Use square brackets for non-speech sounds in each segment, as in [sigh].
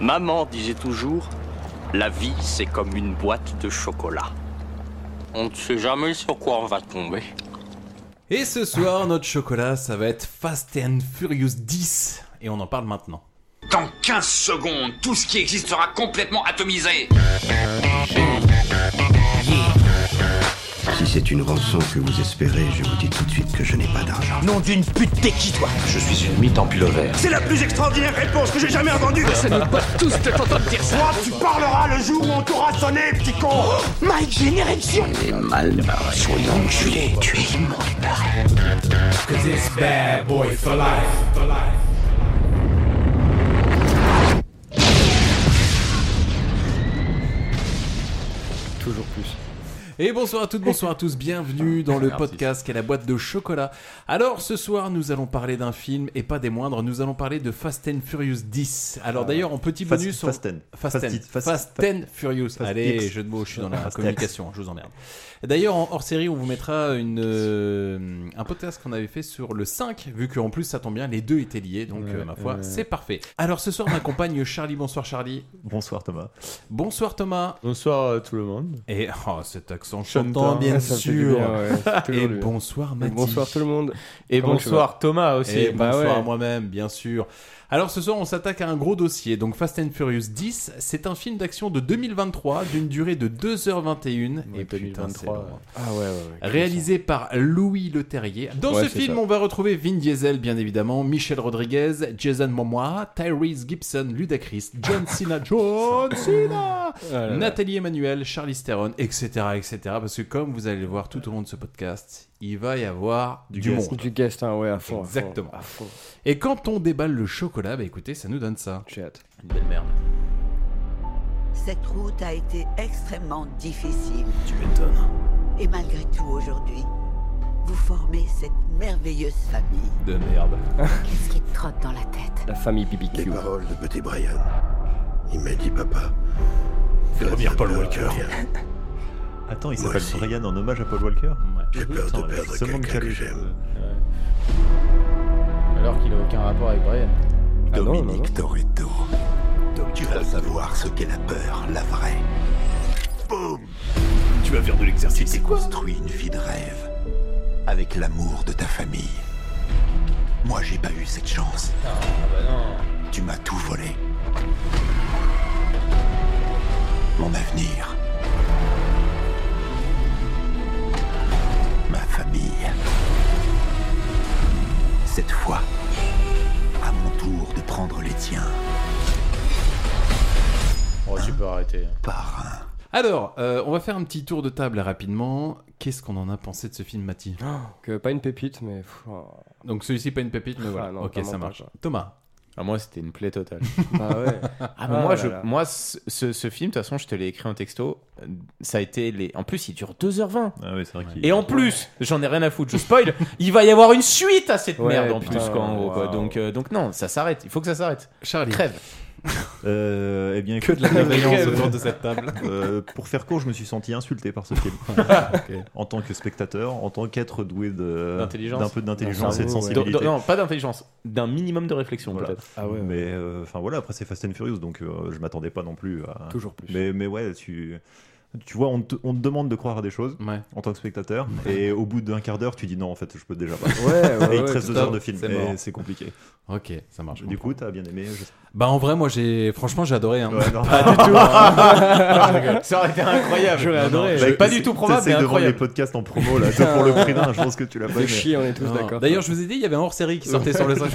Maman disait toujours, la vie c'est comme une boîte de chocolat. On ne sait jamais sur quoi on va tomber. Et ce soir, notre chocolat, ça va être Fast and Furious 10. Et on en parle maintenant. Dans 15 secondes, tout ce qui existe sera complètement atomisé. Si c'est une rançon que vous espérez, je vous dis tout de suite que je n'ai pas d'argent. Nom d'une pute, t'es qui toi Je suis une mythe en pilover. C'est la plus extraordinaire réponse que j'ai jamais entendue Ça nous botte tous de t'entendre dire ça Toi, tu parleras le jour où on t'aura sonné, petit con oh, My Generation Il est mal barré. Soyons enculé, tu es immonde Cause it's bad boy for life, for life. Toujours plus. Et bonsoir à toutes, bonsoir à tous, bienvenue dans le podcast qui est la boîte de chocolat. Alors ce soir nous allons parler d'un film et pas des moindres, nous allons parler de Fast and Furious 10. Alors d'ailleurs en petit Euh, Fast- bonus... on- Fast and. Fast, Fast and. it, fast- Fast fa- and Furious. Fast Allez, X. jeu de mots, je suis dans la Fast X. communication, je vous emmerde. D'ailleurs en hors série on vous mettra une, euh, un podcast qu'on avait fait sur le 5, vu qu'en plus ça tombe bien, les deux étaient liés, donc euh, ma foi ouais. c'est parfait. Alors ce soir [laughs] m'accompagne Charlie, bonsoir Charlie, Bonsoir Thomas. bonsoir Thomas, Bonsoir à tout le monde. et oh, cet accent chantant bien ça me fait sûr. du Ah, bien, ouais, c'est toujours Et lui. bonsoir Et Mathis. bonsoir tout le monde. Et Comment bonsoir Thomas aussi. Et Bah bonsoir ouais. à moi-même, bien sûr. Alors ce soir, on s'attaque à un gros dossier. Donc Fast and Furious 10, c'est un film d'action de 2023 d'une durée de 2h21. Ouais, et putain, 2023, c'est long, hein. Ah ouais, ouais, ouais. Réalisé par Louis Leterrier. Dans Ouais, ce c'est film, ça. on va retrouver Vin Diesel, bien évidemment, Michel Rodriguez, Jason Momoa, Tyrese Gibson, Ludacris, John [laughs] Cena, John Cena, Ah là là. Nathalie Emmanuel, Charlize Theron, etc., etc. Parce que comme vous allez le voir tout au long de ce podcast, il va y avoir du, guest. monde. Du guest, hein, ouais, à fond. à fond, Exactement. À fond. Et quand on déballe le chocolat, bah écoutez, ça nous donne ça. J'ai hâte. Une belle merde. Cette route a été extrêmement difficile. Tu m'étonnes. Et malgré tout, aujourd'hui, vous formez cette merveilleuse famille. De merde. Qu'est-ce qui te trotte dans la tête La famille Les BBQ. paroles de petit Brian. Il m'a dit, papa. revenir Devenir Paul Walker. Attends, il Moi s'appelle aussi. Brian en hommage à Paul Walker J'ai peur Attends, de perdre seulement quelqu'un le que calme. j'aime. Alors qu'il a aucun rapport avec Brian. Ah non, non, non. Dominique Toretto. Tu vas savoir ce qu'est la peur, la vraie. Boum Tu vas faire de Tu l'exercice. t'es construit une vie de rêve. Avec l'amour de ta famille. Moi, j'ai pas eu cette chance. Ah, bah Tu m'as tout volé. Mon avenir. Ma famille. Cette fois, à mon tour de prendre les tiens Oh, tu peux arrêter. par un. Alors, euh, on va faire un petit tour de table rapidement. Qu'est-ce qu'on en a pensé de ce film, Mati [gasps] Que pas une pépite, mais. pff, oh. Donc celui-ci pas une pépite, mais Ah voilà. non, ok, vraiment ça pas, marche. quoi. Thomas. Ah, moi, c'était une plaie totale. [laughs] Bah ouais. Ah, Ah moi, là je, là. moi ce, ce- ce film, de toute façon, je te l'ai écrit en texto. euh, Ça a été les. En plus, il dure 2h20. Ah ouais, c'est vrai qu'il- Et en plus, j'en ai rien à foutre, je [laughs] spoil, il va y avoir une suite à cette Ouais, merde en putain, plus, quoi, en gros, quoi. waouh. Donc, euh, donc, non, ça s'arrête, il faut que ça s'arrête. Charlie. Crève. Euh, eh bien, Que de la bienveillance écoute, autour de cette table. euh, pour faire court, je me suis senti insulté par ce film. En tant que spectateur, en tant qu'être doué de- D'intelligence. d'un peu d'intelligence D'un et de cerveau, ouais. Dans- sensibilité. dans- non, pas d'intelligence, d'un minimum de réflexion, Voilà. peut-être. Ah ouais, ouais. Mais euh, enfin voilà, après c'est Fast and Furious, donc euh, je m'attendais pas non plus à. Toujours plus. Mais, mais ouais, tu, tu vois, on te, on te demande de croire à des choses Ouais. en tant que spectateur, et au bout d'un quart d'heure, tu dis non, en fait, je peux déjà pas. Ouais, et ouais. il ouais, te reste deux tout à heures de fait. film, C'est mort. et c'est compliqué. Ok, ça marche. Du coup, t'as bien aimé. je- Bah en vrai, moi j'ai, franchement, j'ai adoré. hein. Ouais, non. [laughs] [laughs] Ça [laughs] aurait été incroyable. J'aurais adoré. Bah, pas du tout probable, t'essayes mais de vendre les incroyable. podcasts en promo là, toi, pour le prix d'un, je pense que tu [laughs] l'as pas De aimé. chier, on est tous Non. d'accord. D'ailleurs, je vous ai dit, il y avait un hors-série qui sortait sur le 5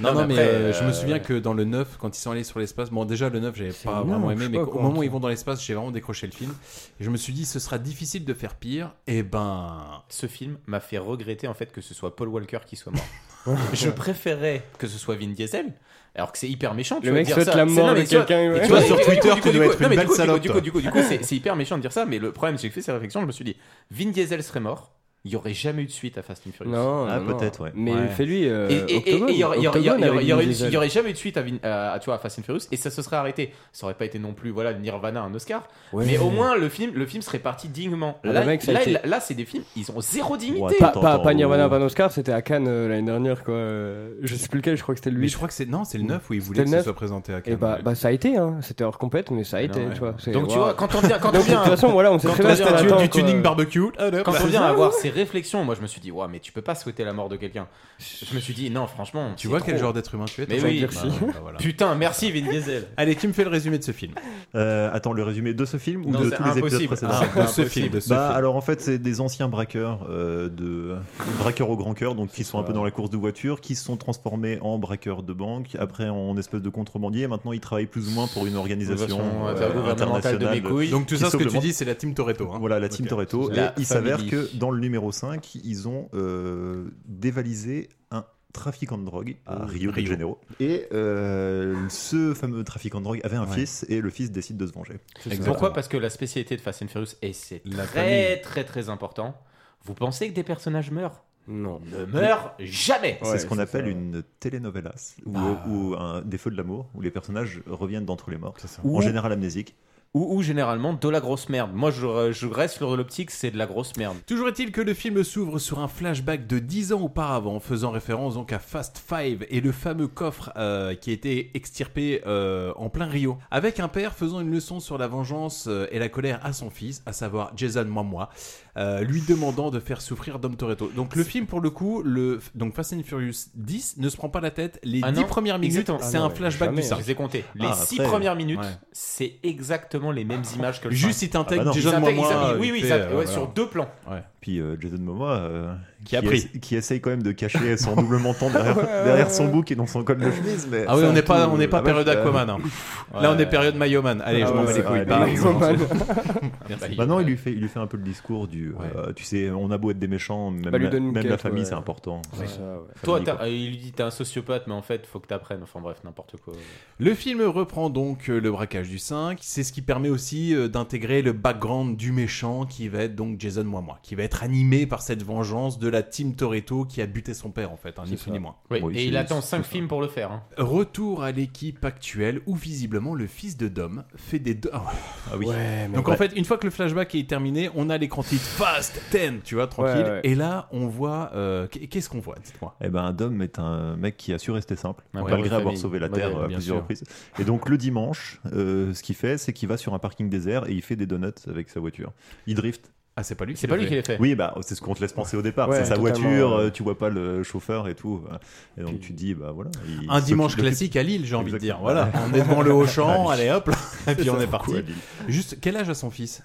Non, non, Non, mais mais, après, euh, je me euh, souviens ouais. que dans le 9, quand ils sont allés sur l'espace, bon, déjà le 9, j'avais C'est pas énorme, vraiment je aimé, sais mais pas au comment moment où ça. ils vont dans l'espace, j'ai vraiment décroché le film. Et je me suis dit, ce sera difficile de faire pire. Et ben. Ce film m'a fait regretter en fait que ce soit Paul Walker qui [laughs] soit mort. je préférais que ce soit Vin Diesel, alors que c'est hyper méchant. tu Le vois, mec dire souhaite ça. la C'est- mort non, mais de tu vois, quelqu'un, Et ouais. tu vois, Ouais, sur du coup, Twitter, du tu coup, dois du coup, être une non, mais belle du coup, du coup, salope. du coup, [laughs] du coup, c'est c'est hyper méchant de dire ça, mais le problème, c'est que j'ai fait cette réflexion, je me suis dit, Vin Diesel serait mort, il y aurait jamais eu de suite à Fast and Furious. Non, Ah, non, non. peut-être, ouais. Mais fais-lui, euh, Et- et- et- Octogone. et il y aurait- il y aurait- il y Octogone aurait- avec il y aurait Vin eu- Diesel. il y aurait jamais eu de suite à, Vin- à- à, tu vois, à Fast and Furious et ça se serait arrêté. Ça aurait pas été non plus voilà Nirvana un Oscar, Ouais. mais au moins le film le film serait parti dignement. Ah, le là, mec, ça a là, été- là- là, c'est des films ils ont zéro dignité. pas, pas, pas Nirvana Van Oscar, c'était à Cannes euh, l'année dernière, quoi. Euh, Je sais plus lequel, je crois que c'était le 8. Mais je crois que c'est- non, c'est le 9 où ils voulaient que C'était le ce 9. soit présenté à Et Cannes, bah, bah, ça a été, hein. C'était hors complète, mais ça a Mais été, non, ouais. tu vois. c'est- Donc, tu waouh. vois, quand on vient- quand on Donc, vient- De toute façon, voilà, on s'est Quand très on bien vient- dit, quand- attends, quand- quoi. Quand bah, on vient avoir ces réflexions, moi je me suis dit, ouais, mais tu peux pas souhaiter la mort de quelqu'un. Je me suis dit, non, franchement. Tu c'est vois quel trop. genre d'être humain tu es, Mais t'as oui. envie de dire si. Bah, bah, voilà. Putain, merci Vin Diesel. Allez, qui me fait le résumé de ce film Euh, attends, le résumé de ce film ou Non, de c'est tous les épisodes impossible. précédents Ah, c'est Bah, impossible. De ce bah, film. alors en fait, c'est des anciens braqueurs, euh, de braqueurs au grand cœur, donc qui sont un peu dans la course de voiture, qui se sont transformés en braqueurs de banque, après en espèce de contrebandier. et Maintenant, ils travaillent plus ou moins pour une organisation Organisation euh, intergouvernementale de mes internationale. couilles. Donc, tout qui ça, ce sauve que le tu monde. dis, c'est la team Toretto, hein. Voilà, la team Ok. Toretto. Et La il s'avère family. que dans le numéro 5, ils ont euh, dévalisé un trafiquant de drogue à Rio de Ah, Rio. Janeiro. Et euh, ce fameux trafiquant de drogue avait un fils et le fils décide de se venger. Pourquoi Parce que la spécialité de Fast and Furious, et c'est très, famille. très très important, vous pensez que des personnages meurent Non. Ne meurent jamais C'est ce qu'on appelle une telenovelas ou, Ah. ou un- des feux de l'amour où les personnages reviennent d'entre les morts. En Ou- général amnésique. Ou, ou généralement de la grosse merde. Moi je, je reste sur l'optique, c'est de la grosse merde. Toujours est-il que le film s'ouvre sur un flashback de 10 ans auparavant, faisant référence donc à Fast Five et le fameux coffre euh, qui a été extirpé euh, en plein Rio, avec un père faisant une leçon sur la vengeance euh, et la colère à son fils, à savoir Jason Momoa, euh, lui demandant de faire souffrir Dom Toretto. Donc le film pour le coup, le donc Fast and Furious 10 ne se prend pas la tête. Les Ah 10 non, premières minutes, exactement. c'est Ah non, un flashback jamais. du ça. Je les ai comptés. Les 6 premières minutes, c'est exactement les mêmes images que le Juste, film. ils t'intègrent Ah bah non. Jason Ils t'intègrent, Momoa, ils- euh, Oui, oui, vite ça- fait, euh, ouais, voilà. sur deux plans. Puis euh, Jason Momoa euh, Qui a pris. essa- qui essaye quand même de cacher [laughs] son double menton derrière, derrière son bouc et dans son col de chemise. Mais Ah oui, ça, on n'est pas, tout- on n'est pas la vache, période euh, Aquaman. [laughs] hein. Là, on est Ouais. période Mayoman. Allez, je Ah m'en bats ouais, les couilles. ouais, par les exemple. Mayoman. Bah, Merci. Maintenant, Bah il lui fait, il lui fait un peu le discours du, euh, tu sais, on a beau être des méchants, même, Bah, lui la- donne une même la quête, famille, ouais. c'est important. C'est ça, ouais. Toi, Famille, t'as- quoi. euh, il lui dit t'es un sociopathe, mais en fait, faut que t'apprennes. Enfin bref, n'importe quoi. Le film reprend donc euh, le braquage du 5. C'est ce qui permet aussi euh, d'intégrer le background du méchant qui va être donc Jason Momoa, qui va être animé par cette vengeance de la team Toretto qui a buté son père en fait, hein, ni plus ni moins. Oui, et il attend 5 films pour le faire. hein. Retour à l'équipe actuelle où visiblement le fils de Dom fait des do- Ah ouais. oui. Ouais, mais Donc ouais. en fait, une fois que le flashback est terminé, on a l'écran titre Fast 10, tu vois, tranquille. Ouais, ouais. Et là, on voit euh, qu- qu'est-ce qu'on voit, dites-moi. Eh ben, Dom est un mec qui a su rester simple, Ouais, malgré ouais, avoir famille. sauvé la Ouais, Terre bien à plusieurs sûr. reprises. Et donc, le dimanche, euh, ce qu'il fait, c'est qu'il va sur un parking désert et il fait des donuts avec sa voiture. Il drift. Ah, c'est pas lui C'est pas lui qui les fait. Oui, bah, c'est ce qu'on te laisse penser au départ. Ouais, c'est sa totalement, voiture, ouais. euh, tu vois pas le chauffeur et tout. Et donc, tu dis, bah voilà. il Un s'occupe dimanche de- classique à Lille, j'ai envie de dire. Exactement. Voilà, [laughs] on est devant le Auchan, Ah, allez [laughs] hop, et puis Ça on est vaut parti. quoi, Lille. Juste, quel âge a son fils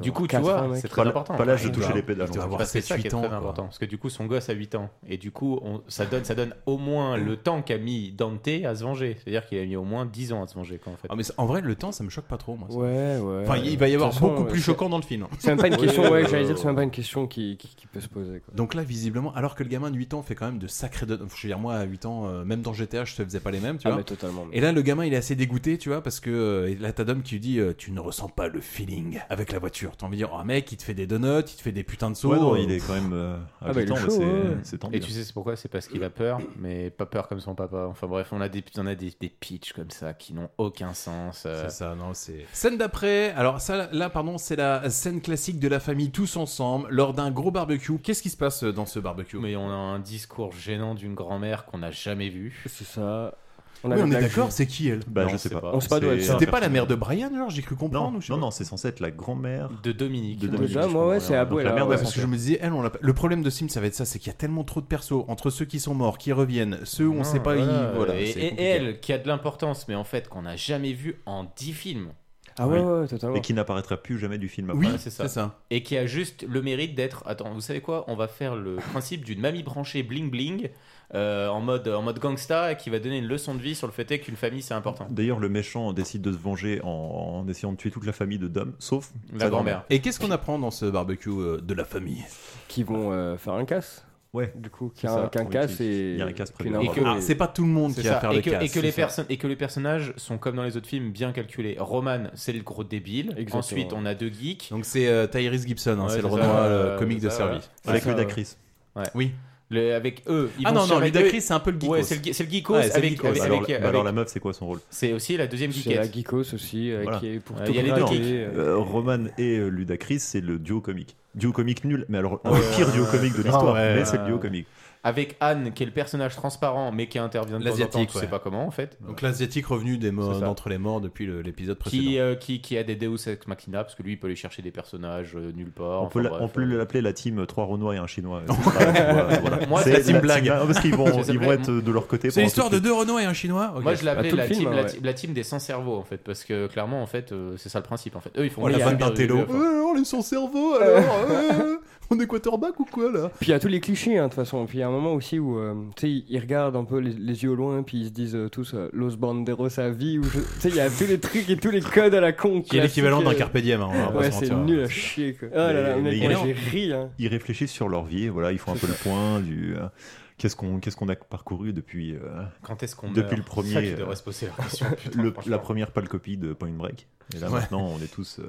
Du coup, tu vois, c'est très Pas l- important. hein. pas l'âge de toucher les pédales. Il doit en fait. avoir 7-8 ans. important. Parce que du coup, son gosse a 8 ans. Et du coup, on- ça, donne, ça donne au moins le temps qu'a mis Dante à se venger. C'est-à-dire qu'il a mis au moins 10 ans à se venger. Quoi, en fait. Ah, mais c'est- en vrai, le temps, ça me choque pas trop, moi. ça. Ouais, ouais. Enfin, il va y avoir De toute façon, beaucoup ouais, plus c'est- choquant dans le film. C'est même pas une question, Oui, ouais, euh, j'allais dire, c'est même pas une question qui, qui, qui peut se poser. Quoi. Donc là, visiblement, alors que le gamin de 8 ans fait quand même de sacrés donuts. Je veux dire, moi, à 8 ans, euh, même dans GTA, je te faisais pas les mêmes, tu Ah, vois. mais totalement. Et là, le gamin, il est assez dégoûté, tu vois, parce que euh, et là, t'as Dom qui lui dit euh, Tu ne ressens pas le feeling avec la voiture. T'as envie de dire Oh, mec, il te fait des donuts, il te fait des putains de sauts. Ouais, non, euh, il est pff. quand même, euh, à Ah, bah, 8 il est ans, chaud, c'est- ouais. c'est tant hein. Et mieux. tu sais, c'est pourquoi C'est parce qu'il a peur, mais pas peur comme son papa. Enfin bref, on a des, on a des, des pitchs comme ça qui n'ont aucun sens. euh. C'est ça, non, c'est. Scène d'après, alors ça là, pardon, c'est la scène classique de la famille tous ensemble lors d'un gros barbecue. Qu'est-ce qui se passe euh, dans ce barbecue Mais on a un discours gênant d'une grand-mère qu'on n'a jamais vu. C'est ça. Oui, on est d'accord, c'est qui elle Bah, je sais pas. C'était pas la mère de Brian, genre J'ai cru comprendre. Non, non, non, c'est censé être la grand-mère de Dominique. De Dominique. Déjà, moi, ouais, c'est à la mère de Ah Ouais, son parce que je me disais, elle, on l'a pas- Le problème de Sim, ça va être ça, c'est qu'il y a tellement trop de persos entre ceux qui sont morts, qui reviennent, ceux où on Non, sait pas. voilà, ils- Ah, voilà, et, c'est et compliqué. elle, qui a de l'importance, mais en fait, qu'on n'a jamais vu en 10 films. Ah ouais, ouais, totalement. Et qui n'apparaîtra plus jamais du film après. Ouais, Et qui a juste le mérite d'être. Attends, vous savez quoi On va faire le principe d'une mamie branchée bling bling euh, en, mode, en mode gangsta qui va donner une leçon de vie sur le fait est qu'une famille c'est important. D'ailleurs, le méchant décide de se venger en, en essayant de tuer toute la famille de Dom, sauf sa Et qu'est-ce qu'on apprend dans ce barbecue euh, de la famille Qui vont euh, faire un casse. Ouais. Du coup, C'est qui a, ça. qui a un Oui, casse qui- et. qui a un casse qui prévu. un- Et que- Ah, c'est pas tout le monde C'est qui va ça. faire et le que, casse, Et que, c'est les ça. personnes- et que les personnages sont comme dans les autres films, bien calculés. Roman, c'est le gros débile. Exactement. Ensuite, on a deux geeks. Donc c'est euh, Tyrese Gibson, hein, Ouais, c'est le ça, Renoir, euh, le comique c'est de ça, service. ouais. Euh, C'est ça, ouais. Ouais. Oui. Le- avec eux, ils Ah vont non, sur- non, avec Ludacris, eux- c'est un peu le geekos. Ouais, c'est le, gui- c'est le geekos Ouais, c'est le avec, geekos. avec- Alors, avec- Bah alors la avec- meuf, c'est quoi son rôle C'est aussi la deuxième C'est geekette. la geekos aussi, euh, qui est pour Ouais, tout il y a les gratter, deux geeks. euh, Euh, Roman et euh, Ludacris, c'est le duo comique. Duo comique nul, mais alors Ouais, le pire duo ouais, comique de ouais, l'histoire. ouais, mais ouais. c'est le duo comique. Avec Anne, qui est le personnage transparent, mais qui intervient de temps en temps, L'asiatique, tu sais ouais. pas comment en fait. Donc l'asiatique revenu des morts- C'est ça. d'entre les morts depuis le- l'épisode précédent. Qui, euh, qui, qui a des Deus Ex Machina, parce que lui, il peut aller chercher des personnages euh, nulle part. On enfin, peut, la- bref. euh, on peut l'appeler la team 3 Renois et un [laughs] Chinois. C'est voilà, voilà. Moi, C'est la team blague. ah, parce [laughs] qu'ils vont, Ça ils s'appelait- vont être de leur côté. C'est pendant l'histoire tout de le deux Renois et un Chinois Ok. Bah, Moi, je l'appelais la, team, la, ouais. team- la team des sans cerveaux en fait, parce que clairement, en fait, euh, c'est ça le principe en fait. Eux, ils font Oh, la des vanne super d'Intello. dégueux, enfin. Ouais, alors, les sans cerveau, alors [laughs] euh, On est quarterback ou quoi là Puis il y a tous les clichés, hein, de toute façon. Puis il y a un moment aussi où, euh, tu sais, ils- ils regardent un peu les, les yeux au loin, puis ils se disent euh, tous euh, Los Banderos à vie. ou je- Tu sais, il y a tous les trucs et tous les codes à la con. Qui est l'équivalent d'un classique, euh, Carpe Diem, hein, on va pas ouais, se c'est mentir. nul à chier, quoi. Oh là là, Mais- mec, mais moi, il- j'ai ri, hein. Ils réfléchissent sur leur vie, et voilà, ils font un peu le point du euh, qu'est-ce qu'on qu'est-ce qu'on a parcouru depuis. euh, Quand est-ce qu'on Depuis meurt le premier. euh, Ça qui devrait se poser la question, putain, le- franchement. la première pâle copie de Point Break. Et là Ouais. maintenant, on est tous. euh,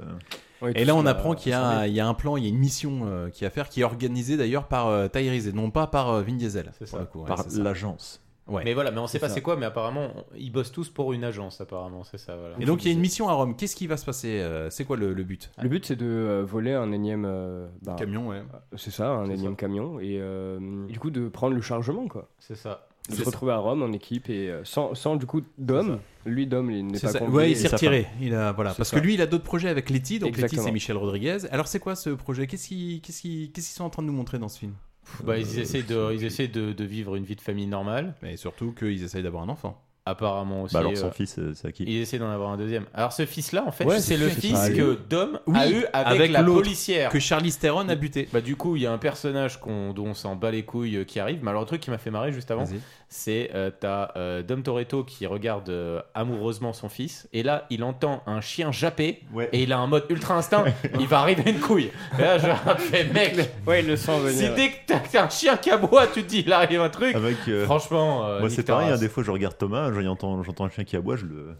et là, on apprend qu'il y, a un- il y a un plan, il y a une mission euh, qui est à faire, qui est organisée d'ailleurs par euh, Tyrese et non pas par euh, Vin Diesel. pour le coup, ouais, par c'est ça. l'agence. Ouais. Mais voilà, mais on sait C'est pas ça. c'est quoi, mais apparemment, on- ils bossent tous pour une agence, apparemment, c'est ça, voilà. Et donc, il y a une mission à Rome. Qu'est-ce qui va se passer euh, C'est quoi le, le but Le but, c'est de euh, voler un énième. euh, bah, Camion, ouais. C'est ça, un énième camion. Et euh, du coup, de prendre le chargement, quoi. C'est ça. De C'est se retrouver à Rome en équipe et euh, sans, sans, du coup, d'homme. Lui, d'homme, il n'est C'est pas ça. convié, Ouais, et il s'est sa retiré. femme. Il a, voilà. C'est Parce ça. que lui, il a d'autres projets avec Letty. Donc Letty, c'est Exactement. Michel Rodriguez. Alors, c'est quoi ce projet Qu'est-ce qu'ils qu'est-ce qu'ils- qu'est-ce qu'ils sont en train de nous montrer dans ce film euh, Bah, ils essaient de, ils essaient de, de vivre une vie de famille normale. Mais surtout qu'ils essayent d'avoir un enfant. Apparemment aussi. Bah alors, euh, son fils, euh, c'est à qui Il essaie d'en avoir un deuxième. Alors ce fils-là, en fait, Ouais, c'est c'est le ça, fils c'est ça. que Dom a Oui, eu avec, avec la l'autre, policière. que Charlize Theron a buté. Bah du coup, il y a un personnage qu'on, dont on s'en bat les couilles euh, qui arrive. Mais alors le truc qui m'a fait marrer juste avant, Vas-y. c'est euh, t'as euh, Dom Toretto qui regarde euh, amoureusement son fils. Et là, il entend un chien japper. Et il a un mode ultra [laughs] instinct. il va arriver une couille. Et là, je fais mec. Ouais, il le sent venir. Si dès que t'as- t'as un chien qui aboie, tu te dis il arrive un truc. Avec, euh, Franchement, euh, moi nique c'est ta pareil, hein, race. des fois je regarde Thomas, je- j'entends j'entends un chien qui aboie, je [laughs] le.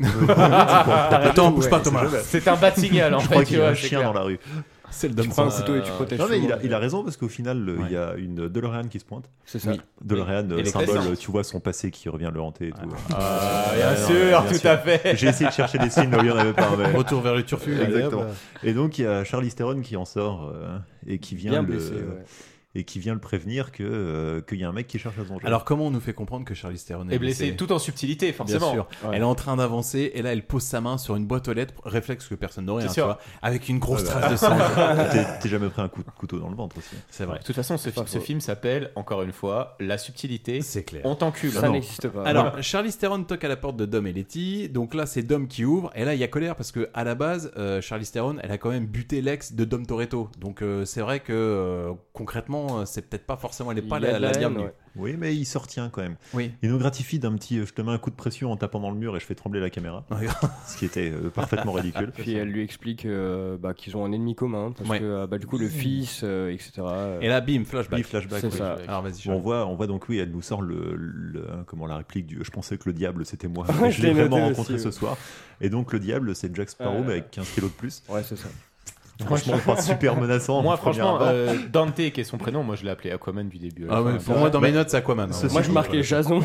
Attends, bouge pas, Thomas. C'est un bat [laughs] signal, en je fait, crois tu qu'il y a vois, un c'est chien clair. dans la rue. C'est le Dom prends Thomas. Euh, Non, mais il a, il a raison parce qu'au final, euh, il y a une DeLorean qui se pointe. C'est ça. Oui. DeLorean, Oui. euh, Et les symbole, présents. tu vois son passé qui revient le hanter et tout. Ah, Ouais, bien non, sûr, ouais, tout à fait. J'ai essayé de chercher des signes, mais il n'y en avait pas. mais- Retour vers le turfu. Exactement. Allez, hop. Et donc, il y a Charlie Theron qui en sort euh, et qui vient Bien le. blessé, ouais. Et qui vient le prévenir que euh, qu'il y a un mec qui cherche à se venger. Alors comment on nous fait comprendre que Charlize Theron est, est blessée tout en subtilité, forcément. Bien sûr. Ouais. Elle est en train d'avancer et là elle pose sa main sur une boîte aux lettres, réflexe que personne n'aurait, C'est hein, tu sûr. vois, avec une grosse Ouais, bah. trace de sang. [laughs] T'es- T'es jamais pris un coup de couteau dans le ventre aussi. C'est vrai. De toute façon, ce, fi- ce film s'appelle, encore une fois, La subtilité. C'est clair. On t'encule. Ça n'existe pas. Alors, Charlize Theron toque à la porte de Dom et Letty. Donc là, c'est Dom qui ouvre. Et là, il y a colère parce que à la base, euh, Charlize Theron, elle a quand même buté l'ex de Dom Toretto. Donc euh, c'est vrai que euh, concrètement, euh, c'est peut-être pas forcément, elle est pas Il y a la, de la la haine, bienvenue. ouais. Oui, mais il se retient quand même. Oui. Il nous gratifie d'un petit euh, je te mets un coup de pression en tapant dans le mur et je fais trembler la caméra. Ouais. [laughs] ce qui était euh, parfaitement ridicule. Puis elle lui explique euh, bah, qu'ils ont un ennemi commun, parce Ouais. que euh, bah, du coup le fils, euh, etc. euh, Et là, bim, flashback. Oui, flashback. C'est oui. ça. Alors vas-y. Bon, on voit, on voit donc oui, elle nous sort le, le- hein, comment la réplique du "Je pensais que le diable c'était moi, Ouais, mais je je l'ai l'ai vraiment noté rencontré aussi, ce ouais. soir." Et donc le diable, c'est Jack Sparrow Ah là mais là. avec 15 kilos de plus. Ouais, c'est ça. Franchement, Franchement. enfin, super menaçant. Moi, au premier franchement, abord. euh, Dante, qui est son prénom, moi je l'ai appelé Aquaman du début. à la Ah fin. ouais, pour moi, dans mes notes, c'est Aquaman. hein. Ceci Moi, je dit, voilà. marquais Jason.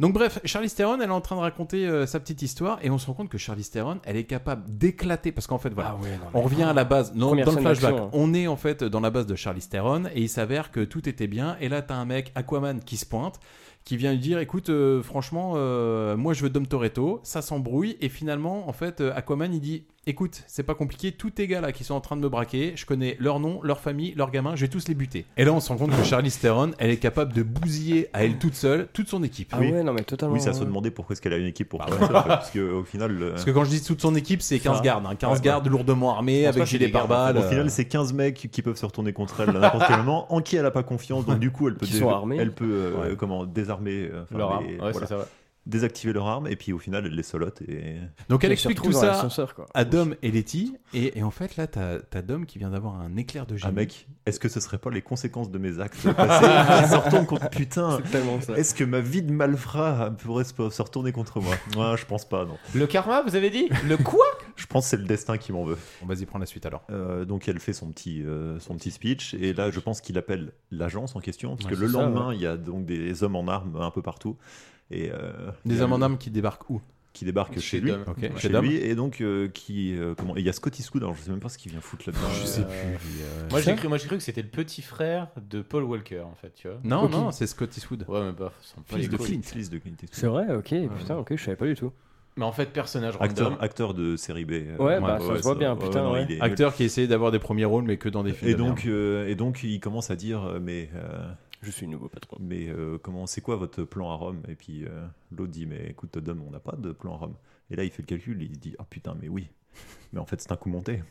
Donc bref, Charlize Theron, elle est en train de raconter euh, sa petite histoire et on se rend compte que Charlize Theron, elle est capable d'éclater parce qu'en fait voilà, Ah on revient à la base, non, Première dans le scène flashback, d'action, hein. on est en fait dans la base de Charlize Theron et il s'avère que tout était bien et là t'as un mec Aquaman qui se pointe qui vient lui dire écoute euh, franchement euh, moi je veux Dom Toretto, ça s'embrouille et finalement en fait euh, Aquaman il dit écoute c'est pas compliqué tous tes gars là qui sont en train de me braquer je connais leur nom leur famille leur gamin je vais tous les buter et là on se rend compte que Charlize Theron elle est capable de bousiller à elle toute seule toute son équipe Ah Oui. ouais, non, mais totalement. oui, ça se ouais. demandait pourquoi est-ce qu'elle a une équipe pour faire ça, en fait, parce que au final, euh, Parce que quand je dis toute son équipe, c'est 15 Ça. gardes. hein. 15 Ouais, gardes lourdement armés, Je pense pas avec euh. que c'est gilet des gardes, pare-balles. au final, c'est 15 mecs qui peuvent se retourner contre elle à n'importe [laughs] quel moment, en qui elle a pas confiance. Donc du coup, elle peut, Qui sont armés. elle peut euh, comment désarmer euh, enfin, Leur arme. les- Ouais, voilà. c'est ça. ouais. désactiver leur arme et puis au final elle les solote et. Donc elle explique tout ça à Dom et Letty. Et, et en fait, là, t'as as Dom qui vient d'avoir un éclair de Ah génie. mec, est-ce que ce serait pas les conséquences de mes actes [laughs] passés qui se retournent contre putain C'est tellement ça. Est-ce que ma vie de malfrat pourrait se se retourner contre moi Ouais, je pense pas, non. Le karma, vous avez dit Le quoi Je pense que c'est le destin qui m'en veut. Vas-y, prends la suite alors. Euh, donc elle fait son petit, euh, son petit speech et là je pense qu'il appelle l'agence en question parce Ouais, que le c'est ça, lendemain ouais. il y a donc des hommes en armes un peu partout et euh, il Des y a hommes en le- armes qui débarquent où qui débarquent chez, Chez lui, Dom. Ok, chez chez Dom. lui et donc euh, qui euh, comment et il y a Scott Eastwood alors je sais même pas ce qu'il vient foutre là-dedans. Je sais plus, il, euh, Moi c'est j'ai cru, moi, j'ai cru que c'était le petit frère de Paul Walker en fait, tu vois. Non, Ok. non, c'est Scott Eastwood. Ouais, mais bah, s'en bat Fils les de couilles. Clint. Fils de Clint Eastwood. C'est vrai, ok, putain, ok, je savais pas du tout. Mais en fait, personnage random. Acteur, acteur de série B. euh, Ouais, bah, ça se voit bien, putain, non, ouais. il est- Acteur qui essayait d'avoir des premiers rôles, mais que dans des films. Et de merde. donc, euh, et donc, il commence à dire, euh, mais je suis nouveau patron. Mais euh, comment, c'est quoi votre plan à Rome Et puis euh, l'autre dit, mais écoute, Dom, on n'a pas de plan à Rome. Et là, il fait le calcul, il dit, ah putain, mais oui. Mais en fait, c'est un coup monté.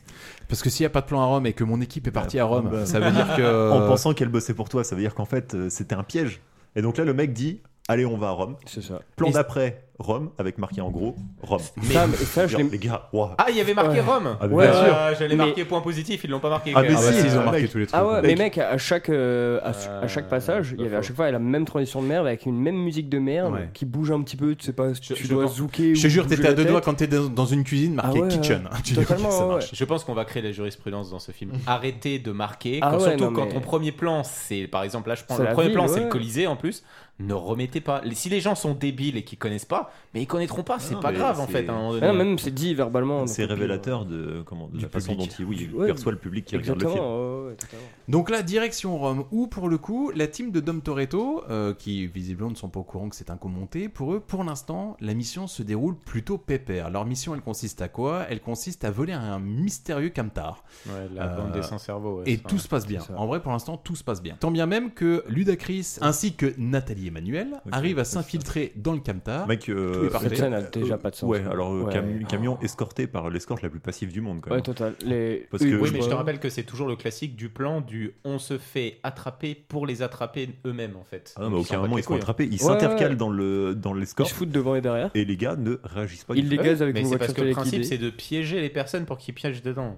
Parce que s'il n'y a pas de plan à Rome et que mon équipe est partie à Rome, Bah, ça veut dire Euh. [laughs] que. En pensant qu'elle bossait pour toi, ça veut dire qu'en fait, euh, c'était un piège. Et donc là, le mec dit, allez, on va à Rome. C'est ça. Plan Et- d'après, Rome, avec marqué en gros, Rome. Ça, mais ça, je Genre, l'ai- les gars, waouh. Ah, il y avait marqué Rome Ah, mais Ouais, bien sûr. euh, j'allais Mais- marquer point positif, ils l'ont pas marqué. Ah, quand mais même. si, euh, mec. Ah ouais, mais mec, à chaque, euh, à, à chaque passage, il y avait à chaque fois la même transition de merde avec une même musique de merde Ouais. qui bouge un petit peu, tu sais pas si tu je dois pense- zouker Je te ou jure, bouger t'étais à la deux tête. doigts quand t'es dans dans une cuisine marquée Ah ouais, kitchen. hein. ouais. Tu dis, ok, Totalement, ça ouais, marche. Je pense qu'on va créer la jurisprudence dans ce [laughs] film. Arrêtez de marquer, Ah quand- ouais, surtout non, quand mais- ton premier plan, c'est par exemple là, je prends C'est le la premier ville, plan, c'est ouais. le Colisée en plus. Ne remettez pas. Si les gens sont débiles et qu'ils connaissent pas, mais ils connaîtront pas, c'est non, pas mais grave en c'est- fait. À un moment donné. Ah, même c'est dit verbalement. C'est donc, révélateur de, comment, de la façon dont public. il, oui, il Ouais, perçoit le public qui regarde le film. Exactement, ouais, ouais, totalement. Donc là, direction Rome, où pour le coup, la team de Dom Toretto, euh, qui visiblement ne sont pas au courant que c'est un coup monté, pour eux, pour l'instant, la mission se déroule plutôt pépère. Leur mission, elle consiste à quoi Elle consiste à voler un mystérieux camtar. Ouais, la bande des sans-cerveau, ouais, et ça, tout ouais, se passe bien. c'est ça. En vrai, pour l'instant, tout se passe bien. Tant bien même que Ludacris ainsi que Nathalie Emmanuel arrivent à s'infiltrer dans le camtar. Mec, euh, Tout est parfait. euh, euh, Ouais, alors euh, cam- camion escorté par l'escorte la plus passive du monde, quand même. Ouais, total. Les- Parce que- oui, mais je te rappelle que c'est toujours le classique du plan du on se fait attraper pour les attraper eux-mêmes en fait. Ah non, mais Donc, ils aucun s'en moment battent ils sont les couilles, attrapés, hein. ils s'intercalent dans le dans l'escorte. Ils se foutent devant et derrière. Et les gars ne réagissent pas. Ils du les tout. gazent avec Mais une c'est voiture parce que le téléguidée. principe c'est de piéger les personnes pour qu'ils piègent dedans.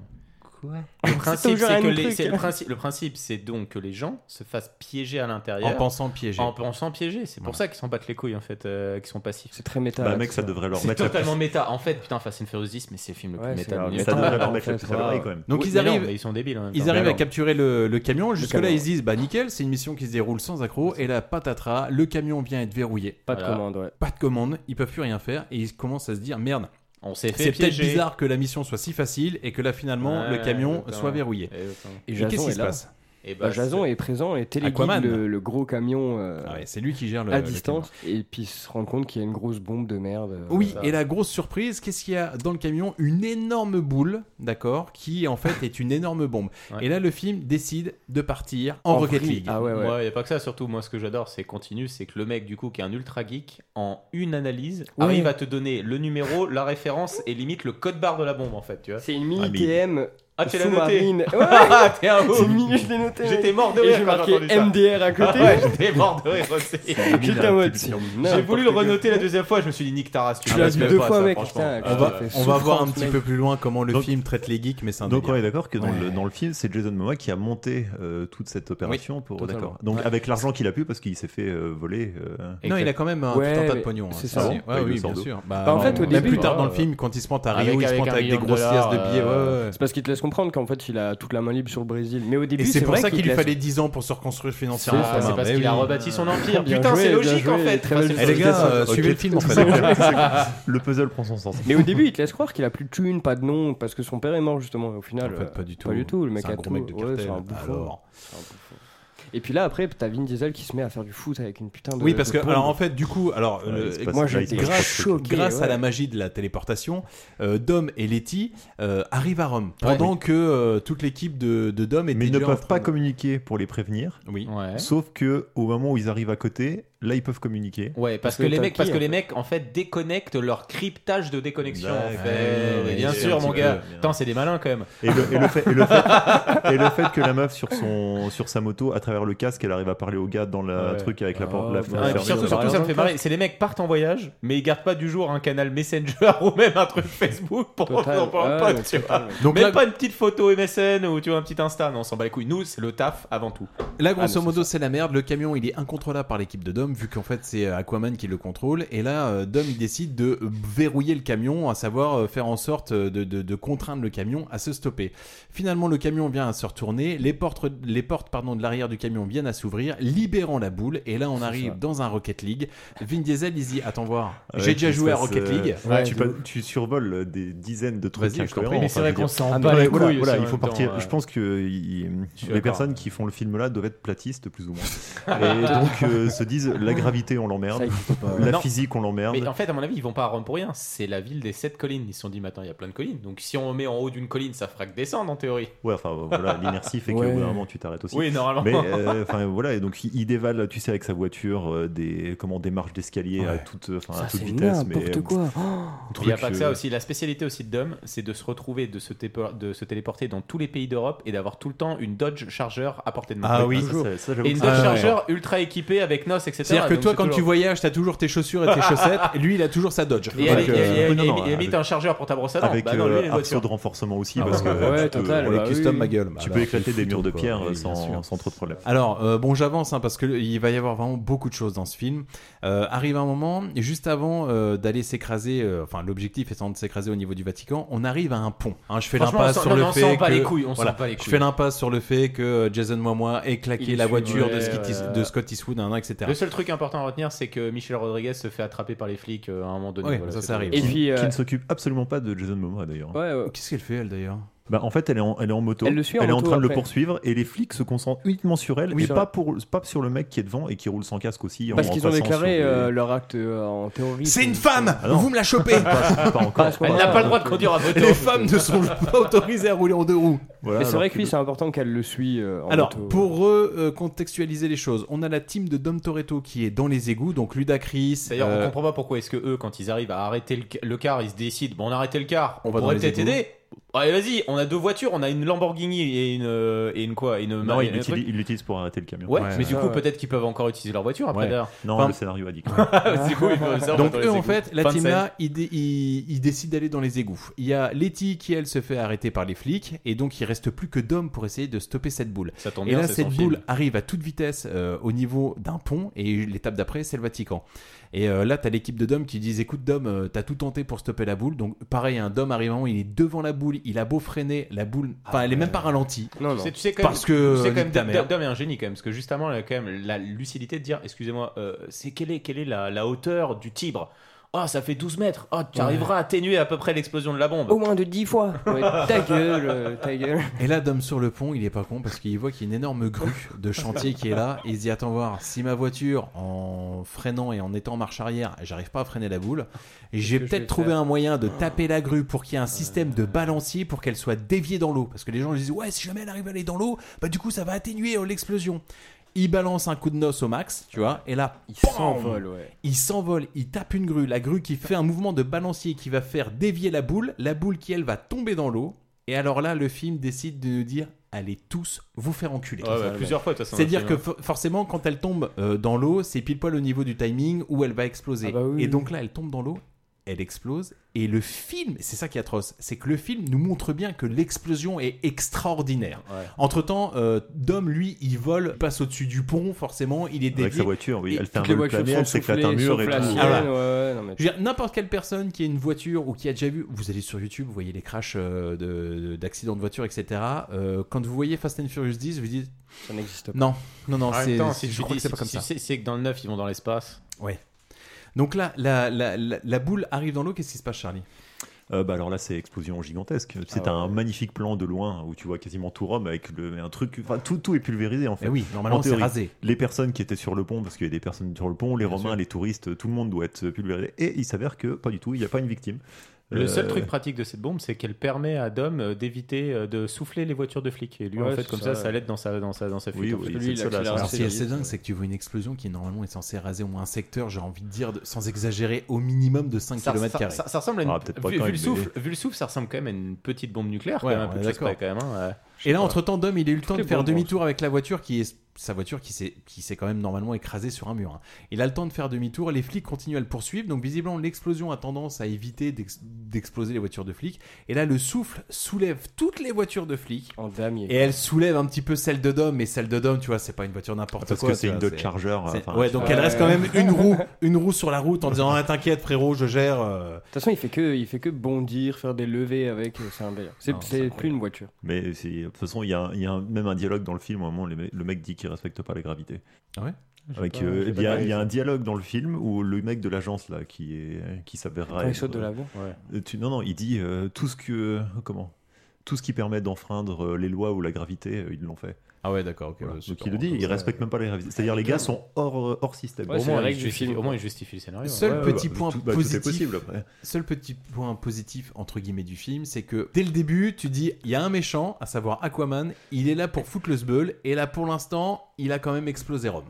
Quoi Le principe, toujours c'est un que autre les- truc. c'est le principe, le principe, c'est donc que les gens se fassent piéger à l'intérieur. En pensant piéger. En pensant piéger. C'est pour ça qu'ils s'en battent les couilles, en fait, euh, qu'ils sont passifs. C'est très méta. Bah, mec, ça devrait leur C'est mettre la totalement méta. En fait, putain, Fast and Furious 10, mais c'est le film le Ouais, plus c'est méta. du leur- monde. ça devrait leur mettre la puce à l'oreille, quand même. Donc Oui, ils mais non, arrivent, mais ils sont débiles. en même ils temps. arrivent Mais à non. capturer le, le camion. Jusque là, camion. ils se disent bah nickel, c'est une mission qui se déroule sans accroc. Et là, patatras, le camion vient être verrouillé. Pas de commande, ouais. Pas de commande. Ils peuvent plus rien faire et ils commencent à se dire merde. On s'est fait C'est peut-être piéger. bizarre que la mission soit si facile et que là finalement Ouais, le camion exactement. soit verrouillé. Et Et qu'est-ce Jason qui est se là. passe Et bah, Bah, Jason c'est- Ah est présent et téléguide Aquaman. le, le gros camion euh, Ah c'est lui qui gère le- à le distance et puis il se rend compte qu'il y a une grosse bombe de merde. euh, Oui, voilà. et la grosse surprise, qu'est-ce qu'il y a dans le camion Une énorme boule, d'accord, qui en fait est une énorme bombe. Et là, le film décide de partir en, Rocket League. Ah, il n'y a pas que ça, surtout. Moi, ce que j'adore, c'est continu, c'est que le mec, du coup, qui est un ultra geek, en une analyse, Oui. arrive à te donner le numéro, la référence et limite le code barre de la bombe, en fait. Tu vois. C'est une mini TM. Ah, tu l'as noté sous-marine. Ouais. [laughs] Ah, t'es un ouf. C'est une mini, je l'ai noté. J'étais mec. mort de Et rire. J'ai quand marqué entendu ça. MDR à côté. Ah ouais, j'étais mort de rire aussi. [laughs] J'étais en [laughs] mode, J'ai n'importe voulu le renoter la deuxième fois, je me suis dit, nique ta race. Tu vois, l'as c'est vu même deux pas fois, ça, mec, franchement. putain, On Euh, va, on va voir un souffrance, petit mec. peu plus loin comment le film traite les geeks, mais c'est un Donc on délire. est d'accord que dans, Ouais. le, dans le film, c'est Jason Momoa qui a monté euh, toute cette opération pour totalement. d'accord. Donc Ouais. avec l'argent qu'il a pu parce qu'il s'est fait euh, voler. euh, Non, il a quand même un, Ouais, tout un tas de mais pognon. hein, c'est si, ça. si. Ah bon Ouais, Avec oui, le bien Sardo. sûr. Bah, en fait, au même début, plus tard dans le ouais. film, quand il se pointe à Rio, il se pointe avec des grosses liasses de billets. ouais, ouais. C'est parce qu'il te laisse comprendre qu'en fait, il a toute la main libre sur le Brésil. Mais au début, Et c'est pour vrai ça qu'il te lui laisse- fallait 10 ans pour se reconstruire financièrement. C'est Bah ça, Thomas. c'est parce Mais qu'il a oui. rebâti son empire. Bien Putain, joué, c'est bien logique, en joué. fait. Très Enfin, belle c'est- Eh, les gars, c'est- euh, ok. suivez le [laughs] film en fait. le puzzle prend son sens. Mais au début, il te laisse croire qu'il a plus de thunes, pas de nom, parce que son père est mort justement. Et au final, En fait, euh, pas du tout. Pas du tout. Le mec C'est un a gros tout. mec de Ouais, c'est cartel. un bouffon. Alors. C'est un bouffon. Et puis là, après, t'as Vin Diesel qui se met à faire du foot avec une putain de. Oui, parce que de alors bombe. en fait, du coup, alors Ouais, le- il se passe- Moi, là, il se j'étais passe grave choqué, grâce ouais. à la magie de la téléportation, euh, Dom et Letty euh, arrivent à Rome pendant que euh, toute l'équipe de, de Dom était Mais ils ne déjà en peuvent train pas de- communiquer pour les prévenir. Oui. Sauf que au moment où ils arrivent à côté, Là, ils peuvent communiquer. Ouais, parce, que, les mecs, parce que les mecs, en fait, déconnectent leur cryptage de déconnexion. en D'accord, fait. ouais, bien c'est sûr, un mon petit gars. peu, bien. Attends, c'est des malins quand même. Et le, et le fait, et le fait- et le fait que la meuf sur, son, sur sa moto, à travers le casque, elle arrive à parler au gars dans le Ouais. truc avec la porte, Ah, la bah, et fenêtre. puis surtout, surtout, ça me fait marrer. C'est les mecs partent en voyage, mais ils gardent pas du jour un canal Messenger [laughs] ou même un truc Facebook [laughs] pour Total. pour un Ah, Ouais, pote, donc tu total, vois. ouais. Donc même là- pas une petite photo MSN ou tu vois un petit Insta. Non, on s'en bat les couilles. Nous, c'est le taf avant tout. Là, grosso modo, Ah, c'est la merde. Le camion, il est incontrôlable par l'équipe de Dom, vu qu'en fait, c'est euh, Aquaman qui le contrôle. Et là, euh, Dom il décide de euh, verrouiller le camion, à savoir euh, faire en sorte euh, de, de- de contraindre le camion à se stopper. Finalement, le camion vient à se retourner. Les portes, les portes pardon, de l'arrière du camion viennent à s'ouvrir, libérant la boule. Et là, on arrive dans un Rocket League. Vin Diesel, il se dit Attends, voir. Ah ouais, J'ai déjà qu'il se joué à fasse, Rocket euh, League. ouais, tu, pas- tu survoles euh, des dizaines de trucs Vas-y, je t'en incohérents, prie. Mais c'est vrai je veux qu'on dire- s'en Ah, bat mais les voilà, couilles voilà, aussi, en il faut même temps, partir. euh. Je pense que euh, il- suis les d'accord. personnes qui font le film là doivent être platistes plus ou [laughs] moins. Et donc euh, se disent la gravité on l'emmerde, Ça existe pas, ouais. la Non. physique on l'emmerde. Mais en fait, à mon avis, ils vont pas à Rome pour rien. C'est la ville des sept collines. Ils se sont dit, maintenant, il y a plein de collines. Donc, si on met en haut d'une colline, ça fera que descendre en théorie. Ouais, enfin voilà, l'inertie fait qu'au Ouais. bout d'un moment tu t'arrêtes aussi. Oui, [laughs] normalement. Mais euh, enfin voilà, et donc il il dévale, tu sais, avec sa voiture, euh, des comment des marches d'escalier à toute, euh, enfin, à Ça, toute c'est vitesse. mais, n'importe euh, quoi. Oh. Il n'y a truc, pas que ça euh, aussi. La spécialité aussi de Dom, c'est de se retrouver, de se, tépo- de se téléporter dans tous les pays d'Europe et d'avoir tout le temps une Dodge Charger à portée de main. Ah oui, Toujours. ça, ça, j'avoue et une que Dodge c'est- Ah ouais. Charger ultra équipée avec NOS, etc. C'est-à-dire que Donc toi, c'est quand tu toujours- voyages, t'as toujours tes chaussures [laughs] et tes chaussettes, chaussettes. Et lui, il a toujours sa Dodge. euh, Et elle- et- et- et- et- et- et- et- un chargeur pour ta brosse à dents. Avec Bah non, lui, il a une euh, arceau voiture. de renforcement aussi, Ah parce que ouais, euh, ouais, tu peux- total, on les bah custom, oui. ma gueule. Tu Alors, peux éclater des murs de quoi. pierre Oui, euh, bien sans sûr. sans trop de problème. Alors, euh, bon, j'avance hein, parce qu'il va y avoir vraiment beaucoup de choses dans ce film. Euh, arrive un moment, et juste avant euh, d'aller s'écraser, euh, enfin, l'objectif étant de s'écraser au niveau du Vatican, on arrive à un pont. Hein, je fais Franchement, l'impasse on s'en- sur non, le non, on fait. s'en bat que- les couilles, on s'en voilà, bat les Je coules. fais l'impasse sur le fait que euh, Jason Momoa ait claqué Il la tue, voiture ouais, de, Scott Eas- ouais. de Scott Eastwood, hein, etc. Le seul truc important à retenir, c'est que Michel Rodriguez se fait attraper par les flics euh, à un moment donné. Ouais, Voilà, ça, c'est ça tout. arrive. Qui- euh, qui ne s'occupe absolument pas de Jason Momoa d'ailleurs. Qu'est-ce qu'elle fait, elle, d'ailleurs Bah, en fait, elle est en, elle est en moto. Elle le suit en est en moto train de le après. poursuivre et les flics se concentrent uniquement sur elle Oui, et ça. pas, pour, pas sur le mec qui est devant et qui roule sans casque aussi. en Parce qu'ils ont passant déclaré sur des- euh, leur acte euh, en théorie. C'est une femme Ah non. Vous me la [laughs] chopez Pas- pas encore. Elle n'a pas le droit de [laughs] conduire à moto. Les femmes ne sont [laughs] pas autorisées à rouler en deux roues. Mais c'est vrai que lui, c'est important qu'elle le suit euh, en Alors, moto. pour recontextualiser les choses, on a la team de Dom Toretto qui est dans les égouts, donc Ludacris. D'ailleurs, euh, on comprend pas pourquoi est-ce que eux, quand ils arrivent à arrêter le, le car, ils se décident, bon, on a arrêté le car, on, On va dans pourrait les peut-être égouts. aider. Allez, vas-y, on a deux voitures, on a une Lamborghini et une, euh, et une quoi, et une Non, et il un truc. l'utilise il l'utilise pour arrêter le camion. Ouais, mais du coup, peut-être qu'ils peuvent encore utiliser leur voiture après Ouais. d'ailleurs. Non, Enfin, le scénario [laughs] a dit que- C'est cool, ils peuvent le faire Donc dans les eux, en égouts. fait, la Fin de team scène. là, ils, dé- ils- ils décident d'aller dans les égouts. Il y a Letty qui, elle, se fait arrêter par les flics, et donc il reste plus que Dom pour essayer de stopper cette boule. tombe et bien, là, c'est cette son boule film. arrive à toute vitesse euh, au niveau d'un pont, et l'étape d'après, c'est le Vatican. Et euh, là, t'as l'équipe de Dom qui disent Écoute, Dom, euh, t'as tout tenté pour stopper la boule. Donc, pareil, un Dom arrivant, il est devant la boule, il a beau freiner, la boule, enfin, elle est même pas ralentie. Tu sais- Tu sais Ah quand même, parce que euh, tu sais quand même nique ta Dom- mère. Dom est un génie quand même, parce que juste avant, elle a quand même la lucidité de dire, excusez-moi, euh, c'est quelle est, quelle est la, la hauteur du Tibre Ah, ça fait 12 mètres. Ah, tu Ouais. arriveras à atténuer à peu près l'explosion de la bombe. Au moins de 10 fois. Ouais, ta gueule, euh, ta gueule. Et là, Dom sur le pont, il est pas con parce qu'il voit qu'il y a une énorme grue de chantier qui est là. Et il se dit Attends, voir si ma voiture, en freinant et en étant en marche arrière, j'arrive pas à freiner la boule, j'ai que je vais peut-être trouvé faire Ah. un moyen de taper la grue pour qu'il y ait un système de balancier pour qu'elle soit déviée dans l'eau. Parce que les gens ils disent Ouais, si jamais elle arrive à aller dans l'eau, bah du coup, ça va atténuer euh, l'explosion. Il balance un coup de noce au max, tu vois, et là, il s'envole, ouais. il s'envole, il tape une grue, la grue qui fait un mouvement de balancier qui va faire dévier la boule, la boule qui elle va tomber dans l'eau, et alors là le film décide de nous dire allez tous vous faire enculer. Ouais, ouais, plusieurs fois, de toute façon, C'est-à-dire le que film, for- forcément quand elle tombe euh, dans l'eau, c'est pile poil au niveau du timing où elle va exploser. Ah bah oui, et oui. donc là elle tombe dans l'eau, elle explose, et le film, c'est ça qui est atroce, c'est que le film nous montre bien que l'explosion est extraordinaire. Entre temps, Dom lui il vole, passe au-dessus du pont forcément, il est dévié. Avec sa voiture, oui, Et elle fait un toutes les vol voitures plané, sont elle s'éclate un soufflées, mur et sauf tout. Ah la sienne, Voilà. ouais, non, mais- Je veux dire, n'importe quelle personne qui a une voiture ou qui a déjà vu, vous allez sur YouTube, vous voyez les crashs euh, de- de- d'accidents de, voiture, etc. euh, quand vous voyez Fast and Furious 10, vous dites. Ça n'existe pas. Non, non, non, En même c'est. temps, c'est- si je tu crois dis- que c'est si- pas comme si- ça. si- C'est que dans le 9, ils vont dans l'espace. Ouais. Donc là, la, la, la, la boule arrive dans l'eau, qu'est-ce qui se passe, Charlie Euh, bah alors là, c'est explosion gigantesque. Ah C'est un magnifique plan de loin où tu vois quasiment tout Rome avec le, un truc. Enfin, tout, tout est pulvérisé en fait. Eh oui, normalement, En c'est théorie, rasé. Les personnes qui étaient sur le pont, parce qu'il y a des personnes sur le pont, les Romains, les touristes, tout le monde doit être pulvérisé. Et il s'avère que pas du tout, il n'y a pas une victime. Le seul Euh, truc pratique de cette bombe, c'est qu'elle permet à Dom euh, d'éviter euh, de souffler les voitures de flics. Et lui, Ouais, en fait, c'est comme ça, ça, ouais. ça l'aide dans sa, dans sa, dans sa fuite. en fait. Alors, ce qui est assez dingue, c'est que tu vois une explosion qui normalement est censée raser au moins un secteur, j'ai envie de dire, de- sans exagérer, au minimum de 5 ça, km. ça- ça- ça ressemble à une. vu, vu le souffle, vu le souffle, ça ressemble quand même à une petite bombe nucléaire. Ouais, quand même, on à peu est de choses d'accord. près, quand même, hein, ouais. Et là, entre-temps, Dom, il a eu le temps de Toutes les faire bombes, demi-tour avec la voiture qui est sa voiture qui s'est qui s'est quand même normalement écrasée sur un mur. hein. Il a le temps de faire demi-tour, les flics continuent à le poursuivre, donc visiblement l'explosion a tendance à éviter d'ex- d'exploser les voitures de flics. Et là, le souffle soulève toutes les voitures de flics. En damier. Et elle soulève un petit peu celle de Dom, mais celle de Dom, tu vois, c'est pas une voiture n'importe Ah, Parce quoi. que c'est tu une vois, Dodge Charger, c'est- enfin, ouais, tu donc vois. elle reste quand Ouais. même [laughs] une roue, une roue sur la route en disant ah, t'inquiète frérot, je gère. euh. De toute façon, il fait que, il fait que bondir, faire des levées avec. euh, C'est un délire. C'est Non, c'est c'est plus une voiture. Mais c'est- de toute façon, il y a, un- il y a un- même un dialogue dans le film, au moment où les me- le mec dit qu'il respecte pas la gravité. Ah ouais Avec, J'ai pas- euh, j'ai Il pas y, a- réalisé. il y a un dialogue dans le film où le mec de l'agence là, qui est qui s'avérera. Quand il saute de l'avion. tu- non, non, il dit euh, tout ce que comment tout ce qui permet d'enfreindre euh, les lois ou la gravité, euh, ils l'ont fait. Ah ouais, d'accord. ok. Voilà. Super, Donc il le hein. dit, comme il ça, respecte même pas la gravité. C'est-à-dire les gars sont hors euh, hors système. au, moins, il justifie, au moins, il justifie le scénario. hein. Seul Ouais, ouais, petit bah, point tout- bah, tout est positif. possible, après. Seul petit point positif entre guillemets du film, c'est que dès le début, tu dis il y a un méchant, à savoir Aquaman. Il est là pour foutre le sbeul et là pour l'instant, il a quand même explosé Rome.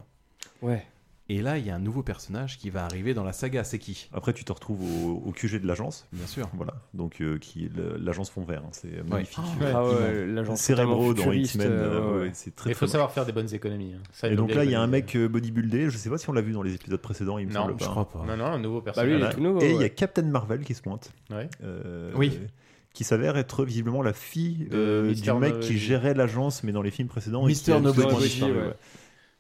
Ouais. Et là, il y a un nouveau personnage qui va arriver dans la saga. C'est qui Après, tu te retrouves au, au QG de l'agence. Bien sûr. Voilà. Donc, euh, qui est le- l'agence fond vert. hein. C'est magnifique. Ah ouais, Immense. l'agence Cérébraux dans totalement X-Men. futuriste, euh, euh, ouais, ouais. c'est très, Mais faut très savoir faire des bonnes économies, hein. Ça, Et ils l'ont donc bien là, il y a un mec économisé. euh, bodybuildé. Je sais pas si on l'a vu dans les épisodes précédents. Il me Non, semble je pas. crois pas. Non, non, un nouveau personnage. Voilà. Bah, lui, il est tout nouveau, Et il y a ouais. Captain Marvel qui se pointe. Ouais. Euh, Oui. Qui s'avère être visiblement la fille euh, Mr. du mec No- qui gérait l'agence, mais dans les films précédents. et qui Mister a Nobody, absolument disparu, ouais. ouais.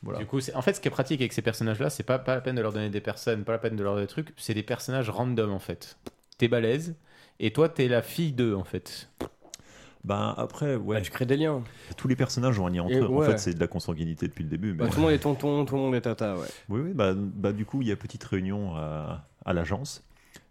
Voilà. Du coup, c'est- en fait, ce qui est pratique avec ces personnages-là, c'est pas, pas la peine de leur donner des personnes, pas la peine de leur donner des trucs, c'est des personnages random en fait. T'es balèze, et toi, t'es la fille d'eux en fait. Bah après, ouais. Ah, tu crées des liens. Tous les personnages ont un lien entre Et eux. ouais. En fait, c'est de la consanguinité depuis le début. Mais... Bah, tout le monde est tonton, tout le monde est tata, ouais. Oui, oui, bah, bah, du coup, il y a petite réunion à, à l'agence,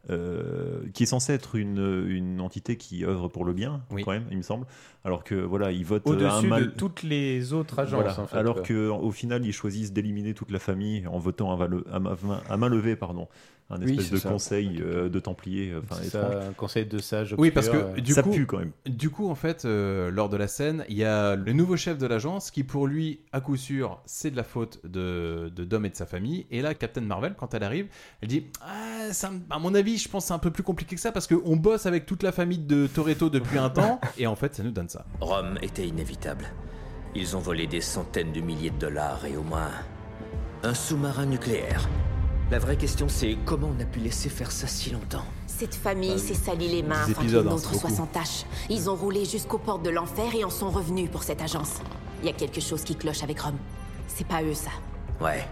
euh, qui est censée être une, une entité qui œuvre pour le bien, quand même, il me semble. Alors que, voilà, ils votent à un Au-dessus de mal. toutes les autres agences Voilà. en fait. Alors quoi. qu'au final, ils choisissent d'éliminer toute la famille en votant à, vale- à ma- à main levée, pardon. Un Oui, espèce c'est de ça. conseil euh, de templiers. enfin, C'est étrange. ça, un conseil de sage. Oui, parce que du ça coup, pue quand même. Du coup, en fait, euh, lors de la scène, il y a le nouveau chef de l'agence qui, pour lui, à coup sûr, c'est de la faute de, de Dom et de sa famille. Et là, Captain Marvel, quand elle arrive, elle dit ah, ça, me- À mon avis, je pense que c'est un peu plus compliqué que ça parce qu'on bosse avec toute la famille de Toretto depuis un temps. [laughs] Et en fait, ça nous donne ça. Rome était inévitable. Ils ont volé des centaines de milliers de dollars et au moins un sous-marin nucléaire. La vraie question, c'est comment on a pu laisser faire ça si longtemps Cette Bah, famille s'est salie les mains Des afin épisodes, qu'une hein, autre c'est soit beaucoup. sans tâche. Ils ont roulé jusqu'aux portes de l'enfer et en sont revenus pour cette agence. Il y a quelque chose qui cloche avec Rome. C'est pas eux, ça. Ouais,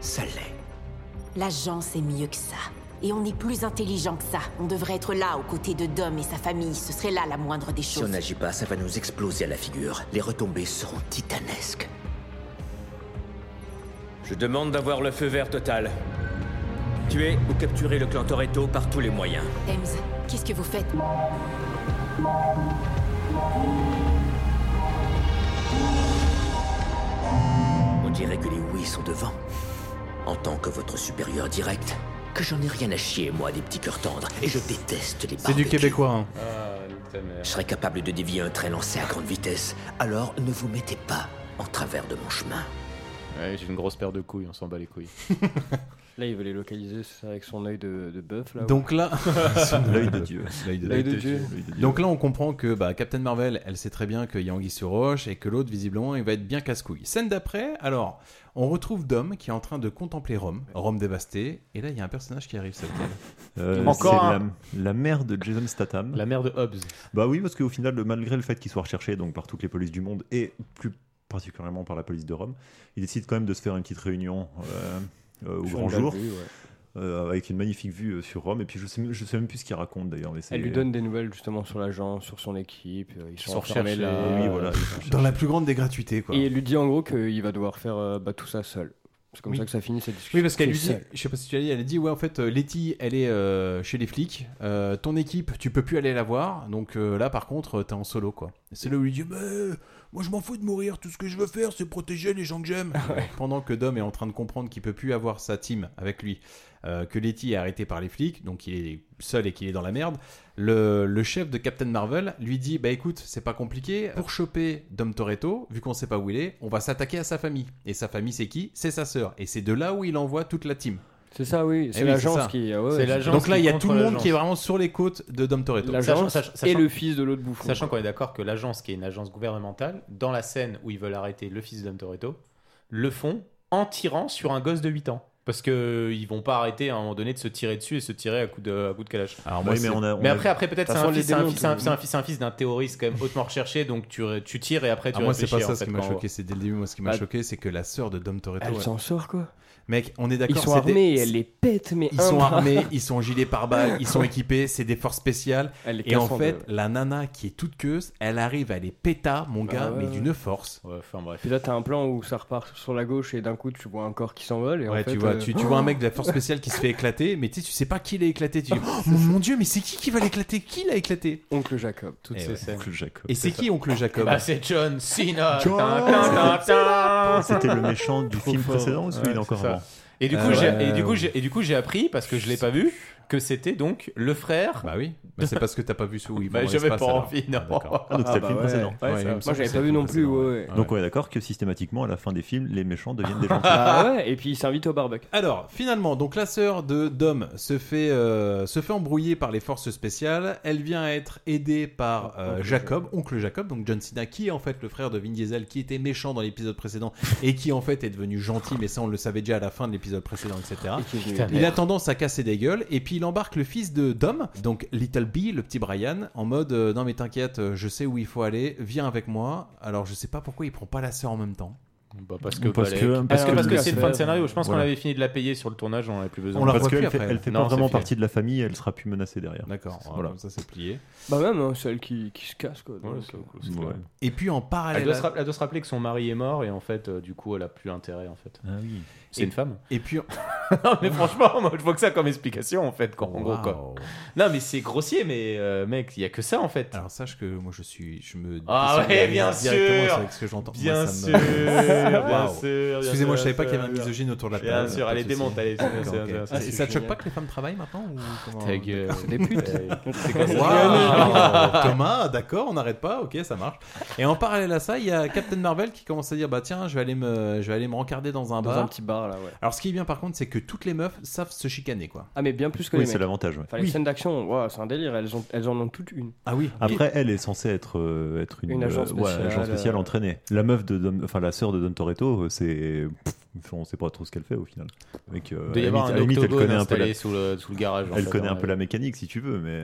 ça l'est. L'agence est mieux que ça. Et on est plus intelligent que ça. On devrait être là aux côtés de Dom et sa famille. Ce serait là la moindre des Si on choses. n'agit pas, ça va nous exploser à la figure. Les retombées seront titanesques. Je demande d'avoir le feu vert total. Tuer ou capturer le clan Toretto par tous les moyens. Thames, qu'est-ce que vous faites On dirait que les oui sont devant. En tant que votre supérieur direct, que j'en ai rien à chier, moi, des petits cœurs tendres, et je déteste les C'est du barbecues. québécois. hein. Je serais capable de dévier un train lancé à grande vitesse, alors ne vous mettez pas en travers de mon chemin. euh, Ouais, j'ai une grosse paire de couilles, on s'en bat les couilles. Là, il veut les localiser c'est ça, avec son œil de, de bœuf. Euh, Là, Donc ouais. là, [laughs] L'œil L'œil de Dieu. Donc là, on comprend que bah, Captain Marvel, elle sait très bien qu'il y a Anguille sur Roche et que l'autre, visiblement, il va être bien casse-couille. Scène d'après, alors, on retrouve Dom qui est en train de contempler Rome, Rome dévastée, et là, il y a un personnage qui arrive, c'est lequel Euh, Encore c'est un. la, la mère de Jason Statham. La mère de Hobbs. Bah oui, parce qu'au final, le- malgré le fait qu'il soit recherché donc par toutes les polices du monde et plus particulièrement par la police de Rome, il décide quand même de se faire une petite réunion euh, euh, au Sur grand une belle jour. vue, ouais. euh, avec une magnifique vue euh, sur Rome, et puis je sais, même- je sais même plus ce qu'il raconte d'ailleurs. mais c'est- Elle lui donne des nouvelles justement sur l'agent, sur son équipe. euh, Ils sont euh, sont enfermés recherchés, là. oui, voilà, ils sont recherchés. Dans la plus grande des gratuités, quoi. Et elle lui dit en gros qu'il va devoir faire euh, bah, tout ça seul. C'est comme ça que ça finit cette discussion. Oui, parce qu'elle C'est lui dit, seul. je sais pas si tu l'as dit, elle dit ouais en fait euh, Letty elle est euh, chez les flics, Euh, ton équipe tu peux plus aller la voir, donc euh, là par contre euh, t'es en solo quoi. Et C'est là où il dit mais moi je m'en fous de mourir, tout ce que je veux [laughs] faire c'est protéger les gens que j'aime. Pendant que Dom est en train de comprendre qu'il peut plus avoir sa team avec lui euh, que Letty est arrêté par les flics, donc il est seul et qu'il est dans la merde, le, le chef de Captain Marvel lui dit Bah écoute, c'est pas compliqué, pour choper Dom Toretto, vu qu'on sait pas où il est, on va s'attaquer à sa famille. Et sa famille, c'est qui C'est sa sœur. Et c'est de là où il envoie toute la team. C'est ça, oui. C'est Eh oui, l'agence ça. qui. ah ouais, ouais, Donc là, il y a tout le monde qui est vraiment sur les côtes de Dom Toretto. L'agence et le fils de l'autre bouffon. Sachant qu'on est d'accord que l'agence, qui est une agence gouvernementale, dans la scène où ils veulent arrêter le fils d'Homme Toretto, le font en tirant sur un gosse de 8 ans. Parce que ils vont pas arrêter à un moment donné de se tirer dessus et se tirer à coup de, à coup de calage. Alors moi, Oui, c'est- mais on a- on Mais a- après, après peut-être De toute c'est un, façon, fils, les c'est un démons, fils- c'est un tout- fils- c'est un fils- c'est un fils d'un terroriste quand même hautement recherché, donc tu, tu tires et après tu Ah, moi, c'est pas réfléchis, ça en ce fait, qui m'a quand- choqué. C'est dès le début, moi, ce qui m'a Bah, choqué, c'est que la sœur de Dom Toretto. Elle ouais. s'en sort quoi Mec, on est d'accord. Ils sont c'est des- armés, elle les pète, mais. Ils un sont par un. armés, ils sont en [laughs] gilet pare-balles, ils sont équipés, c'est des forces spéciales. Elle les Et en casse en fait, deux. la nana qui est toute queuse, elle arrive, elle est péta, mon Bah gars, ouais, mais ouais. d'une force. Ouais, enfin bref. Puis là, t'as un plan où ça repart sur la gauche et d'un coup, tu vois un corps qui s'envole. et en Ouais, fait, tu vois, euh, tu, tu vois un mec de la force spéciale qui se fait éclater, mais tu sais, tu sais pas qui l'a éclaté. Tu dis, Oh, mon, mon dieu, mais c'est qui qui va l'éclater Qui l'a éclaté Oncle Jacob. Eh Toutes [laughs] ces scènes. Oncle Jacob. Et c'est C'est qui ça. Oncle Jacob Eh Bah, c'est [laughs] John Cena. John Tin, tin, tin, tin. C'était le méchant du film précédent ou celui-là c'est encore ça. avant Et du Ah coup, Euh, j'ai, ouais. et du coup, j'ai, et du coup, j'ai appris parce que je l'ai pas vu que c'était donc le frère. Bah oui. Bah, c'est parce que t'as pas vu ce où ils Bah, vont dans j'avais l'espace, pas alors. envie, non. Ah, d'accord. Ah, donc Ah, c'était bah le film ouais. précédent. Ouais, ça- il me moi, semble j'avais que pas c'est vu le non film plus, précédent, ouais, ouais. Donc on est d'accord que systématiquement, à la fin des films, les méchants deviennent des gentils. [laughs] Ah ouais, et puis il s'invite au barbecue. Alors, finalement, donc la sœur de Dom se fait, euh, se fait embrouiller par les forces spéciales. Elle vient à être aidée par euh, Jacob, oncle Jacob, donc John Cena, qui est en fait le frère de Vin Diesel, qui était méchant dans l'épisode précédent et qui en fait est devenu gentil, mais ça on le savait déjà à la fin de l'épisode précédent, etc. Et qui est devenu Il père. a tendance à casser des gueules et puis il embarque le fils de Dom, donc Little B, le petit Brian, en mode euh, Non mais t'inquiète, euh, je sais où il faut aller, viens avec moi. Alors je sais pas pourquoi il prend pas la sœur en même temps. Bah, parce que, parce que, parce que, c'est une fin de scénario. Je pense Voilà. qu'on avait fini de la payer sur le tournage, on en avait plus besoin. On la Parce revoit qu'elle plus fait, après. elle fait Non, pas c'est vraiment fini. partie de la famille, elle sera plus menacée derrière. D'accord, Voilà. comme ça c'est plié. Bah, même, hein, celle qui, qui se casse quoi. donc, euh, Ouais. Et puis en Elle parallèle. doit, se rapp- elle doit se rappeler que son mari est mort et en fait, euh, du coup, elle a plus intérêt en fait. oui. C'est une femme. Et puis. non, mais franchement, moi, je vois que ça comme explication en fait, quoi, en gros, quoi. Wow. Non, mais c'est grossier, mais euh, mec, il y a que ça en fait. Alors sache que moi je suis, je me. Ah descends ouais, derrière bien sûr. directement, c'est avec ce que j'entends. Moi, Bien ça sûr, me- [laughs] bien Waouh. sûr. bien Excusez-moi, je sûr, savais pas bien qu'il y avait un sûr. misogyne autour de la table. Bien sûr, Pas de allez, souci. démonte, allez. c'est- D'accord, c'est- ok. c'est- Ah, c'est- et ça te choque pas que les femmes travaillent maintenant ou comment- Ta gueule. D'accord. C'est des [laughs] putes. C'est quoi ça Waouh, euh, Thomas, d'accord, on n'arrête pas, ok, ça marche. Et en parallèle à ça, il y a Captain Marvel qui commence à dire bah tiens, je vais aller me, je vais aller me rencarder dans un Dans bar. un petit bar là, ouais. Alors ce qui est bien par contre, c'est que toutes les meufs savent se chicaner quoi. Ah, mais bien plus que Oui, les c'est mecs. l'avantage, ouais. Enfin, les Oui. scènes d'action, ouah, c'est un délire, elles, ont, elles en ont toutes une. Ah oui. Après, elle est censée être, euh, être une, Une agence euh, ouais, spéciale, agence spéciale euh, entraînée. La meuf de Dom- enfin la sœur de Don Toretto, euh, c'est pff, on sait pas trop ce qu'elle fait au final. Avec, euh, Il doit y à la avoir limite- un à la limite, elle octogone connaît un peu la- installé sous le- sous le garage, en Elle fait, connaît hein, un peu ouais. la mécanique si tu veux, mais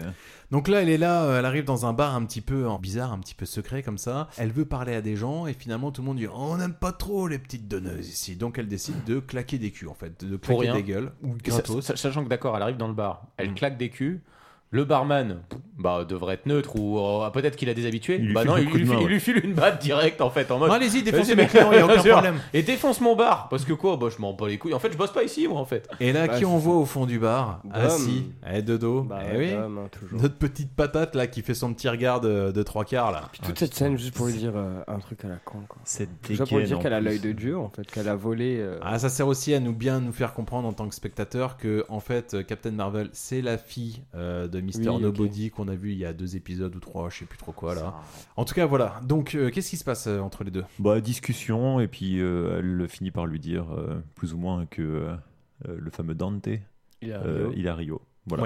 Donc là, elle est là, euh, elle arrive dans un bar un petit peu euh, bizarre, un petit peu secret comme ça. Elle veut parler à des gens et finalement tout le monde dit oh, on n'aime pas trop les petites donneuses ici. Donc elle décide de claquer des culs en fait, de pour claquer rien. des gueules ou Et sa- gratos. Mm. sa- Sachant que d'accord, elle arrive dans le bar, elle claque des culs. Le barman, bah, devrait être neutre ou euh, peut-être qu'il a des habitués. Il lui Bah file non, un il coup de lui, main, fi- il ouais. lui file une batte directe en fait en mode. Allez-y, défoncez Vas-y, mes mec, clients, y a [laughs] bien aucun sûr. problème. Et défonce mon bar parce que quoi, bah je m'en bats les couilles. En fait, je bosse pas ici moi en fait. Et là, qui on voit au fond du bar Bah, Dom. Assis, eh, de dos. eh ouais, oui. Dom, hein, toujours. Notre petite patate là qui fait son petit regard de, de trois quarts là. Toute cette scène, juste pour lui dire euh, un truc à la con quoi. C'est Tout ça pour lui dégaine, dire en qu'elle a plus. l'œil de Dieu hein. en fait, qu'elle a volé. euh, Ah, ça sert aussi à nous bien nous faire comprendre en tant que spectateur que en fait euh, Captain Marvel c'est la fille euh, de Mister Oui, ok. Nobody qu'on a vu il y a deux épisodes ou trois, je sais plus trop quoi là. En tout cas voilà. Donc euh, qu'est-ce qui se passe euh, entre les deux Bah, discussion, et puis euh, elle finit par lui dire euh, plus ou moins que euh, euh, le fameux Dante, Il est à euh, Rio. il est à Rio. Voilà.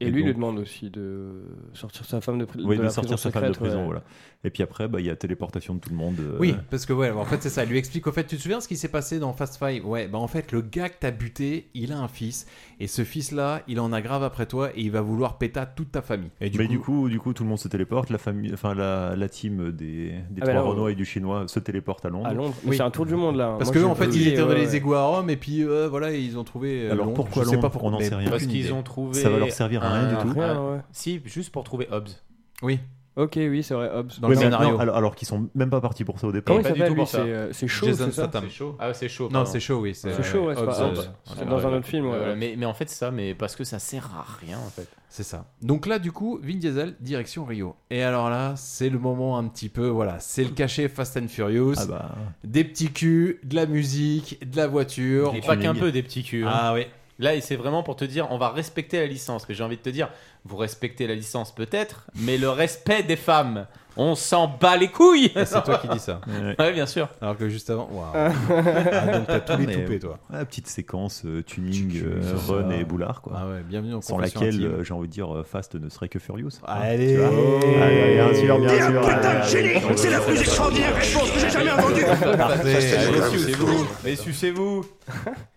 Et, lui donc- lui demande aussi de sortir sa femme de, pri- oui, de, de la prison sortir sa femme de secrète, prison, ouais. voilà. Et puis après, bah, il y a téléportation de tout le monde. euh, Oui, parce que ouais, en fait c'est ça. Elle lui explique au fait, tu te souviens ce qui s'est passé dans Fast Five Ouais, bah en fait le gars que t'as buté, il a un fils et ce fils là, il en a grave après toi et il va vouloir péter à toute ta famille. Et du mais coup, du coup, du coup, tout le monde se téléporte. La famille, enfin la, la team des, des Ah, trois bah là, Renois et du Chinois se téléporte à Londres. À Londres, mais c'est un tour du monde là. Parce Moi, que j'ai en fait, vu, ils étaient ouais, dans les ouais. égouts à Rome et puis euh, voilà, ils ont trouvé. euh, Alors Londres. pourquoi Je sais pas Londres pourquoi. On n'en mais sait rien. Parce aucune idée. qu'ils ont trouvé. Ça va leur servir à rien un- du tout. un- ouais. Si, juste pour trouver Hobbs. Oui. Ok, oui, c'est vrai, Hobbs. Oui, mais non, alors alors qu'ils sont même pas partis pour ça au départ. Comment il s'appelle, lui, c'est, euh, c'est Shaw, Jason c'est ça Statham. C'est chaud. Ah, c'est chaud. Euh, Non, c'est chaud, oui, c'est- euh, C'est chaud, ouais, c'est pas Hobbs. C'est dans un autre film, ouais. Mais, mais en fait, ça, mais parce que ça sert à rien, en fait. C'est ça. Donc là, du coup, Vin Diesel, direction Rio. Et alors là, c'est le moment un petit peu, voilà, c'est le cachet Fast and Furious. Ah bah. [laughs] Des petits culs, de la musique, de la voiture. Et pas qu'un peu des petits culs. hein. Ah oui. Là, et c'est vraiment pour te dire, on va respecter la licence. Mais j'ai envie de te dire, vous respectez la licence peut-être, mais le respect des femmes, on s'en bat les couilles. [laughs] Et c'est toi qui dis ça. ouais, bien sûr. Alors que juste avant, waouh. Ah, donc t'as tous les Mais, toupets, toi. ouais, petite séquence euh, tuning, euh, ça, ça. Run et Boulard, quoi. Ah ouais, bienvenue en Sans confession laquelle, intime. euh, j'ai envie de dire, euh, Fast ne serait que Furious. Allez. Tu vois Allez, bien sûr, bien T'es un sûr. putain de Allez, génie allez, C'est la allez, plus allez, extraordinaire allez, réponse que j'ai jamais allez, entendue allez, Parfait, allez, allez, sucez-vous. Euh, Et sucez-vous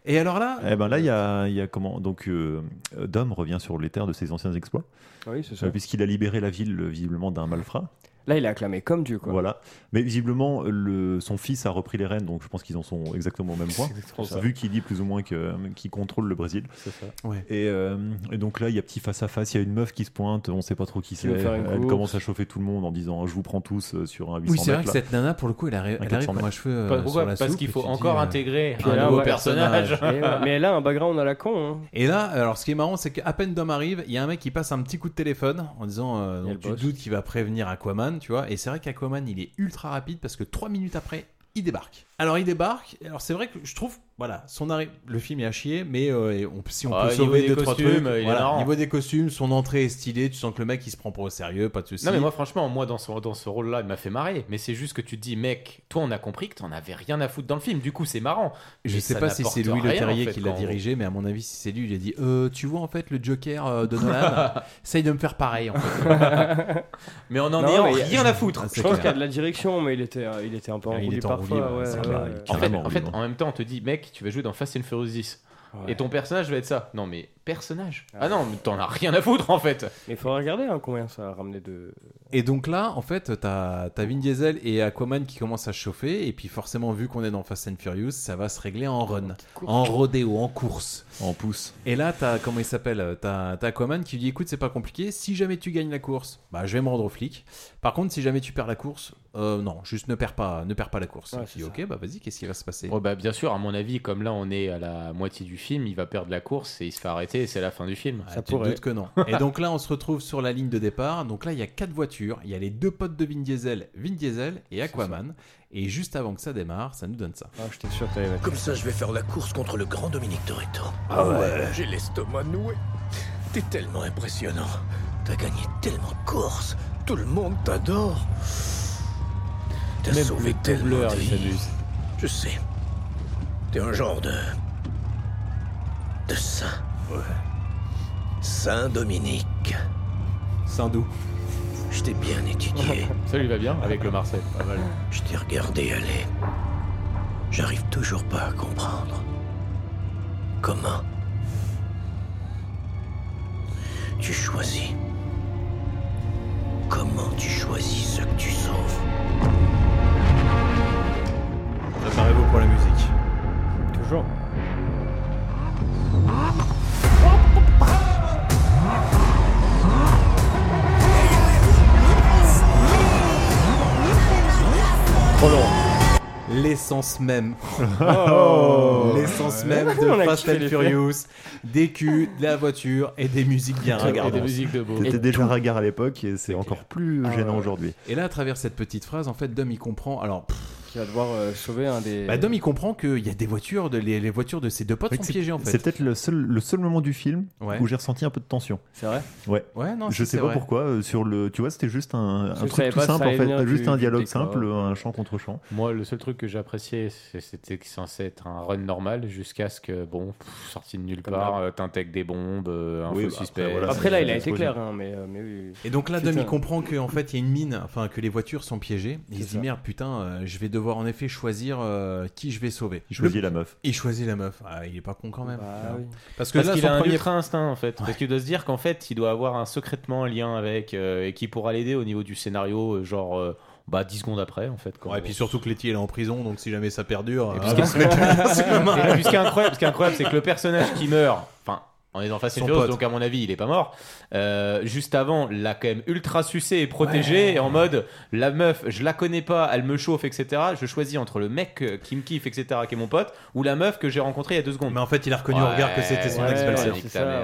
Et alors là Eh ben là, il y a, il y a comment Donc, euh, Dom revient sur les terres de ses anciens exploits. Ah oui, c'est ça. Euh, Puisqu'il a libéré la ville, euh, visiblement, d'un malfrat. Là, il est acclamé comme Dieu, quoi. Voilà. Mais visiblement, le, son fils a repris les rênes, donc je pense qu'ils en sont exactement au même point. C'est exactement ça. Vu qu'il dit plus ou moins que- qu'il contrôle le Brésil. C'est ça. Ouais. Et, euh, et donc là, il y a petit face-à-face, il y a une meuf qui se pointe, on sait pas trop qui Qui c'est. veut faire une Elle course. commence à chauffer tout le monde en disant Je vous prends tous euh, sur un 800 Oui, c'est vrai mètres, que là. cette nana, pour le coup, elle arrive, Un elle arrive 400 comme un mètres. cheveu euh, Pourquoi sur la Parce soupe, qu'il et faut tu dis, encore euh, intégrer puis un elle a nouveau vrai personnage. Et ouais, mais elle a un background à la con. hein. Et là, alors ce qui est marrant, c'est qu'à peine Dom arrive, il y a un mec qui passe un petit coup de téléphone en disant euh, donc tu doutes qu'il va prévenir Aquaman, tu vois. Et c'est vrai qu'Aquaman, il est ultra rapide parce que trois minutes après, il débarque. Alors il débarque. Alors c'est vrai que je trouve, voilà, son arrivée. Le film est à chier, mais euh, et on- si on Ah, peut niveau sauver des deux trois costumes, trucs, euh, il est voilà, marrant. niveau des costumes, son entrée est stylée. Tu sens que le mec, il se prend pas au sérieux, pas de soucis. Non mais moi franchement moi dans ce, dans ce rôle là il m'a fait marrer mais c'est juste que tu te dis mec toi on a compris que t'en avais rien à foutre dans le film du coup c'est marrant Je Mais sais ça pas si c'est n'apporte Louis rien, Le Terrier en fait, qui l'a quand- dirigé, mais à mon avis, si c'est lui, il a dit Euh, Tu vois, en fait, le Joker euh, de [laughs] Nolan, essaye de me faire pareil. En fait. Ah, mais on en Non, ayant mais- rien à foutre Je pense qu'il y a de la direction, mais il était, euh, il était un peu Ah, il enroulé est en roue parfois. libre, ouais, ça, ouais, bah, ouais. Ah, en fait, en fait, en même temps, on te dit, mec, tu vas jouer dans Fast and Furious 10. Et ton personnage va être ça. Non, mais personnage. Ah, non, mais t'en as rien à foutre en fait. Mais il faudra regarder hein, combien ça a ramené de. Et donc là, en fait, t'as as Vin Diesel et Aquaman qui commencent à chauffer, et puis forcément, vu qu'on est dans Fast and Furious, ça va se régler en run, en rodéo, en course. En pouce. Et là, t'as, comment il s'appelle euh, T'as t'as Aquaman qui lui dit écoute, c'est pas compliqué, si jamais tu gagnes la course, bah je vais me rendre au flic. Par contre, si jamais tu perds la course, euh, non, juste ne perds pas, ne perds pas la course. Ouais, Il c'est dit, ok, bah vas-y, qu'est-ce qui va se passer Oh, bah, bien sûr, à mon avis, comme là, on est à la moitié du film, il va perdre la course et il se fait arrêter et c'est la fin du film. Ah, tu te doutes que [laughs] non. Et donc là, on se retrouve sur la ligne de départ. Donc là, il y a quatre voitures. Il y a les deux potes de Vin Diesel, Vin Diesel et Aquaman. Et juste avant que ça démarre, ça nous donne ça. Ah, j'étais sûr que Comme ça, je vais faire la course contre le grand Dominique Toretto. Ah ouais. J'ai l'estomac noué. T'es tellement impressionnant. T'as gagné tellement de courses. Tout le monde t'adore. T'as Même sauvé le tellement doubleur, de il vies. s'amuse. Je sais. T'es un genre de... De saint. Saint Dominique. Saint Dou. Je t'ai bien étudié. Ça lui va bien avec le Marcel, pas mal. Je t'ai regardé aller. J'arrive toujours pas à comprendre. Comment Tu choisis. Comment tu choisis ce que tu sauves Préparez-vous pour la musique. Toujours. Trop long. Oh L'essence même. Oh. L'essence Ouais. même On de a Fast kiffé and les Furious. Des culs, de la voiture et des musiques bien regardantes. C'était déjà regard à l'époque et c'est encore plus gênant aujourd'hui. Et là, à travers cette petite phrase, en fait, Dom il comprend. Alors, pff, qui va devoir euh, sauver un des. Bah, Dom il comprend qu'il y a des voitures, de, les, les voitures de ses deux potes C'est sont vrai que c'est- piégées en fait. C'est peut-être le seul, le seul moment du film Ouais. où j'ai ressenti un peu de tension. C'est vrai Ouais. Ouais, non, je si, c'est sais pas vrai. pourquoi. euh, Sur le, tu vois, c'était juste un, Je un savais truc tout pas, ça simple en allait fait. venir juste du- un du dialogue décor. simple, un chant contre chant. Moi, le seul truc que j'appréciais, c'est- c'était que censé être un run normal jusqu'à ce que, bon, pff, sorti de nulle part, euh, t'intègres des bombes, euh, un Oui, faux bah, après, suspect. voilà, Après, là, il a été clair, hein, mais, euh, mais oui. Et donc là, Putain. Dom il comprend que en fait il y a une mine, enfin que les voitures sont piégées. Et il se dit ça. merde putain, euh, je vais devoir en effet choisir euh, qui je vais sauver. Il choisit la meuf. Il choisit la meuf. Ah, il est pas con quand même. Bah oui. Parce que là, qu'il son a un premier- ultra instinct en fait. Parce qu'il doit se dire qu'en fait, il doit avoir un secrètement un lien avec euh, et qui pourra l'aider au niveau du scénario, euh, genre euh, bah 10 secondes après en fait. Quand Ouais, et puis surtout que Letty elle est en prison, donc si jamais ça perdure. Et euh, puis ce qui est- avance les plans, [laughs] c'est comme un- Et puis ce qui est incroyable, ce qui est incroyable, c'est que le personnage qui meurt, enfin, on est dans Fast and Son Furious, pote. donc à mon avis, il est pas mort. Euh, juste avant, l'a quand même ultra sucé et protégé, et en mode, la meuf, je la connais pas, elle me chauffe, etc. Je choisis entre le mec euh, qui me kiffe, etc., qui est mon pote, ou la meuf que j'ai rencontrée il y a deux secondes. Mais en fait, il a reconnu au regard que c'était son ex-belle-sœur. hein.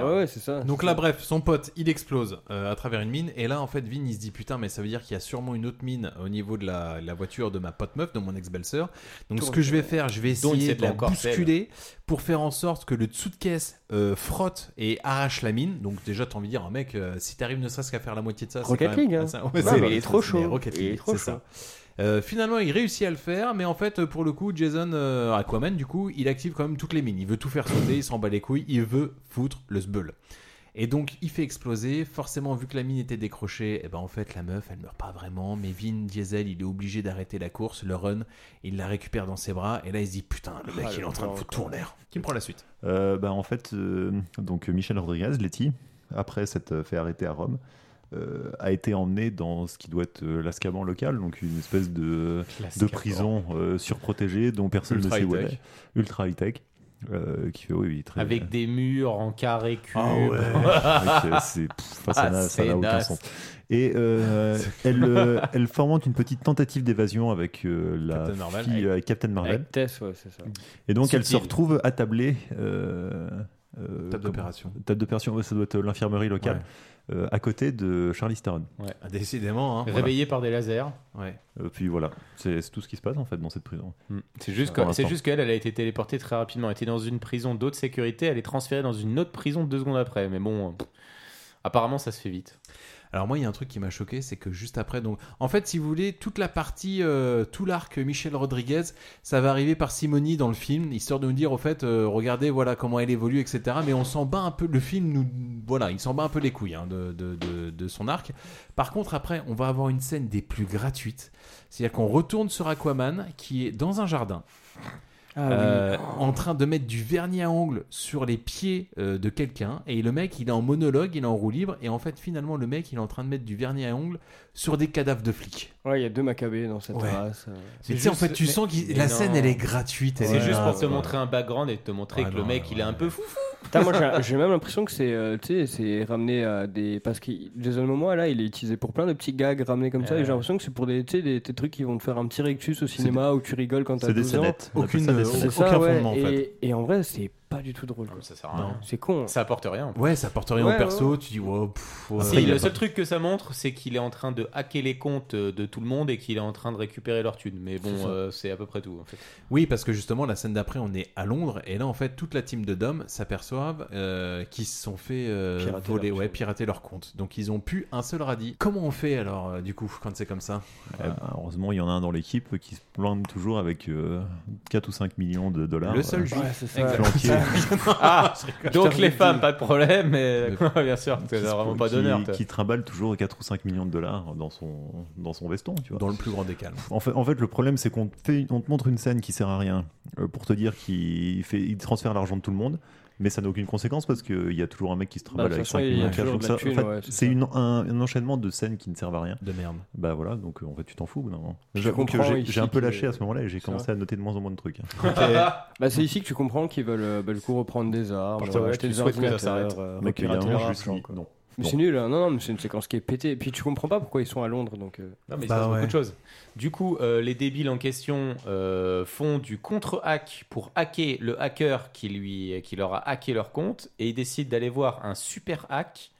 Donc là, bref, son pote, il explose euh, à travers une mine. Et là, en fait, Vin, il se dit putain, mais ça veut dire qu'il y a sûrement une autre mine au niveau de la, la voiture de ma pote meuf, de mon ex-belle-sœur. Donc Tout ce que je vais faire, refaire. je vais Dont il essayer sait de pas la encore, bousculer pour faire en sorte que le dessous de caisse euh, frotte et arrache la mine. Donc déjà, t'as envie de dire, ah, mec, euh, si t'arrives ne serait-ce qu'à faire la moitié de ça, c'est Rocket quand même League, hein. assez- c'est- Ouais, bah, il est c'est- trop c'est- chaud. mais Rocket Il est League, trop c'est chaud. ça. Euh, finalement, il réussit à le faire, mais en fait, euh, pour le coup, Jason euh, Aquaman, du coup, il active quand même toutes les mines. Il veut tout faire sauter, il s'en bat les couilles, il veut foutre le zbeul. Et donc, il fait exploser. Forcément, vu que la mine était décrochée, eh ben, en fait, la meuf, elle meurt pas vraiment. Mais Vin Diesel, il est obligé d'arrêter la course, le run. Il la récupère dans ses bras. Et là, il se dit Putain, le mec, Ah, il est en train de foutre tout en l'air. Qui me prend la suite Euh, bah, en fait, euh, donc Michel Rodriguez, Letty, après s'être fait arrêter à Rome, euh, a été emmené dans ce qui doit être euh, l'Azkaban local, donc une espèce de, de L'Azkaban. prison euh, surprotégée dont personne Ultra ne sait où elle high-tech. est. Ultra high-tech. euh, qui fait, oui, oui, très [laughs] Avec des murs en carré cube. Ah ouais. [laughs] Ok, c'est- pff, enfin, ça Ah, n'a- ça c'est n'a aucun naze. sens. Et [laughs] euh, elle, euh, elle fomente une petite tentative d'évasion avec euh, la Captain Marvel. fille euh, Captain Marvel. Avec Tess, ouais, c'est ça. Et donc elle se Subtil. retrouve attablée. euh, euh, Table comment- d'opération. Table d'opération, ouais, ça doit être l'infirmerie locale, euh, à côté de Charlie Theron. Ah, Décidément. Hein. Réveillé par des lasers. Ouais. Euh, puis voilà, c'est c'est tout ce qui se passe en fait dans cette prison. Mm. C'est juste, Pour que- c'est l'instant. juste qu'elle, elle a été téléportée très rapidement. Elle était dans une prison d'eau de sécurité, elle est transférée dans une autre prison deux secondes après. Mais bon, euh, pff, apparemment, ça se fait vite. Alors moi, il y a un truc qui m'a choqué, c'est que juste après, donc, en fait, si vous voulez, toute la partie, euh, tout l'arc Michel Rodriguez, ça va arriver par Simoni dans le film, histoire de nous dire, au fait, euh, regardez, voilà comment elle évolue, etc. Mais on s'en bat un peu, le film, nous, voilà, il s'en bat un peu les couilles hein, de, de- de- de son arc. Par contre, après, on va avoir une scène des plus gratuites, c'est-à-dire qu'on retourne sur Aquaman, qui est dans un jardin. Ah oui. Euh, en train de mettre du vernis à ongles sur les pieds euh, de quelqu'un et le mec il est en monologue, il est en roue libre et en fait finalement le mec il est en train de mettre du vernis à ongles sur des cadavres de flics. Ouais, il y a deux macabés dans cette Ouais. race. euh. Mais tu sais, en fait, tu sens que la scène, elle est gratuite. elle C'est est juste là, pour te ouais. montrer un background et te montrer Ah que non, le mec, il est un peu fou. Putain, moi j'ai- [laughs] j'ai même l'impression que c'est euh, tu sais, c'est ramené à des. Parce que Jason Momoa là il est utilisé pour plein de petits gags ramenés comme ça Ouais. et j'ai l'impression que c'est pour des, tu sais, des, des trucs qui vont te faire un petit rectus au cinéma où tu rigoles quand t'as c'est des 12 ans. scénettes. On appelle ça des C'est scénettes. ça, Aucun ouais, fondement, en et, fait. et en vrai c'est pas du tout drôle. Ça sert à rien. C'est con. hein. Ça apporte rien. Ouais, ça porte rien Ouais, au perso, ouais. tu dis, wow, pff, ouais. Si, le seul truc que ça montre, c'est qu'il est en train de hacker les comptes de tout le monde et qu'il est en train de récupérer leur thune. Mais bon, C'est ça. euh, c'est à peu près tout. En fait. Oui, parce que justement, la scène d'après, on est à Londres, et là, en fait, toute la team de Dom s'aperçoivent euh, qu'ils se sont fait euh, Pirater voler, ouais, pirater leur compte. Donc, ils ont pu un seul radis. Comment on fait alors, euh, du coup, quand c'est comme ça Eh ben, heureusement, il y en a un dans l'équipe qui se plante toujours avec euh, 4 ou 5 millions de dollars. Le seul Euh, juif. Ouais, c'est ça. [laughs] flanqué. Ah, donc les femmes, pas de problème, mais [laughs] Le- bien sûr, t'as qui se- vraiment pas qui- d'honneur. toi. Qui trimballe toujours 4 ou 5 millions de dollars dans son, dans son veston, tu vois. Dans le plus grand des cas. En fait, en fait, le problème, c'est qu'on te, fait- on te montre une scène qui sert à rien euh, pour te dire qu'il fait, il transfère l'argent de tout le monde, mais ça n'a aucune conséquence parce qu'il y a toujours un mec qui se Bah, travaille de avec toute 5 façon, il y a millions de toujours cash, de la donc ça- thune, en fait, ouais, c'est C'est une- un, un enchaînement de scènes qui ne servent à rien. De merde. Bah voilà, donc euh, en fait, tu t'en fous. au bout d'un moment. Je J'avoue que comprends, j'ai- il j'ai un fit, peu mais- lâché à ce moment-là et j'ai c'est commencé vrai. à noter de moins en moins de trucs. hein. Ok. bah, c'est ici que tu comprends qu'ils veulent euh, bah, le coup reprendre des armes, Parce que, ouais, acheter tu des souhaites que ça s'arrête. ordinateurs, euh, Donc, il y a un repirater moment, leur je suis argent, dit, quoi. non. Mais Non. c'est nul, hein. non, non, mais c'est une séquence qui est pétée. Et puis tu comprends pas pourquoi ils sont à Londres donc. euh. [laughs] Bah Non, mais il se passe beaucoup de choses. Du coup, euh, les débiles en question euh, font du contre-hack pour hacker le hacker qui, lui, qui leur a hacké leur compte et ils décident d'aller voir un super hack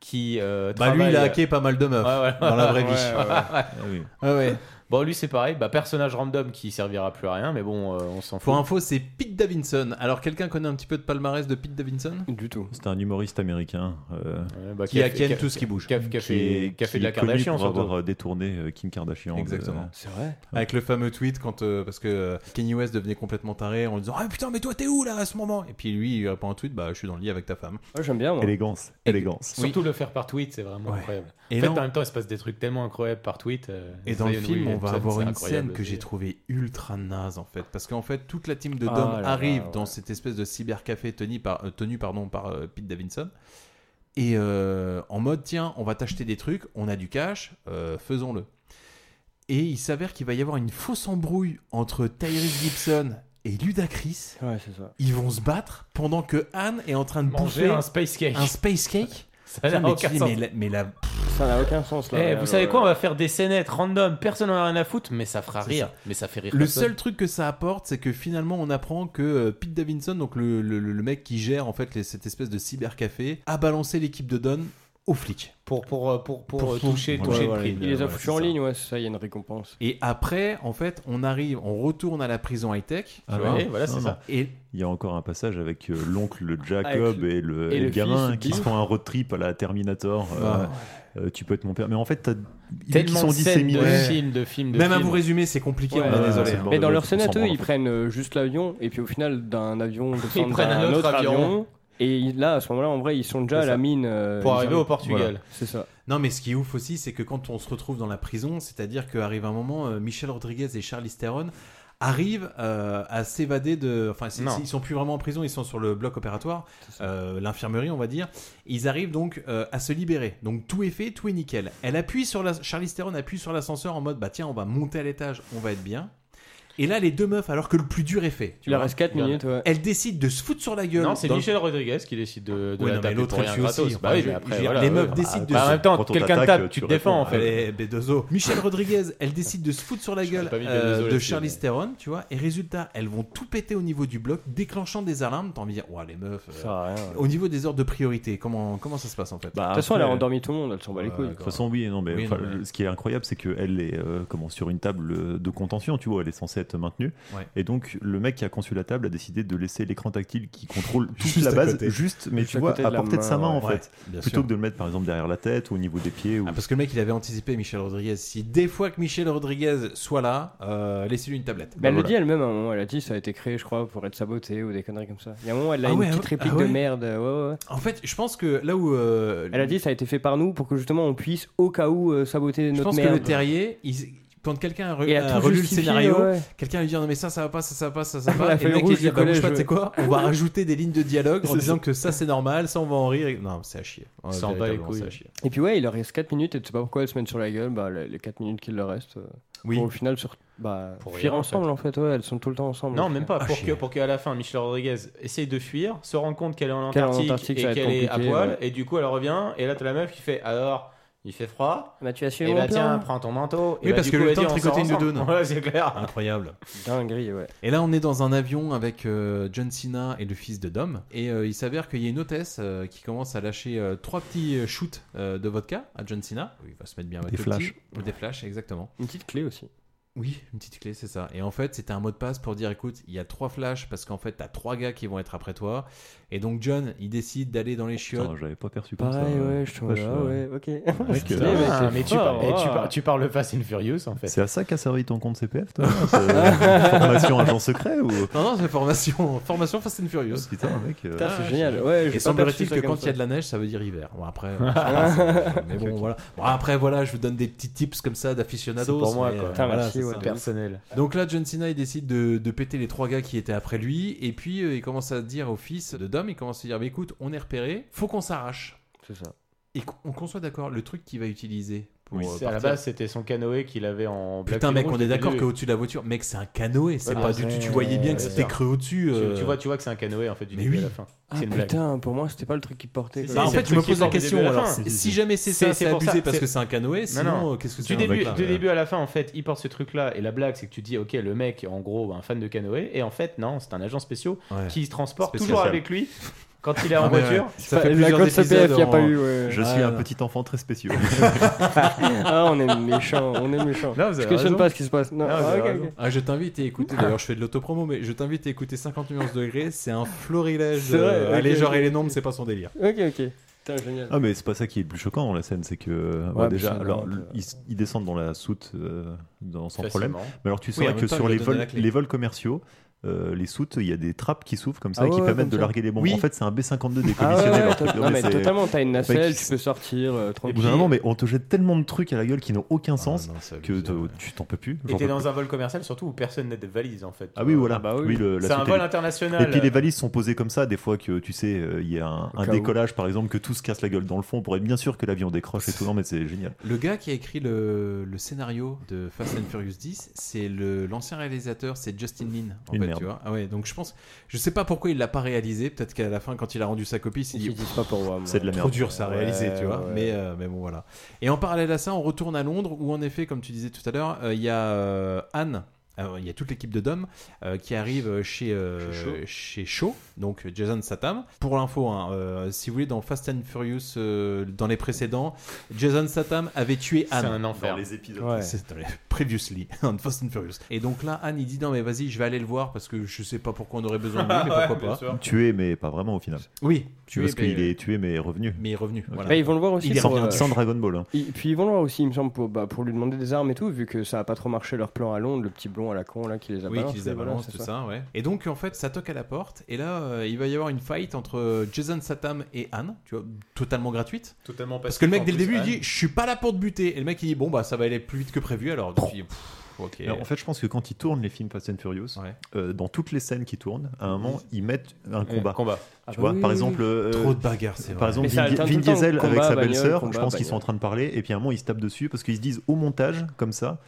qui. euh, Bah, lui, il a travaille- euh, hacké pas mal de meufs Ouais, ouais. dans la vraie vie. Ouais, ouais, ouais. Ah Ouais, Ah ouais. Bon, lui, c'est pareil, bah, personnage random qui servira plus à rien, mais bon, euh, on s'en fout. Pour info, c'est Pete Davidson. Alors, quelqu'un connaît un petit peu de palmarès de Pete Davidson Du tout. C'est un humoriste américain euh, bah, Qui a ken tout ce qui bouge. Qui a, qui a qui fait, est- qui a qui fait de la est connu Kardashian, pour surtout. avoir euh, détourné euh, Kim Kardashian. de- Exactement. C'est vrai. Euh, Avec le fameux tweet quand euh, parce que euh, Kanye West devenait complètement taré en lui disant ah putain mais toi t'es où là à ce moment et puis lui il répond un tweet bah je suis dans le lit avec ta femme. Ah, j'aime bien. moi. Élégance, élégance. Surtout le faire par tweet, c'est vraiment incroyable. Et en fait, là, on- en même temps, il se passe des trucs tellement incroyables par tweet. euh, Et dans le Zion film on va Williamson, avoir c'est une incroyable scène que aussi. j'ai trouvée ultra naze en fait parce qu'en fait toute la team de Dom Ah là là, arrive ouais. dans cette espèce de cybercafé tenu par euh, tenu pardon par euh, Pete Davidson. Et euh, en mode, tiens, on va t'acheter des trucs, on a du cash, euh, faisons-le. Et il s'avère qu'il va y avoir une fausse embrouille entre Tyrese Gibson et Ludacris. Ouais, c'est ça. Ils vont se battre pendant que Anne est en train de Manger bouffer un space cake. Un space cake. Ça n'a Putain, mais tu aucun dis, sens. Mais la, mais la- Ça n'a aucun sens Eh, là. vous regarde, savez ouais. quoi On va faire des scénettes random, personne n'en a rien à foutre, mais ça fera C'est rire. ça. Mais ça fait rire. Le personne. seul truc que ça apporte, c'est que finalement, on apprend que euh, Pete Davidson, donc le, le- le mec qui gère en fait les- cette espèce de cybercafé, a balancé l'équipe de Don aux flics pour, pour, pour, pour, Pour- euh, toucher, pour- toucher ouais, le ouais, prix. il les a foutus en ligne, ouais, c'est ça, il y a une récompense. Et après, en fait, on arrive, on retourne à la prison high-tech. tu Ah vois. non, non, non. Et Il y a encore un passage avec euh, l'oncle le Avec Jacob le- et le, et et le le gamin fils, qui se Bill. font un road trip à la Terminator. euh, euh, tu peux être mon père. Mais en fait, t'as. ils Tellement sont de scènes de disséminés. films, de films, de Même à films. vous résumer, c'est compliqué, on est ouais, désolé. hein. c'est le Mais bordel, dans leur on scénario, s'en branle. ils prennent euh, juste l'avion, et puis au final, d'un avion, descendent prennent à un un autre autre avion. avion. Et ils- là, à ce moment-là, en vrai, ils sont déjà C'est à ça. la mine. euh, ils arrivent- Voilà, c'est ça. Non, mais ce qui est ouf aussi, c'est que quand on se retrouve dans la prison, c'est-à-dire qu'arrive un moment, euh, Michel Rodriguez et Charlie Theron arrivent euh, à s'évader de. Enfin, c'est- Non. ils sont plus vraiment en prison, ils sont sur le bloc opératoire, euh, l'infirmerie, on va dire. Ils arrivent donc euh, à se libérer. Donc tout est fait, tout est nickel. Elle appuie sur la. Charlie Theron appuie sur l'ascenseur en mode bah tiens, on va monter à l'étage, on va être bien. Et là, les deux meufs, alors que le plus dur est fait. Tu Il vois, reste 4 regarde. minutes, ouais. Elles décident de se foutre sur la gueule. Non, c'est dans le- Michel Rodriguez qui décide de, de oui, non, la mais taper l'autre pour rien aussi. gratos. Enfin, Bah oui, je- mais je après, veux dire, voilà, les ouais, meufs bah, décident de bah, se- En même temps, Quand on quelqu'un t'attaque, tape, tu te réponds, défends en quoi. hein. fait. Allez, Bedozo. Michel Rodriguez, elle décide de se foutre sur la gueule pas mis euh, Bedozo de là-dessus, Charlize Theron, tu vois. Et résultat, elles vont tout péter au niveau du bloc, déclenchant des alarmes. T'as envie de dire, ouais, les meufs. euh, Au niveau des ordres de priorité, comment, comment ça se passe en fait Bah, de toute façon, elle a endormi tout le monde, elle s'en bat les couilles. De Bah, toute façon, oui, non, mais, Oui, enfin, non, mais- le- ce qui est incroyable, c'est qu'elle est euh, comment, sur une table euh, de contention, tu vois, elle est censée être maintenue. Ouais. Et donc, le mec qui a conçu la table a décidé de laisser l'écran tactile [laughs] qui contrôle toute Juste la à base, côté. juste, mais Juste tu à vois, côté de à la portée de sa main, main, en ouais. fait. Bien Plutôt sûr. Ah, que de le mettre, par exemple, derrière la tête ou au niveau des pieds. Ou... Parce que le mec, il avait anticipé Michel Rodriguez. Si des fois que Michel Rodriguez soit là, euh, laissez-lui une tablette. Mais elle le dit elle-même à un moment, elle a dit ça a été créé, je crois, pour être sabotée ou des conneries comme ça. Il y a un moment, elle a Ah une ouais, petite ah réplique ouais. de merde. ouais, ouais, ouais. En fait, je pense que là où. euh, Elle a dit ça a été fait par nous pour que justement on puisse au cas où euh, saboter Je notre pense merde. que le terrier, il- quand quelqu'un a, re- Et a a tout relu le justifié, scénario, ouais. quelqu'un lui dit non mais ça ça va pas, ça ça va pas, ça ça [laughs] La va pas, et feuille le mec il rouge dit du bah, bouge collège. pas, tu sais [laughs] quoi, on va rajouter des lignes de dialogue en C'est disant ça. que ça c'est normal, ça on va en rire. Et- Non, c'est à chier. Ouais, S'en bat les véritablement, c'est à couilles. chier. Et puis ouais, il leur reste 4 minutes et tu sais pas pourquoi elles se mettent sur la gueule, bah, les 4 minutes qu'il leur reste. euh, Oui. pour au final, sur, bah, Pour fuir rien, en ensemble en fait. ouais, elles sont tout le temps ensemble. Non, au même final. pas. Pour que, pour qu'à la fin, Michel Rodriguez essaye de fuir, se rend compte qu'elle est en Qu'elle est en Antarctique, Antarctique, ça va et être qu'elle est à compliqué, poil, ouais. et du coup, elle revient, et là, t'as la meuf qui fait alors. Il fait froid. Bah, tu as suivi Et mon bah, tiens, plan. prends ton manteau. Oui, Et bah, parce du que coup, le elle temps dit, de on tricoter sort une doudoune. ensemble. Ouais, c'est clair. Incroyable. Dinguerie, ouais. Et là, on est dans un avion avec euh, John Cena et le fils de Dom. Et euh, il s'avère qu'il y a une hôtesse euh, qui commence à lâcher euh, trois petits euh, shoots euh, de vodka à John Cena. Il va se mettre bien avec Des le flashs. petit. Des flashs, exactement. Une petite clé aussi. Oui, une petite clé, c'est ça. Et en fait, c'était un mot de passe pour dire écoute, il y a trois flashs parce qu'en fait, t'as trois gars qui vont être après toi. Et donc, John, il décide d'aller dans les chiottes. Putain, j'avais pas perçu comme Pareil, ça. hein. euh, ouais, je trouve. je- Ah hein. ouais, ok. [laughs] Parce que- Putain, Ah, c'est mais tu, fort, parles, eh, tu, wow. parles, tu parles Fast and Furious en fait. C'est à ça qu'a servi ton compte CPF, [laughs] toi hein, C'est une Formation agent secret ou. Non, non, c'est formation, [laughs] formation Fast and Furious. Ah, Putain, mec. euh, Putain, c'est génial. Ouais, j'ai et pas perçu semblerait-il ça que comme quand il y a ça. de la neige, ça Ah, veut dire hiver. Bon, [laughs] après, [laughs] voilà, c'est- mais bon, voilà. Bon, après, voilà, je vous donne des petits tips comme ça C'est d'aficionados. pour moi mais, quoi. euh, voilà, c'est ça. personnel. Donc là, John Cena, il décide de, de péter les trois gars qui étaient après lui. Et puis, euh, il commence à dire au fils de Dom, il commence à dire, mais écoute, on est repéré, faut qu'on s'arrache. C'est ça. Et qu'on qu'on soit d'accord, le truc qu'il va utiliser pour Oui, euh, c'est- à la partir- base, c'était son canoë qu'il avait en black Putain, et mec, rouge, on est les d'accord deux. qu'au-dessus de la voiture, mec, c'est un canoë, c'est Ouais, pas bah, du tout. c'est- Tu voyais bien que c'est c'était ça. creux au-dessus. Tu- euh. Tu vois, tu vois que c'est un canoë en fait du Mais début à oui. la fin. Ah, C'est une blague. putain, pour moi, c'était pas le truc qui portait. Si, quoi. si, en c'est fait, le je me truc qui pose la sort du question, début à la alors, fin. si- si jamais c'est ça, c'est pour abusé parce que c'est un canoë, sinon, euh, qu'est-ce que c'est Du un début, mec, là du début à la fin, en fait, il porte ce truc-là et la blague, c'est que tu dis, ok, le mec, en gros, un fan de canoë, et en fait, non, c'est un agent spécial Ouais. qui se transporte Spécial. toujours [laughs] avec lui quand il est en Ah, mais voiture. ouais. Ça fait plusieurs épisodes en- [laughs] Je suis un petit enfant très spécial. ah, on est méchant, on est méchant. Non, vous avez je questionne raison. pas ce qui se passe. Non, Ah, ah, vous avez ok, raison. ok. Ah, je t'invite à écouter, d'ailleurs je fais de l'autopromo, mais je t'invite à écouter 50 nuances degrés, c'est un florilège. C'est vrai, euh, ok, allez, ok. genre et les nombres, c'est pas son délire. Ok, ok. Putain, génial. Ah mais c'est pas ça qui est le plus choquant dans la scène, c'est que euh, Ouais, bon, déjà mais c'est alors marrant, l- ils, ils descendent dans la soute euh, dans, sans Facilement. problème. Mais alors tu Oui, saurais en même que temps, sur il les lui a donné la vols, clé. les vols commerciaux, euh, les soutes, il y a des trappes qui s'ouvrent comme ça Ah et qui ouais, permettent comme de ça. larguer les bombes. Oui. En fait, c'est un B52 Ah ouais, déconditionnel. ouais, alors to- que- non, mais c'est- totalement, t'as une Mec, nacelle, tu c'est- peux sortir euh, Au tranquille. bout d'un moment, mais on te jette tellement de trucs à la gueule qui n'ont Ah, aucun sens Ah, que te- tu t'en peux plus. Et j'en t'es peux dans plus. un vol commercial, surtout où personne n'a de valise en fait. Ah oui, voilà. oui. le- la bah c'est un soute, vol elle- international. Et puis les valises sont posées comme ça, des fois que tu sais, euh, il y a un, Au un cas où. décollage par exemple, que tout se casse la gueule dans le fond pour être bien sûr que l'avion décroche et tout. Non, mais c'est génial. Le gars qui a écrit le, le scénario de Fast and Furious 10, c'est le- l'ancien réalisateur, c'est Justin Lin. En Une fait, merde. tu vois. Ah ouais, donc je pense, je sais pas pourquoi il l'a pas réalisé. Peut-être qu'à la fin, quand il a rendu sa copie, il s'est dit, pas pour moi. C'est de la trop merde. dur ça à Ouais, réaliser, tu vois. ouais. Mais, euh, mais bon, voilà. Et en parallèle à ça, on retourne à Londres où, en effet, comme tu disais tout à l'heure, euh, il y a euh, Anne alors, il y a toute l'équipe de Dom euh, qui arrive chez euh, Chez Shaw. chez Shaw, donc Jason Satam. Pour l'info, hein, euh, si vous voulez, dans Fast and Furious, euh, dans les précédents, Jason Satam avait tué C'est Anne. un enfer. Ouais. C'est dans les- previously, [laughs] dans Fast and Furious. Et donc là, Anne, il dit non mais vas-y, je vais aller le voir parce que je sais pas pourquoi on aurait besoin de lui, mais [laughs] Ouais, pourquoi pas. bien sûr. Tué, mais pas vraiment au final. Oui, tué, Parce mais- qu'il est tué, mais revenu. Mais revenu. Ok. Bah, ils vont le voir aussi. Il est pour, sorti euh, sans Dragon Ball. hein. Et puis ils vont le voir aussi, il me semble, pour, bah, pour lui demander des armes et tout, vu que ça a pas trop marché leur plan à Londres, le petit blond à la con là qui les a Oui, balancés, qui les a voilà, balancés, c'est tout ça. ouais. Et donc, en fait, ça toque à la porte. Et là, euh, il va y avoir une fight entre euh, Jason Satam et Anne, tu vois, totalement gratuite. Totalement Parce que le mec, dès le passif, début, en il plus, dit Je suis pas là pour te buter. Et le mec, il dit Bon, bah, ça va aller plus vite que prévu. Alors, depuis, pff, ok. Alors, en fait, je pense que quand ils tournent les films Fast and Furious, euh, dans toutes les scènes qui tournent, à un moment, ils mettent un combat. combat. Tu Ah vois, bah oui, par oui, exemple, oui. euh, Trop de bagarres, c'est vrai. Par exemple, Mais ça Vin, alterne Vin tout le temps, Diesel combat, avec sa bagnole, belle-sœur, je combat, pense qu'ils sont en bagnole. train de parler, et puis à un moment, ils se tapent dessus parce qu'ils se disent au montage, comme ça.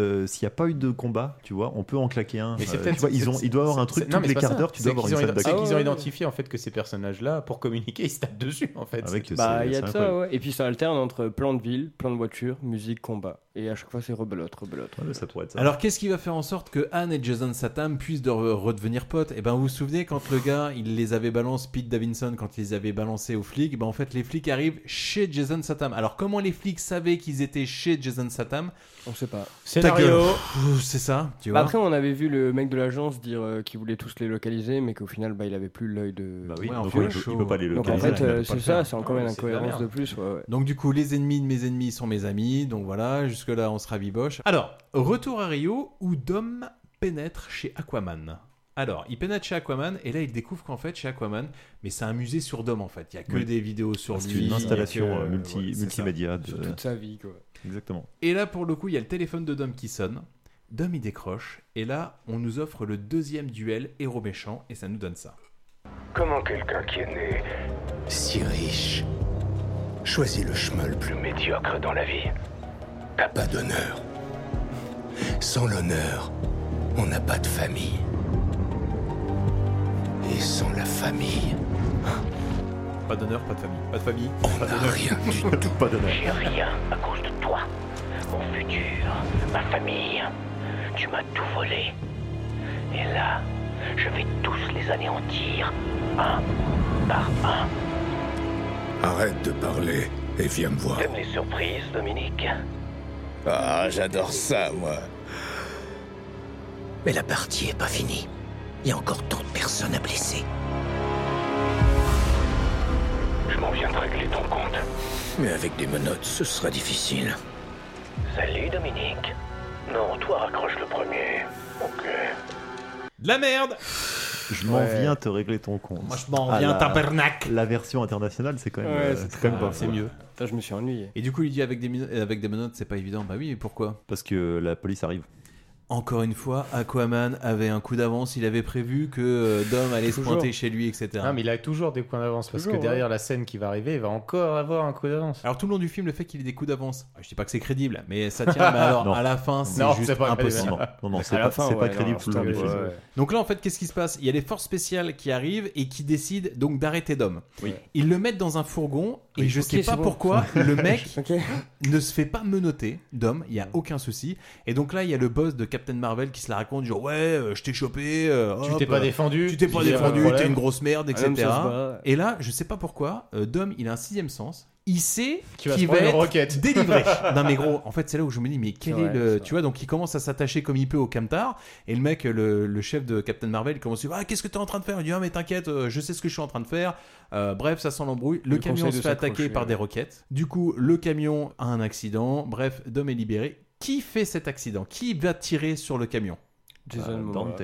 euh, S'il n'y a pas eu de combat, tu vois, on peut en claquer un. Mais c'est Euh, peut-être- tu vois, ils, ont, c'est- ils doivent avoir un c'est- truc c'est- non, tous mais les c'est quarts pas d'heure, ça. tu dois C'est avoir qu'ils une Ah ont salle ident- C'est d'action. qu'ils ont identifié en fait que ces personnages-là, pour communiquer, ils se tapent dessus en fait. Avec, ça. Bah, il y a de ça, ouais. Et puis ça alterne entre plan de ville, plan de voiture, musique, combat. Et à chaque fois, c'est rebelote, rebelote. ça pourrait être Alors, qu'est-ce qui va faire en sorte que Anne et Jason Satam puissent de re- redevenir potes Et ben, vous vous souvenez, quand le gars, il les avait balancés, Pete Davidson, quand il les avait balancés aux flics, ben, en fait, les flics arrivent chez Jason Satam. Alors, comment les flics savaient qu'ils étaient chez Jason Satam On sait pas. Ta gueule. Pff, C'est ça, tu vois. Bah, après, on avait vu le mec de l'agence dire euh, qu'il voulait tous les localiser, mais qu'au final, bah, il avait plus l'œil de. Bah oui, Ouais, donc, en fait, euh, chaud, il peut pas les Donc en localiser, fait, il euh, peut pas c'est le ça, faire. c'est encore Ah, une mais c'est pas incohérence bien. de plus. ouais, ouais. Donc du coup, les ennemis de mes ennemis sont mes amis, donc voilà, jusque-là on se rabiboche. Alors, retour à Rio où Dom pénètre chez Aquaman. Alors, il pénètre chez Aquaman et là il découvre qu'en fait chez Aquaman, mais c'est un musée sur Dom en fait, il y a que Oui. des vidéos sur C'est lui. une installation il y a que- euh, multi- voilà, c'est multimédia. ça. de- Exactement. Et là pour le coup, il y a le téléphone de Dom qui sonne. Dom il décroche et là on nous offre le deuxième duel héros méchant et ça nous donne ça. Comment quelqu'un qui est né si riche choisit le chemin le plus médiocre dans la vie T'as pas d'honneur. Sans l'honneur, on n'a pas de famille. Et sans la famille, Pas d'honneur, pas de famille, pas de famille. on n'a rien du tout. Pas d'honneur. J'ai rien à cause de toi. Mon futur, ma famille. Tu m'as tout volé. Et là, je vais tous les anéantir, un par un. Arrête de parler et viens me voir. T'aimes les surprises, Dominique Ah, j'adore ça, moi. Mais la partie est pas finie. Il y a encore tant de personnes à blesser. Je m'en viens de régler ton compte. Mais avec des menottes, ce sera difficile. Salut, Dominique. Non, toi, raccroche le premier. Ok. De la merde Je m'en Ouais. viens te régler ton compte. Moi, je m'en Ah, viens, la- tabernacle. La version internationale, c'est quand même, euh, c'est quand même pas fou. Putain, je me suis ennuyé. Et du coup, il dit avec des, min- euh, avec des menottes, c'est pas évident. Bah oui, mais pourquoi Parce que la police arrive. Encore une fois, Aquaman avait un coup d'avance. Il avait prévu que euh, Dom allait se Toujours. pointer chez lui, etc. Non, mais il a toujours des points d'avance parce que Toujours, derrière la scène qui va arriver, il va encore avoir un coup d'avance. Alors tout le long du film, le fait qu'il ait des coups d'avance, Ah, je dis pas que c'est crédible, mais ça tient. [laughs] mais alors Non. à la fin, c'est Non, juste c'est pas crédible. impossible. Non, non, c'est À la pas- fin, c'est pas ouais, crédible non, tout le long du c'est- film. ouais. Donc là, en fait, qu'est-ce qui se passe Il y a les forces spéciales qui arrivent et qui décident donc d'arrêter Dom. Ils le mettent dans un fourgon et Oui. je Ok, sais pas c'est [laughs] bon. pourquoi le mec Ok. ne se fait pas menoter, Dom, il y a aucun souci. Et donc là, il y a le boss de Captain Marvel qui se la raconte, genre ouais, euh, je t'ai chopé, euh, Tu hop, t'es pas euh, défendu. tu t'es pas Il y a un défendu, problème. t'es une grosse merde, Un homme etc. se bat. Et là, je sais pas pourquoi, euh, Dom, il a un sixième sens. Il sait Qui va qu'il se prendre une être [laughs] roquette. [laughs] délivré. non mais gros, en fait c'est là où je me dis mais quel C'est est, vrai, le, tu vois donc il commence à s'attacher comme il peut au camtar et le mec le, le chef de Captain Marvel il commence à dire, ah qu'est-ce que t'es en train de faire Il dit ah mais t'inquiète, euh, je sais ce que je suis en train de faire. Euh, bref ça sent l'embrouille. Le, Il camion conseille se de fait attaquer s'accrocher, par ouais. des roquettes. Du coup, le camion a un accident. Bref, Dom est libéré. Qui fait cet accident Qui va tirer sur le camion euh, Jason Momoa.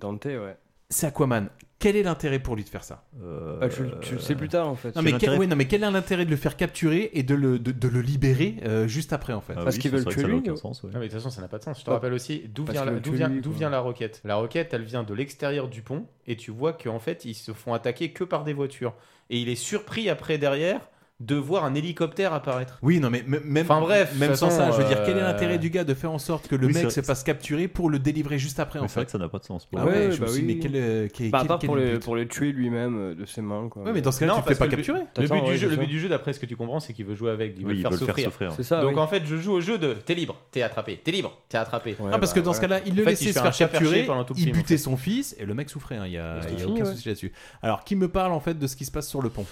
Dante, ouais. C'est Aquaman. Quel est l'intérêt pour lui de faire ça Euh, Bah, tu le- tu le sais plus tard, en fait. Non mais, C'est quel, l'intérêt- ouais, non, mais quel est l'intérêt de le faire capturer et de le, de, de le libérer euh, juste après en fait Ah Parce oui, qu'ils ça, veulent c'est vrai que tuer ça n'a lui, aucun sens, Non, mais de toute façon, ça n'a pas de sens. Je te Ouais. rappelle aussi d'où Parce vient, que la, le d'où tuer, vient, lui, d'où quoi. vient la roquette. La roquette, elle vient de l'extérieur du pont et tu vois qu'en fait, ils se font attaquer que par des voitures. Et il est surpris après derrière de voir un hélicoptère apparaître. Oui, non, mais m- même, Enfin, bref, même sans façon, ça, je veux dire, euh, quel est l'intérêt du gars de faire en sorte que le Oui, mec se c'est- fasse capturer pour le délivrer juste après Mais en c'est fait vrai que ça n'a pas de sens, pour Ah le ouais, coup. je me suis dit, mais quel, euh, quel- Bah, à quel- part quel pour, le, but pour le tuer lui-même euh, de ses mains. Quoi. Ouais, mais dans ce cas-là, tu te fais parce pas que le- capturer. Le but, T'attends, ouais, du jeu, le c'est but ça. du jeu, d'après ce que tu comprends, c'est qu'il veut jouer avec, il veut Oui, le ils faire veulent le faire souffrir. souffrir. C'est ça, Donc Ah oui. en fait, je joue au jeu de t'es libre, t'es attrapé, t'es libre, t'es attrapé. Ah, parce que dans ce cas-là, il le En fait, laissait fait se un faire chien perché capturer, pendant tout le il film, en butait son fils et le mec souffrait. hein, Il y a, Et il y a c'était aucun fini, ouais. souci là-dessus. Alors, qui me parle en fait de ce qui se passe sur le pont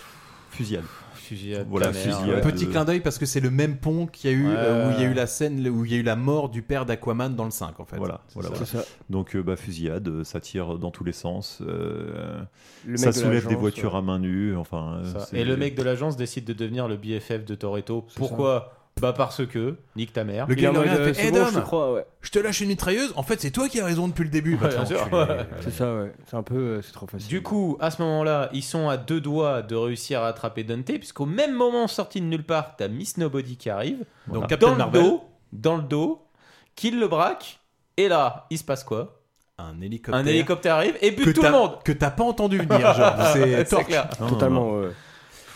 Fusillade. Fusillade. Voilà, ta mère, fusillade. ouais. Petit clin d'œil parce que c'est le même pont qu'il y a eu euh, où Ouais. il y a eu la scène où il y a eu la mort du père d'Aquaman dans le 5 en fait. Voilà, voilà, C'est ça. voilà. Donc euh, bah, fusillade, euh, ça tire dans tous les sens, euh, Le mec ça de soulève des l'agence, voitures ouais. à main nue, enfin. euh, Ça. c'est- Et le mec de l'agence décide de devenir le BFF de Toretto. Pourquoi Bah parce que, nique ta mère. Le Il gars est en il mode, regarde, euh, fait c'est Hey, bon, Dom, je te crois, ouais. je te lâche une mitrailleuse. En fait, c'est toi qui as raison depuis le début. Ouais, Bah, attends, bien sûr, enculé. ouais. C'est ça, ouais. C'est un peu. euh, c'est trop facile. Du coup, à ce moment-là, ils sont à deux doigts de réussir à attraper Dante, puisqu'au même moment sorti de nulle part, t'as Miss Nobody qui arrive, Donc, dans Ah, Captain le Marvel. dos, dans le dos, qu'il le braque, et là, il se passe quoi Un hélicoptère. Un hélicoptère arrive et Que bute tout t'as- le monde. Ah, Que t'as pas entendu venir, genre. [laughs] C'est C'est torche. clair. Non, non, Totalement, non.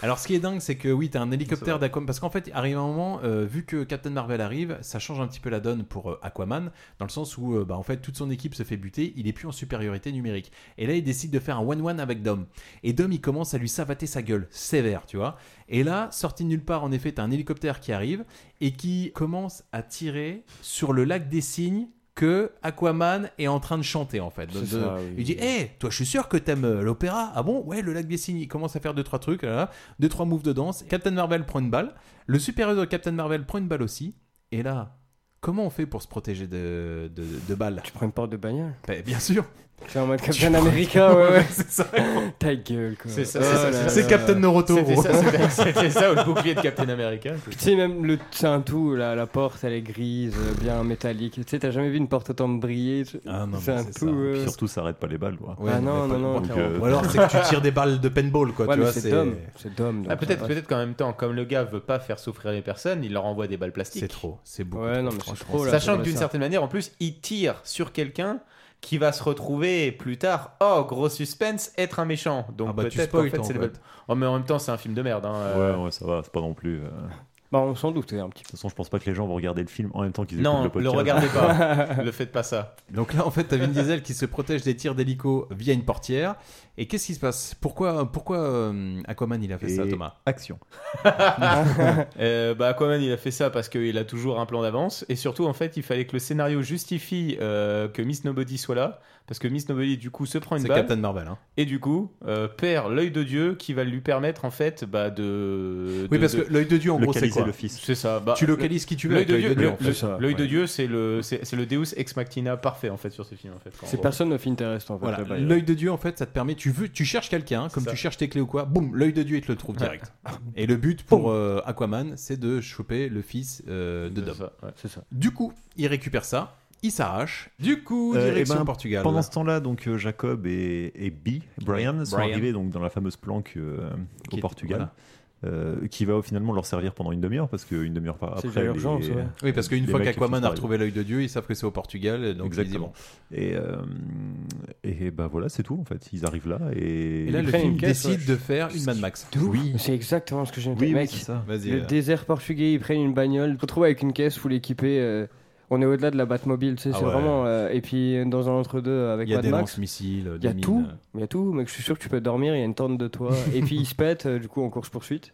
Alors, ce qui est dingue, c'est que oui, t'as un hélicoptère d'Aquaman. Parce qu'en fait, arrive un moment, euh, vu que Captain Marvel arrive, ça change un petit peu la donne pour euh, Aquaman, dans le sens où, euh, bah, en fait, toute son équipe se fait buter, il est plus en supériorité numérique. Et là, il décide de faire un one-one avec Dom. Et Dom, il commence à lui savater sa gueule, sévère, tu vois. Et là, sorti de nulle part, en effet, t'as un hélicoptère qui arrive et qui commence à tirer sur le lac des cygnes que Aquaman est en train de chanter en fait. C'est De- ça, oui. Il dit Hé, toi, je suis sûr que t'aimes euh, l'opéra. Ah bon Ouais, le lac des signes. Il commence à faire deux trois trucs, là, là, deux trois moves de danse. Captain Marvel prend une balle. Le super-héros de Captain Marvel prend une balle aussi. Et là, comment on fait pour se protéger de, de, de balles Tu prends une porte de bagnole Bien sûr. [laughs] C'est en mode Tu Captain prends- America, ouais, [laughs] ouais. c'est ça. gros. Ta gueule, quoi. C'est ça, Oh c'est ça, c'est ça. là là là là. C'était ça, [laughs] c'était- c'était ça, ou le bouclier de Captain America. Puis Tu sais, même le c'est un tout, là, la porte, elle est grise, euh, bien métallique. Tu sais, t'as jamais vu une porte autant briller. tu- Ah non, c'est mais un c'est tout. ça. euh, Puis Surtout, ça arrête pas les balles, quoi. Ouais, Ah non, non, non, Donc, clairement. euh, Ou alors, c'est que tu tires des balles de paintball, quoi. Ouais, tu mais vois, c'est Dom, c'est Dom. Ah, peut-être peut-être qu'en même temps, comme le gars veut pas faire souffrir les personnes, il leur envoie des balles plastiques. C'est trop, c'est beaucoup. Ouais, trop, non, mais franchement. c'est trop, Oh là. Sachant c'est que vrai, d'une ça. certaine manière, en plus, il tire sur quelqu'un qui va se retrouver plus tard, oh gros suspense, être un méchant. Donc Ah bah, tu peut-être qu'en spoil, fait, toi, en c'est les fait. bonnes- Oh mais en même temps, c'est un film de merde. hein, euh. Ouais, ouais, ça va, c'est pas non plus. euh, Bah, on s'en doutait un petit De toute façon, je pense pas que les gens vont regarder le film en même temps qu'ils écoutent Non, le le, podcast. regardez [laughs] pas, [laughs] ne faites pas ça. Donc là, en fait, t'as Vin Diesel qui se protège des tirs d'hélico via une portière. Et qu'est-ce qui se passe Pourquoi, pourquoi euh, Aquaman il a fait ça, Et Thomas Action. Euh, bah Aquaman il a fait ça parce qu'il a toujours un plan d'avance et surtout en fait il fallait que le scénario justifie euh, que Miss Nobody soit là parce que Miss Nobody du coup se prend une C'est balle Captain Marvel, hein. et du coup euh, perd l'œil de Dieu qui va lui permettre en fait bah, de Oui, parce que l'œil de Dieu, en gros, c'est localiser quoi le fils c'est ça bah, Tu localises qui tu veux l'œil avec de l'œil Dieu de Dieu, en le- fait. le- C'est ça, l'œil de ouais. Dieu c'est le c'est c'est le Deus ex machina parfait en fait sur ces films en fait peu. en C'est gros. personne of interest, en fait. Voilà, là-bas. l'œil de Dieu, en fait, ça te permet. Tu veux, tu cherches quelqu'un, comme tu cherches tes clés ou quoi. Boum, l'œil de Dieu, il te le trouve direct. Et le but pour euh, Aquaman, c'est de choper le fils euh, de Dom. Du coup, il récupère ça, il s'arrache. Du coup, Euh, direction eh ben, Portugal. Pendant ce temps-là, donc euh, Jacob et, et B, Brian, sont Brian. arrivés donc dans la fameuse planque euh, Qui au est- Portugal. euh, qui va finalement leur servir pendant une demi-heure parce qu'une demi-heure par- après C'est de l'urgence, ouais. Oui, parce qu'une les fois mecs qu'Aquaman finissent a par retrouvé l'œil de Dieu, ils savent que c'est au Portugal. Donc Exactement. Et, euh, et bah voilà, c'est tout en fait. Ils arrivent là et. Et là, ils le prennent film une caisse, décide ouais. de faire une Mad Max. Oui. C'est exactement ce que j'ai Oui, oui, Mec, c'est ça. Vas-y, le euh. désert portugais, ils prennent une bagnole, ils se retrouvent avec une caisse full équipée. euh, on est au-delà de la Batmobile, tu sais, Ah c'est ouais. vraiment. euh, et puis euh, dans un entre-deux avec Il y a Mad des Max. lance-missiles, Il y a des tout, mines. il y a tout, mec. Je suis sûr que tu peux dormir, il y a une tente de toi. et puis ils se pètent, euh, du coup, en course-poursuite.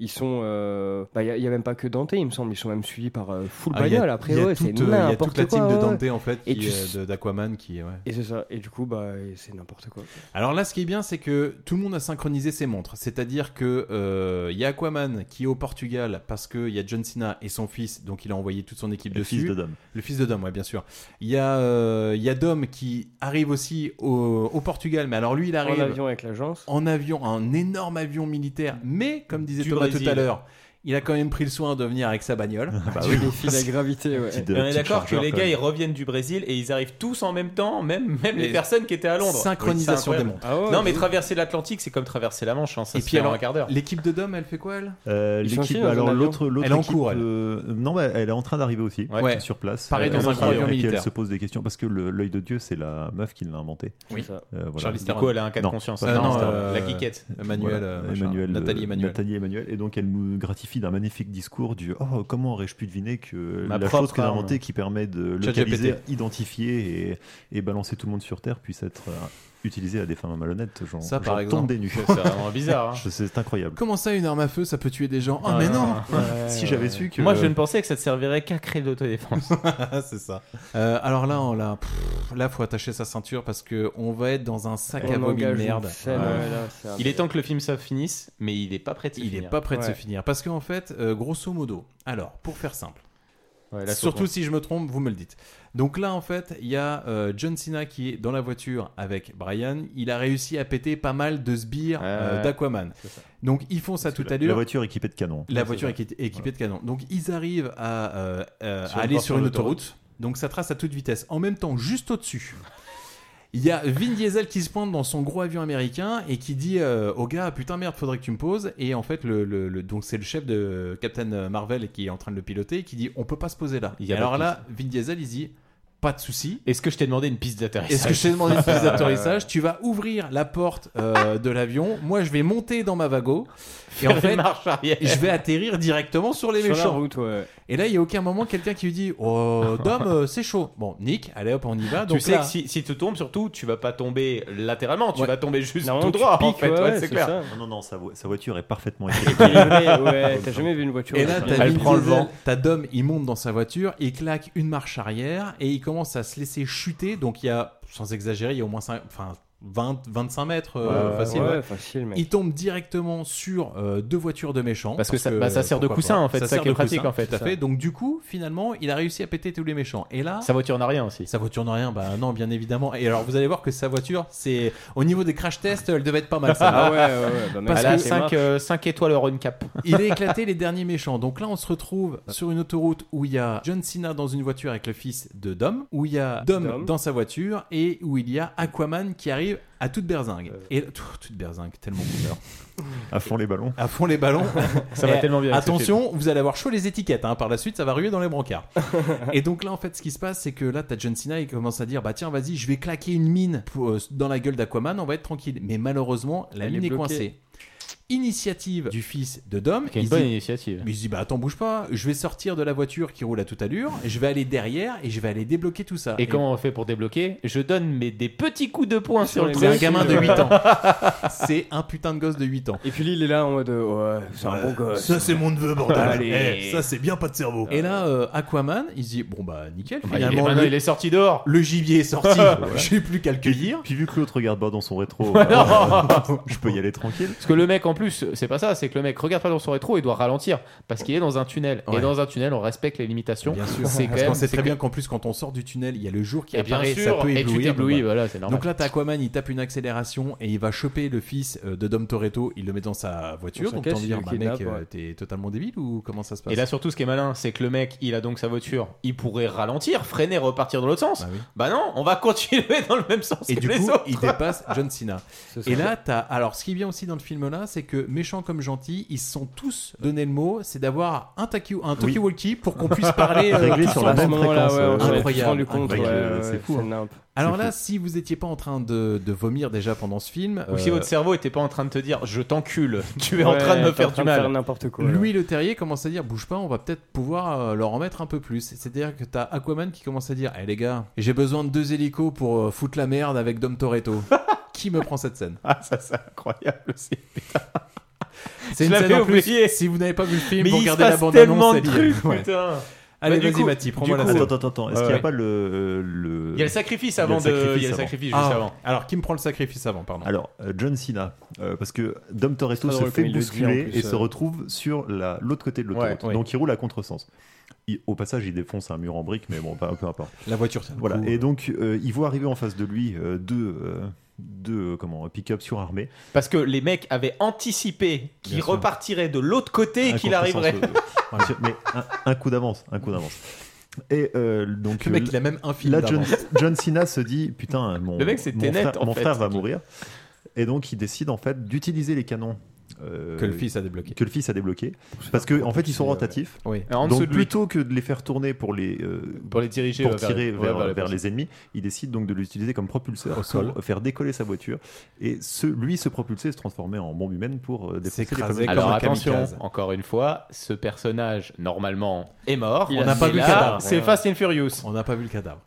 Ils sont. euh, bah, Il n'y a, même pas que Dante, il me semble. Ils sont même suivis par euh, full Ah, il y a- bagnole après. il y a ouais, toute, c'est euh, il y a toute n'importe la team quoi, de ouais, Dante ouais. en fait, Et qui, tu euh, s- de- d'Aquaman qui. ouais. Et c'est ça. Et du coup, bah, c'est n'importe quoi. Alors là, ce qui est bien, c'est que tout le monde a synchronisé ses montres. C'est-à-dire que euh, il y a Aquaman qui est au Portugal parce qu'il y a John Cena et son fils, donc il a envoyé toute son équipe Le dessus. fils de Dom. Le fils de Dom, ouais, bien sûr. Il y a, euh, il y a Dom qui arrive aussi au, au Portugal, mais alors lui, il arrive [laughs] avion avec l'agence. en avion, un énorme avion militaire. Mais comme disait Du Thomas tout Brésil. à l'heure, il a quand même pris le soin de venir avec sa bagnole. Bah Tu oui. [laughs] défies la gravité, ouais. Petite, Et on est d'accord que les gars ils reviennent du Brésil et ils arrivent tous en même temps, même, même les Et personnes qui étaient à Londres. synchronisation C'est incroyable. des montres. Ah ouais, non, ouais. mais traverser l'Atlantique c'est comme traverser la Manche, hein, ça Et se puis fait en alors, un quart d'heure. L'équipe de Dom, elle fait quoi elle Euh, Ils sont l'équipe, aussi dans un alors avion l'autre, l'autre Elle est en équipe, cours, elle. euh, non, bah, elle est en train d'arriver aussi Ouais. sur place. Pareil, dans un et- grand avion et puis Elle militaire. se pose des questions parce que le- l'œil de Dieu, c'est la meuf qui l'a inventé. Oui. Euh, Charlize Du Theron. coup, Non, pas Ah, Euh, Charlize non, Theron. euh, La [laughs] Kikette. Emmanuel, voilà, euh, machin. Emmanuel, Nathalie euh, Emmanuel. Nathalie Emmanuel. Et donc, elle nous gratifie d'un magnifique discours du Oh, comment aurais-je pu deviner que Ma la propre chose qu'elle a arme. inventée qui permet de Chat localiser, GPT. identifier et, et balancer tout le monde sur Terre puisse être euh, utilisée à des fins malhonnêtes Genre, Ça, par j'en exemple. tombe des nues. [laughs] C'est vraiment bizarre, hein. Je- C'est incroyable. Comment ça, une arme à feu, ça peut tuer des gens Oh, mais non [laughs] Si j'avais su que- Moi je euh, ne pensais que ça ne servirait qu'à créer de l'autodéfense. Ah, [laughs] c'est ça. Euh, alors là, on l'a. pff, Là, faut attacher sa ceinture parce que on va être dans un sac à On vomi de engage une merde. scène, euh, Ouais. ouais, là, c'est un- Il est temps que le film se finisse, mais il n'est pas prêt de se Il finir. est pas prêt de se Ouais. finir parce qu'en fait, euh, grosso modo. Alors, pour faire simple. Ouais, là, faut Surtout qu'on- si je me trompe, vous me le dites. Donc là, en fait, il y a euh, John Cena qui est dans la voiture avec Brian. Il a réussi à péter pas mal de sbires euh, ouais. d'Aquaman. C'est ça. Donc ils font ça Parce que tout la- à l'heure. la voiture équipée de [laughs] canons. La Ouais, voiture c'est ça. équi- équipée de canons. Donc ils arrivent à, euh, euh, Sur à une aller portion sur une d'autoroute. autoroute. Donc ça trace à toute vitesse. En même temps, juste au-dessus, il y a Vin Diesel qui se pointe dans son gros avion américain et qui dit euh, au gars putain merde faudrait que tu me poses et en fait le, le- le- donc c'est le chef de Captain Marvel qui est en train de le piloter et qui dit on peut pas se poser là. Il y a Et alors pas de là Vin Diesel il dit pas de souci. Est-ce que je t'ai demandé une piste d'atterrissage Est-ce que je t'ai demandé une piste [laughs] d'atterrissage Tu vas ouvrir la porte euh, de l'avion. Moi, je vais monter dans ma vago. Et Faire en une fait, marche arrière. je vais atterrir directement sur les Sur la méchants. route, Et là, il n'y a aucun moment quelqu'un qui lui dit Oh, Dom, euh, c'est chaud. Bon, Nick, allez hop, on y va. Donc tu sais là- que si, si tu tombes surtout, tu vas pas tomber latéralement, tu Ouais. vas tomber juste Normalement, tout tu droit en piques, fait, ouais, ouais, ouais, c'est c'est clair. ça. Non, non, non, sa, vo- sa voiture [laughs] est parfaitement équilibrée. Équilibrée, ouais, t'as jamais vu une voiture Et là, aussi. t'as Elle Vin prend le Diesel, vent. T'as Dom, il monte dans sa voiture, il claque une marche arrière et il commence à se laisser chuter. Donc il y a, sans exagérer, il y a au moins cinq- enfin, 20, 25 mètres euh, Ouais, facile. ouais, facile, mec. Il tombe directement sur euh, deux voitures de méchants. Parce que ça- bah, ça sert de pourquoi coussin, pas. en fait, ça sert qui est de pratique, coussin, en fait. Tout à Ça. fait. Donc du coup, finalement, il a réussi à péter tous les méchants. Et là, Sa voiture n'a rien aussi. Sa voiture n'a rien, bah non, bien évidemment. Et alors vous allez voir que sa voiture, c'est au niveau des crash tests, elle devait être pas mal. [laughs] celle-là. Ah ouais, ouais, ouais, bah, mec, Parce elle a que cinq, euh, cinq étoiles au run cap. il a éclaté les derniers méchants. Donc là, on se retrouve sur une autoroute où il y a John Cena dans une voiture avec le fils de Dom, où il y a Dom, Dom. dans sa voiture et où il y a Aquaman qui arrive à toute berzingue. Et tout- toute berzingue, tellement couleur. À fond les ballons. À fond les ballons. Ça Eh, va Et tellement bien avec ce Attention, vous allez avoir chaud les étiquettes. hein. Par la suite, ça va ruer dans les brancards. et donc là, en fait, ce qui se passe, c'est que là, t'as John Cena, il commence à dire Bah tiens, vas-y, je vais claquer une mine pour- euh, dans la gueule d'Aquaman, on va être tranquille. Mais malheureusement, la Elle mine est est, bloquée. coincée. Initiative du fils de Dom. Qui est une Il bonne dit- initiative. Mais il se dit Bah attends, bouge pas, je vais sortir de la voiture qui roule à toute allure, je vais aller derrière et je vais aller débloquer tout ça. Et comment on fait pour débloquer Je donne mes, des petits coups de poing sur, euh, le C'est truc. un gamin de 8 [laughs] ans. [laughs] C'est un putain de gosse de 8 ans. Et puis lui, il est là en mode euh, Ouais, c'est un bon gosse. Allez. Eh, c'est bien pas de cerveau. Et là, euh, Aquaman, il se dit Bon bah nickel, Bah, il est- finalement. maintenant, le- il est sorti dehors. Le gibier est [laughs] sorti. Voilà. J'ai plus qu'à le cueillir. Puis vu que l'autre regarde pas dans son rétro, [laughs] Ouais, euh, [laughs] [laughs] non. je peux y aller tranquille. Parce que le mec, en plus, c'est pas ça, c'est que le mec regarde pas dans son rétro, il doit ralentir parce qu'il est dans un tunnel. Et Ouais. dans un tunnel, on respecte les limitations. Bien sûr, c'est quand parce qu'on même. sait c'est très que- bien qu'en plus, quand on sort du tunnel, il y a le jour qui Et bien apparaît, sûr, ça peut et tu éblouir. t'éblouis, donc voilà, c'est normal. Donc là, t'as Aquaman, il tape une accélération et il va choper le fils euh, de Dom Toretto, il le met dans sa voiture. Dans sa Donc caisse, t'as envie de il dire, le bah, kidnappe, mec, euh, ouais. t'es totalement débile ou comment ça se passe Et là, surtout, ce qui est malin, c'est que le mec, il a donc sa voiture, il pourrait ralentir, freiner, repartir dans l'autre sens. Bah, non, on va [laughs] continuer dans le même sens Et que du les coup, autres. il dépasse John [laughs] Cena. ça. Et là, t'as. Alors, ce qui est bien aussi dans le film là, c'est que méchants comme gentils, ils se sont tous donné le mot, c'est d'avoir un talkie, un Oui. walkie pour qu'on puisse parler. euh, Réglé tous sur la ensemble. même fréquence, ouais, on s'en est tous incroyable. rendu compte, incroyable. ouais, ouais, C'est ouais, fou, c'est hein. nimp. Alors C'est là, fou. si vous étiez pas en train de, de vomir déjà pendant ce film, Ou si euh, votre cerveau était pas en train de te dire, je t'encule, [laughs] tu es en train de me faire du mal. Louis Le Terrier commence à dire bouge pas, on va peut-être pouvoir euh, leur en mettre un peu plus. C'est-à-dire que t'as Aquaman qui commence à dire Eh les gars, j'ai besoin de deux hélicos pour euh, foutre la merde avec Dom [laughs] Toretto. qui me prend cette scène Ah, ça, c'est incroyable aussi, putain. [laughs] C'est Je une l'avais scène en plus. oublié. Si vous n'avez pas vu le film, Mais vous il se regardez la passe bande-annonce. tellement de elle y est. trucs, putain. Allez, Bah, du vas-y, coup- Mathie, prends-moi du la coup, scène. attends, attends, attends, est-ce qu'il n'y a pas le, le- Il y a le sacrifice Il y a avant le de- il y a sacrifice le avant. sacrifice juste Ah, avant. Alors, qui me prend le sacrifice avant, pardon Alors, euh, John Cena, euh, parce que Dom Toretto C'est se drôle fait comme il le dit, en bousculer plus, et euh. se retrouve sur la- l'autre côté de l'autoroute. Ouais, ouais. Donc, il roule à contresens. Il- au passage, il défonce un mur en brique, mais bon, pas- peu importe. La voiture, ça le Voilà. coup. Et donc, euh, il voit arriver en face de lui euh, deux, euh, deux euh, comment, pick-up surarmés. Parce que les mecs avaient anticipé qu'il Bien sûr. repartirait de l'autre côté et Un qu'il contresens, arriverait. euh, ouais, mais un, un coup d'avance, un coup d'avance. Et euh, donc Le mec, euh, il a même un film Là, John, d'avance. John Cena se dit putain, mon, Le mec, c'est mon Tenet, frère, en mon fait. frère va mourir. Et donc, il décide en fait d'utiliser les canons. euh, Que le fils a débloqués. Que le fils a débloqué. Parce que en fait, ils sont rotatifs. Oui. En dessous Donc de lui. plutôt que de les faire tourner pour les euh, Pour les diriger, pour ouais, vers- tirer ouais, vers, vers les vers prochains. les ennemis, il décide donc de l'utiliser comme propulseur Au pour sol. faire décoller sa voiture. Et ce, lui, se propulser, et se transformer en bombe humaine pour euh, défoncer les Écrasé premiers Alors camions attention, kamikazes. encore une fois, ce personnage normalement est mort. On n'a pas vu vu le cadavre. C'est Fast and Furious. On n'a pas vu le cadavre.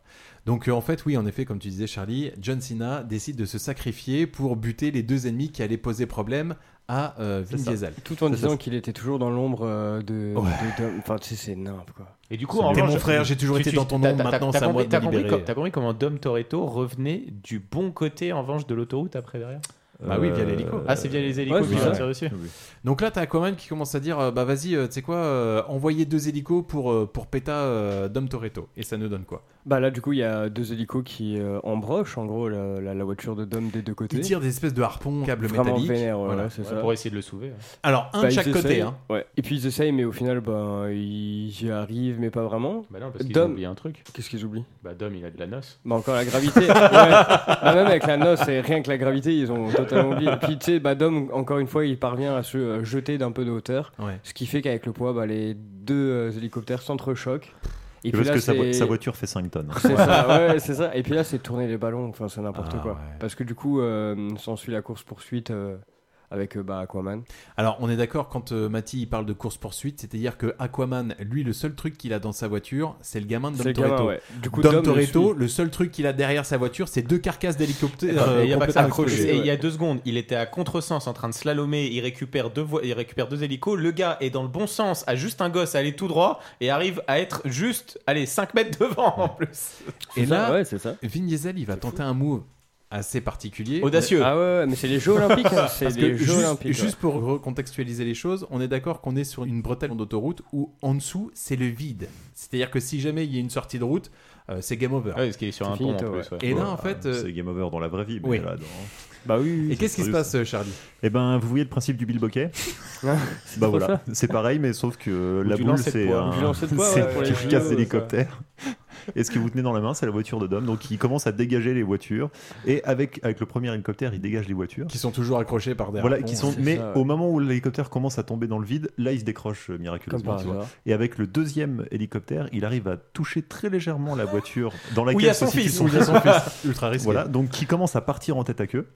Donc euh, en fait, oui, en effet, comme tu disais, Charlie, John Cena décide de se sacrifier pour buter les deux ennemis qui allaient poser problème à euh, Vin Diesel. Tout en disant qu'il était toujours dans l'ombre euh, de. de- de- Enfin, tu sais, c'est n'importe quoi. Et du coup, en T'es revanche, mon frère, j'ai toujours tu- été tu- dans ton t'as- ombre, t'as- maintenant, t'as c'est à moi de compris- me t'as compris libérer. co- T'as compris comment Dom Toretto revenait du bon côté en revanche de l'autoroute après derrière euh, Bah oui, via l'hélico. Ah, c'est via les hélicos qui ont tiré dessus. Donc là, t'as Aquaman qui commence à dire euh, Bah vas-y, euh, tu sais quoi, euh, envoyez deux hélicos pour, euh, pour péta euh, Dom Toretto. Et ça nous donne quoi Bah là, du coup, il y a deux hélicos qui euh, embrochent en gros la, la- la voiture de Dom des deux côtés. Ils tirent des espèces de harpons, câbles Vraiment métalliques. vénère, ouais, Voilà. ouais, c'est Ouais, ça. Bah, pour essayer de le sauver, hein. ouais. Alors, un de ils chaque côté, essayent, hein. ouais. Et puis ils essayent, mais au final, ben, ils y arrivent, mais pas vraiment. Bah non, parce qu'ils ont Dom- oublié un truc. Qu'est-ce qu'ils oublient Bah Dom, il a de la noce. Bah encore la gravité. [laughs] ouais. Bah, même avec la noce et rien que la gravité, ils ont totalement oublié. Puis tu sais, bah, Dom, encore une fois, il parvient à se euh, jeter d'un peu de hauteur. Ouais. Ce qui fait qu'avec le poids, bah, les deux euh, hélicoptères s'entrechoquent. Et parce que sa vo- c'est- sa voiture fait 5 tonnes. [laughs] C'est ça, ouais, c'est ça. Et puis là, c'est tourner les ballons, enfin, c'est n'importe Ah, quoi. ouais. Parce que du coup, euh, s'ensuit la course-poursuite euh, avec euh, bah, Aquaman. Alors, on est d'accord, quand euh, Matty il parle de course-poursuite, c'est-à-dire que Aquaman, lui, le seul truc qu'il a dans sa voiture, c'est le gamin de C'est Dom le gamin, Toretto. ouais. Du coup, Dom, Dom le Toretto, suit. le seul truc qu'il a derrière sa voiture, c'est deux carcasses d'hélicoptères. Et euh, Eh ben, il y a pas que ça. complètement explosées. Et il y a deux secondes, il était à contresens en train de slalomer, il récupère deux voies, il récupère deux hélicos, le gars est dans le bon sens, a juste un gosse à aller tout droit et arrive à être juste, allez, 5 mètres devant en plus. Et là, Euh. Vin Diesel, il va tenter un move assez particulier. Audacieux. Ah ouais, ouais, mais c'est les Jeux Olympiques, hein, c'est Parce les que Jeux juste, Olympiques, Juste ouais. pour recontextualiser les choses, on est d'accord qu'on est sur une bretelle d'autoroute où en dessous, c'est le vide. C'est-à-dire que si jamais il y a une sortie de route, euh, c'est game over. Ah oui, parce qu'il est sur C'est un pont, en finito, plus, ouais. ouais. Et là, Ouais, en fait. euh, C'est game over dans la vraie vie. mais oui. là, dans- Bah oui. Et qu'est-ce qui se passe, euh, Charlie Eh ben, vous voyez le principe du Bill Bokeh C'est Bah trop voilà, ça. c'est pareil, mais sauf que euh, Ou la du boule, lancer de c'est poids. un Ou du lancer de poids, [laughs] c'est ouais, pour les qui casse JO, l'hélicoptère. Et ce que vous tenez dans la main, c'est la voiture de Dom. Donc, il commence à dégager les voitures. Et avec, avec le premier hélicoptère, il dégage les voitures. Qui sont toujours accrochées par des Voilà, harpons, qui sont. c'est Mais ça, ouais. au moment où l'hélicoptère commence à tomber dans le vide, là, il se décroche euh, miraculeusement. Comme par tu vois. hasard. Et avec le deuxième hélicoptère, il arrive à toucher très légèrement la voiture dans laquelle Où il y a se son situe fils. son Où il y a son fils. [laughs] Ultra risqué. Voilà, donc qui commence à partir en tête à queue.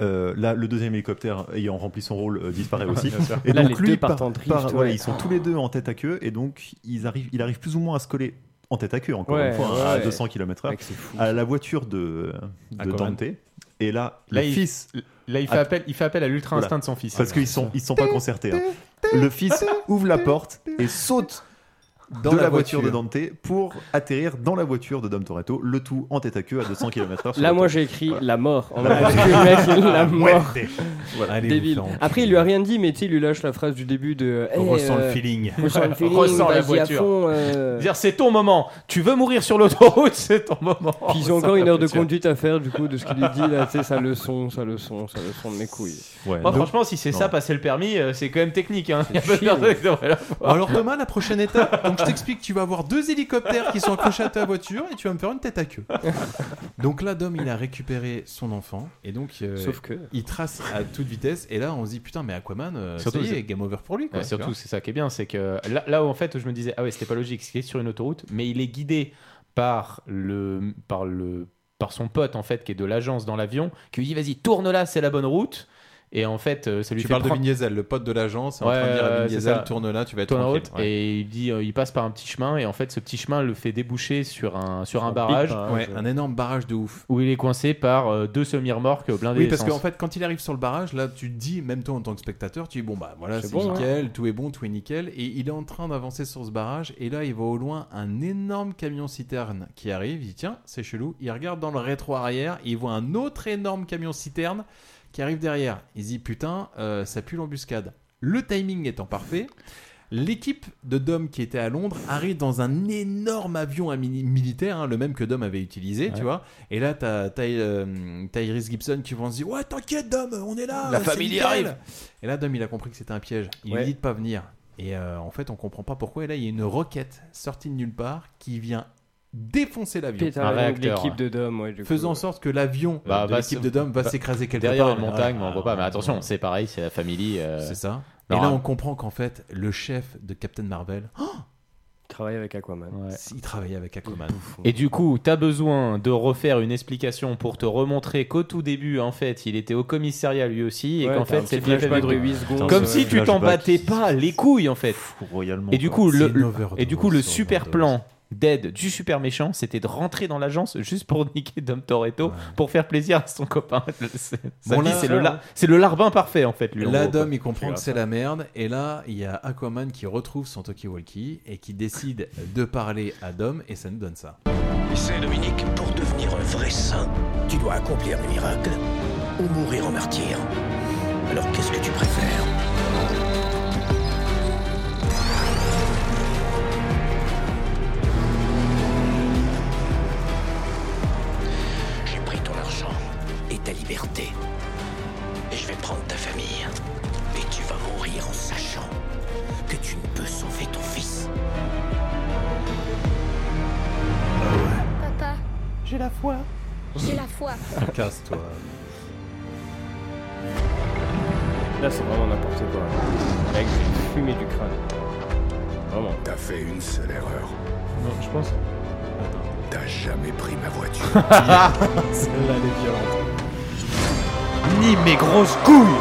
Euh, là, le deuxième hélicoptère, ayant rempli son rôle, euh, [laughs] disparaît aussi. Bien sûr. Et Là, donc les lui, deux par- partent en drift, par- voilà, ouais. ils sont tous les deux en tête à queue, et donc ils arrivent, il arrive plus ou moins à se coller en tête à queue, encore Ouais, une fois, ouais, à ouais. 200 km/h, Mec, c'est fou. à la voiture de, de Aquaman. Dante. Et là, Là, le il- fils. là, il fait Att- appel- il fait appel à l'ultra instinct de son fils. Parce Ah, qu'ils sont, ils sont pas concertés. hein. Le fils ouvre la porte et saute Dans de la la, voiture. de voiture. Dante pour atterrir dans la voiture de Dom Toretto, le tout en tête à queue à 200 km/h. Là, moi, j'ai écrit la mort. En La [laughs] mort. vrai, parce que le mec, il- la mort. Muerte. Voilà. Allez vous Débile. Ah, faire enculer. Après, il lui a rien dit, mais tu sais, il lui lâche la phrase du début de. eh, Ressens le euh, feeling. [laughs] Ressens le feeling. Ressens la vas-y à voiture. fond, euh. dire c'est ton moment. Tu veux mourir sur l'autoroute, c'est ton moment. Puis ils ont encore une heure de conduite à faire, du coup, de ce qu'il lui dit là, tu sais, sa leçon, sa leçon, sa leçon de mes couilles. Moi, franchement, si c'est ça, passer le permis, euh, c'est quand même technique. Hein. Il y a pas de chiant. personne qui devrait l'avoir. Alors Thomas, la prochaine étape, donc je t'explique, tu vas avoir deux hélicoptères qui sont accrochés à ta voiture et tu vas me faire une tête à [laughs] queue. Donc là, Dom, il a récupéré son enfant et donc euh, Sauf que- il trace à toute vitesse et là on se dit putain mais Aquaman, euh, ça y est, c'est- game over pour lui. Quoi, Ouais, tu Bah, surtout, vois. c'est ça qui est bien, c'est que là, là où en fait je me disais ah ouais c'était pas logique, c'était sur une autoroute, mais il est guidé par le par le par son pote en fait qui est de l'agence dans l'avion qui lui dit vas-y tourne là c'est la bonne route et en fait euh, ça lui tu fait parles prendre- de Vin Diesel, le pote de l'agence, en train de dire à Vin ouais, c'est Diesel, ça. tourne là, tu vas être Tourne en tranquille. route, Ouais. Et il dit, euh, il passe par un petit chemin et en fait ce petit chemin le fait déboucher sur un sur un, Un hein. barrage, big hein, barrage. Ouais, un énorme barrage de ouf. où il est coincé par euh, deux semi-remorques blindées. Oui, parce d'essence. qu'en fait, quand il arrive sur le barrage, là, tu te dis, même toi en tant que spectateur, tu dis, bon, bah voilà, C'est c'est bon, hein. nickel, tout est bon, tout est nickel. Et il est en train d'avancer sur ce barrage, et là, il voit au loin un énorme camion citerne qui arrive. Il dit, tiens, c'est chelou. Il regarde dans le rétro arrière, et il voit un autre énorme camion citerne qui arrive derrière. Il se dit, putain, euh, ça pue l'embuscade. Le timing étant parfait. L'équipe de Dom qui était à Londres arrive dans un énorme avion à mini- militaire, hein, le même que Dom avait utilisé, tu Ouais. vois. Et là, t'as t'as, euh, Tyrese Gibson qui vont se dire Ouais, t'inquiète, Dom, on est là La c'est famille nickel. arrive. Et là, Dom, il a compris que c'était un piège. Il Ouais. lui dit de pas venir. Et euh, en fait, on comprend pas pourquoi. Et là, il y a une roquette sortie de nulle part qui vient défoncer l'avion. Péter Un l'avion de réacteur, hein. l'équipe ouais. de Dom, ouais, du coup. Faisant en sorte que l'avion Bah, de va l'équipe se- de Dom va va- s'écraser quelque derrière part. une montagne, mais on voit pas. Mais attention, c'est pareil, c'est la famille. Ah, euh, C'est ça. Euh, Et là, on comprend qu'en fait, le chef de Captain Marvel, Oh. Travailler avec Aquaman. il travaillait avec Aquaman. Et du coup, t'as besoin de refaire une explication pour te remontrer qu'au tout début, en fait, il était au commissariat lui aussi, et Ouais, qu'en t'as un fait, c'est petit le flashback flashback de du- huit secondes, Comme euh, si tu t'en flashback battais pas les couilles, en fait. Et du coup, le, le- et du coup, le super plan d'aide du super méchant, c'était de rentrer dans l'agence juste pour niquer Dom Toretto, pour faire plaisir à son copain. [laughs] C'est- Sa Bon, vie, là- c'est le, la- c'est le larbin parfait, en fait, lui. en Là, gros, quoi. Dom, il comprend que c'est la merde. Et là, il y a Aquaman qui retrouve son Tokiwalki et qui décide de parler à Dom. Et ça nous donne ça. Ici, Dominique, pour devenir un vrai saint, tu dois accomplir le miracle ou mourir en martyr. Alors qu'est-ce que tu préfères J'ai pris ton argent et ta liberté. Et je vais prendre ta famille. Et tu vas mourir en sachant que tu ne peux sauver ton fils. Papa, J'ai la foi. j'ai la foi. Casse-toi. Là, c'est vraiment n'importe quoi. Mec, j'ai fumé du crâne. Vraiment. T'as fait une seule erreur. Non, je pense. T'as jamais pris ma voiture. Celle-là, elle est violente. Ni mes grosses couilles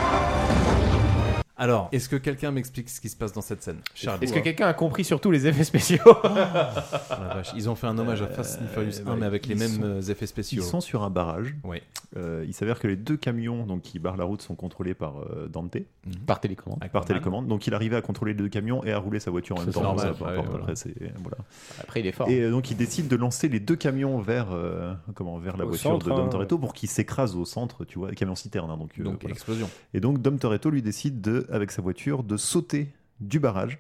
Alors, est-ce que quelqu'un m'explique ce qui se passe dans cette scène Charlie. Est-ce que quelqu'un a compris surtout les effets spéciaux Oh la vache, Ils ont fait un hommage à Euh, Fast and Furious 1, mais avec les Ils mêmes sont- euh, effets spéciaux. Ils sont sur un barrage. Euh, il s'avère que les deux camions donc, qui barrent la route sont contrôlés par euh, Dante. Par télécommande. Par télécommande. Donc il arrivait à contrôler les deux camions et à rouler sa voiture en Ça, même c'est temps. normal. peu Ouais, importe, voilà. après, c'est- voilà. Après, il est fort. Et euh, donc il décide de lancer les deux camions vers, euh, comment, vers la Au voiture centre, de Dom hein, Toretto ouais. pour qu'il s'écrase au centre, tu vois, camion citerne. hein, donc euh, Donc, voilà. explosion. Et donc Dom Toretto lui décide de, avec sa voiture, de sauter du barrage.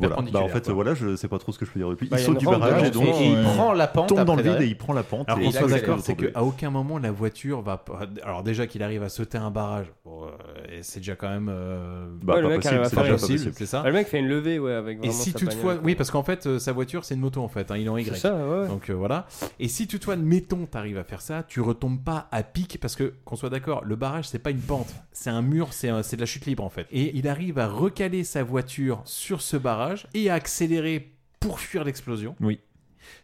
Voilà. Bah, Perpendiculaire, en fait, quoi. euh, voilà, je sais pas trop ce que je peux dire depuis. Bah, il il y a saute une du rampe barrage devant, et donc et il euh, prend la pente tombe dans le après, vide là. et il prend la pente. Alors et qu'on il soit accélère d'accord, autour c'est de lui. qu'à aucun moment la voiture va. pas- Alors déjà qu'il arrive à sauter un barrage, bon, euh, et c'est déjà quand même. euh, Bah, pas le mec possible, arrive à c'est faire déjà une- possible, c'est ça. Ah, le mec fait une levée, ouais, avec Et vraiment si sa toutefois, bagnole. oui, parce qu'en fait, euh, sa voiture, c'est une moto en fait, hein, il est en Y. C'est ça, ouais. Donc euh, voilà. Et si toutefois, mettons, t'arrives à faire ça, tu retombes pas à pic, parce que qu'on soit d'accord, le barrage, c'est pas une pente, c'est un mur, c'est un- c'est de la chute libre en fait. Et il arrive à recaler sa voiture sur ce barrage et à accélérer pour fuir l'explosion. Oui.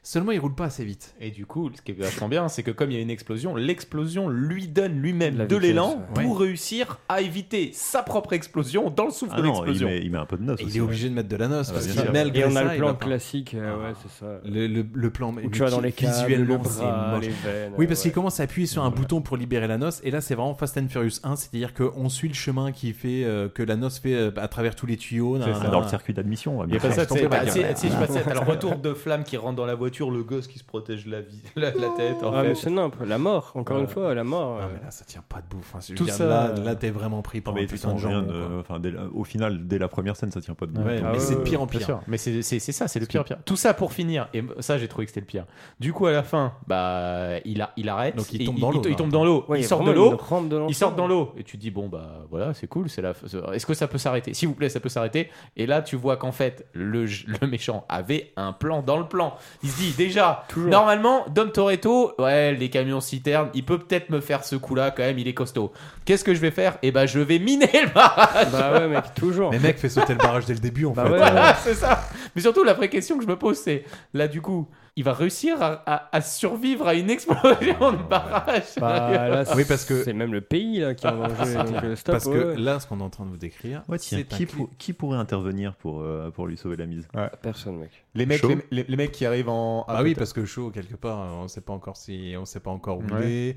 Seulement, il roule pas assez vite. Et du coup, ce qui est vachement bien, c'est que comme il y a une explosion, l'explosion lui donne lui-même de vitesse, l'élan ouais. pour réussir à éviter sa propre explosion dans le souffle Ah de non, il l'explosion. met, il met un peu de noce. Et il aussi, est ouais. obligé de mettre de la noce, Ah, parce bah, que bien sûr. malgré Et on a ça, le il plan va pas. Ah. classique, euh, ouais, c'est ça. Le, le- le plan Où tu vas dans les câbles, visuellement, le bras, c'est moche. les veines, oui, parce ouais. qu'il commence à appuyer sur un bouton pour libérer la noce. Et là, c'est vraiment Fast and Furious 1, c'est-à-dire qu'on suit le chemin qui fait euh, que la noce fait euh, à travers tous les tuyaux. C'est nan, ça. nan, Dans nan. le circuit d'admission, on va Il y a bien pas ça, faire. tu sais, Tomber bah, par si, terre. si je passais, [laughs] t'as le retour de flamme qui rentre dans la voiture, le gosse qui se protège la, vie, [laughs] la, la tête. En Ah, mais fait. c'est nimple, la mort, encore une fois, la mort. euh. Non, Ah, mais là, ça tient pas debout. Enfin, je veux Tout dire, ça, là, euh, là, t'es vraiment pris Non, par mais un de toute putain façon, de rien jambon. ne- quoi. enfin, dès la- au final, dès la première scène, ça tient pas de Ah Ouais, ah mais c'est de pire en bien pire. sûr. Mais c'est c'est- c'est ça, c'est le pire en pire. Tout ça pour finir. Et ça, j'ai trouvé que c'était le pire. Du coup, à la fin, bah, il, a, il arrête. Donc, il Et tombe dans l'eau, Il, là. tombe dans l'eau. Ouais, il il y a sort de vraiment l'eau. une rampe de Il sort dans l'eau. Et tu te dis, bon, bah voilà, c'est cool. c'est la. Est-ce que ça peut s'arrêter S'il vous plaît, ça peut s'arrêter. Et là, tu vois qu'en fait, le, le méchant avait un plan dans le plan. Il se dit, déjà, normalement, Dom Toretto, ouais, les camions citernes, il peut peut-être me faire ce coup-là quand même. Il est costaud. Qu'est-ce que je vais faire Eh ben, je vais miner le barrage. Bah ouais, mec, toujours. Mais mec, fait sauter le barrage dès le début, en Bah fait. [laughs] ouais, voilà, [laughs] c'est ça. Mais surtout, la vraie question que je me pose, c'est là, du coup, il va réussir à, à- à survivre à une explosion de barrage. [laughs] Bah, là, Oui, parce que- c'est même le pays là qui est en [laughs] danger. donc, euh, stop, Parce ouais, que ouais. là, ce qu'on est en train de vous décrire, Ouais, tiens, c'est un qui, pour- qui pourrait intervenir pour, euh, pour lui sauver la mise Personne, mec. Les mecs, Chaud les, les- les mecs qui arrivent en. Ah, oui, parce que chaud quelque part, euh, on sait pas encore si on sait pas encore où il est.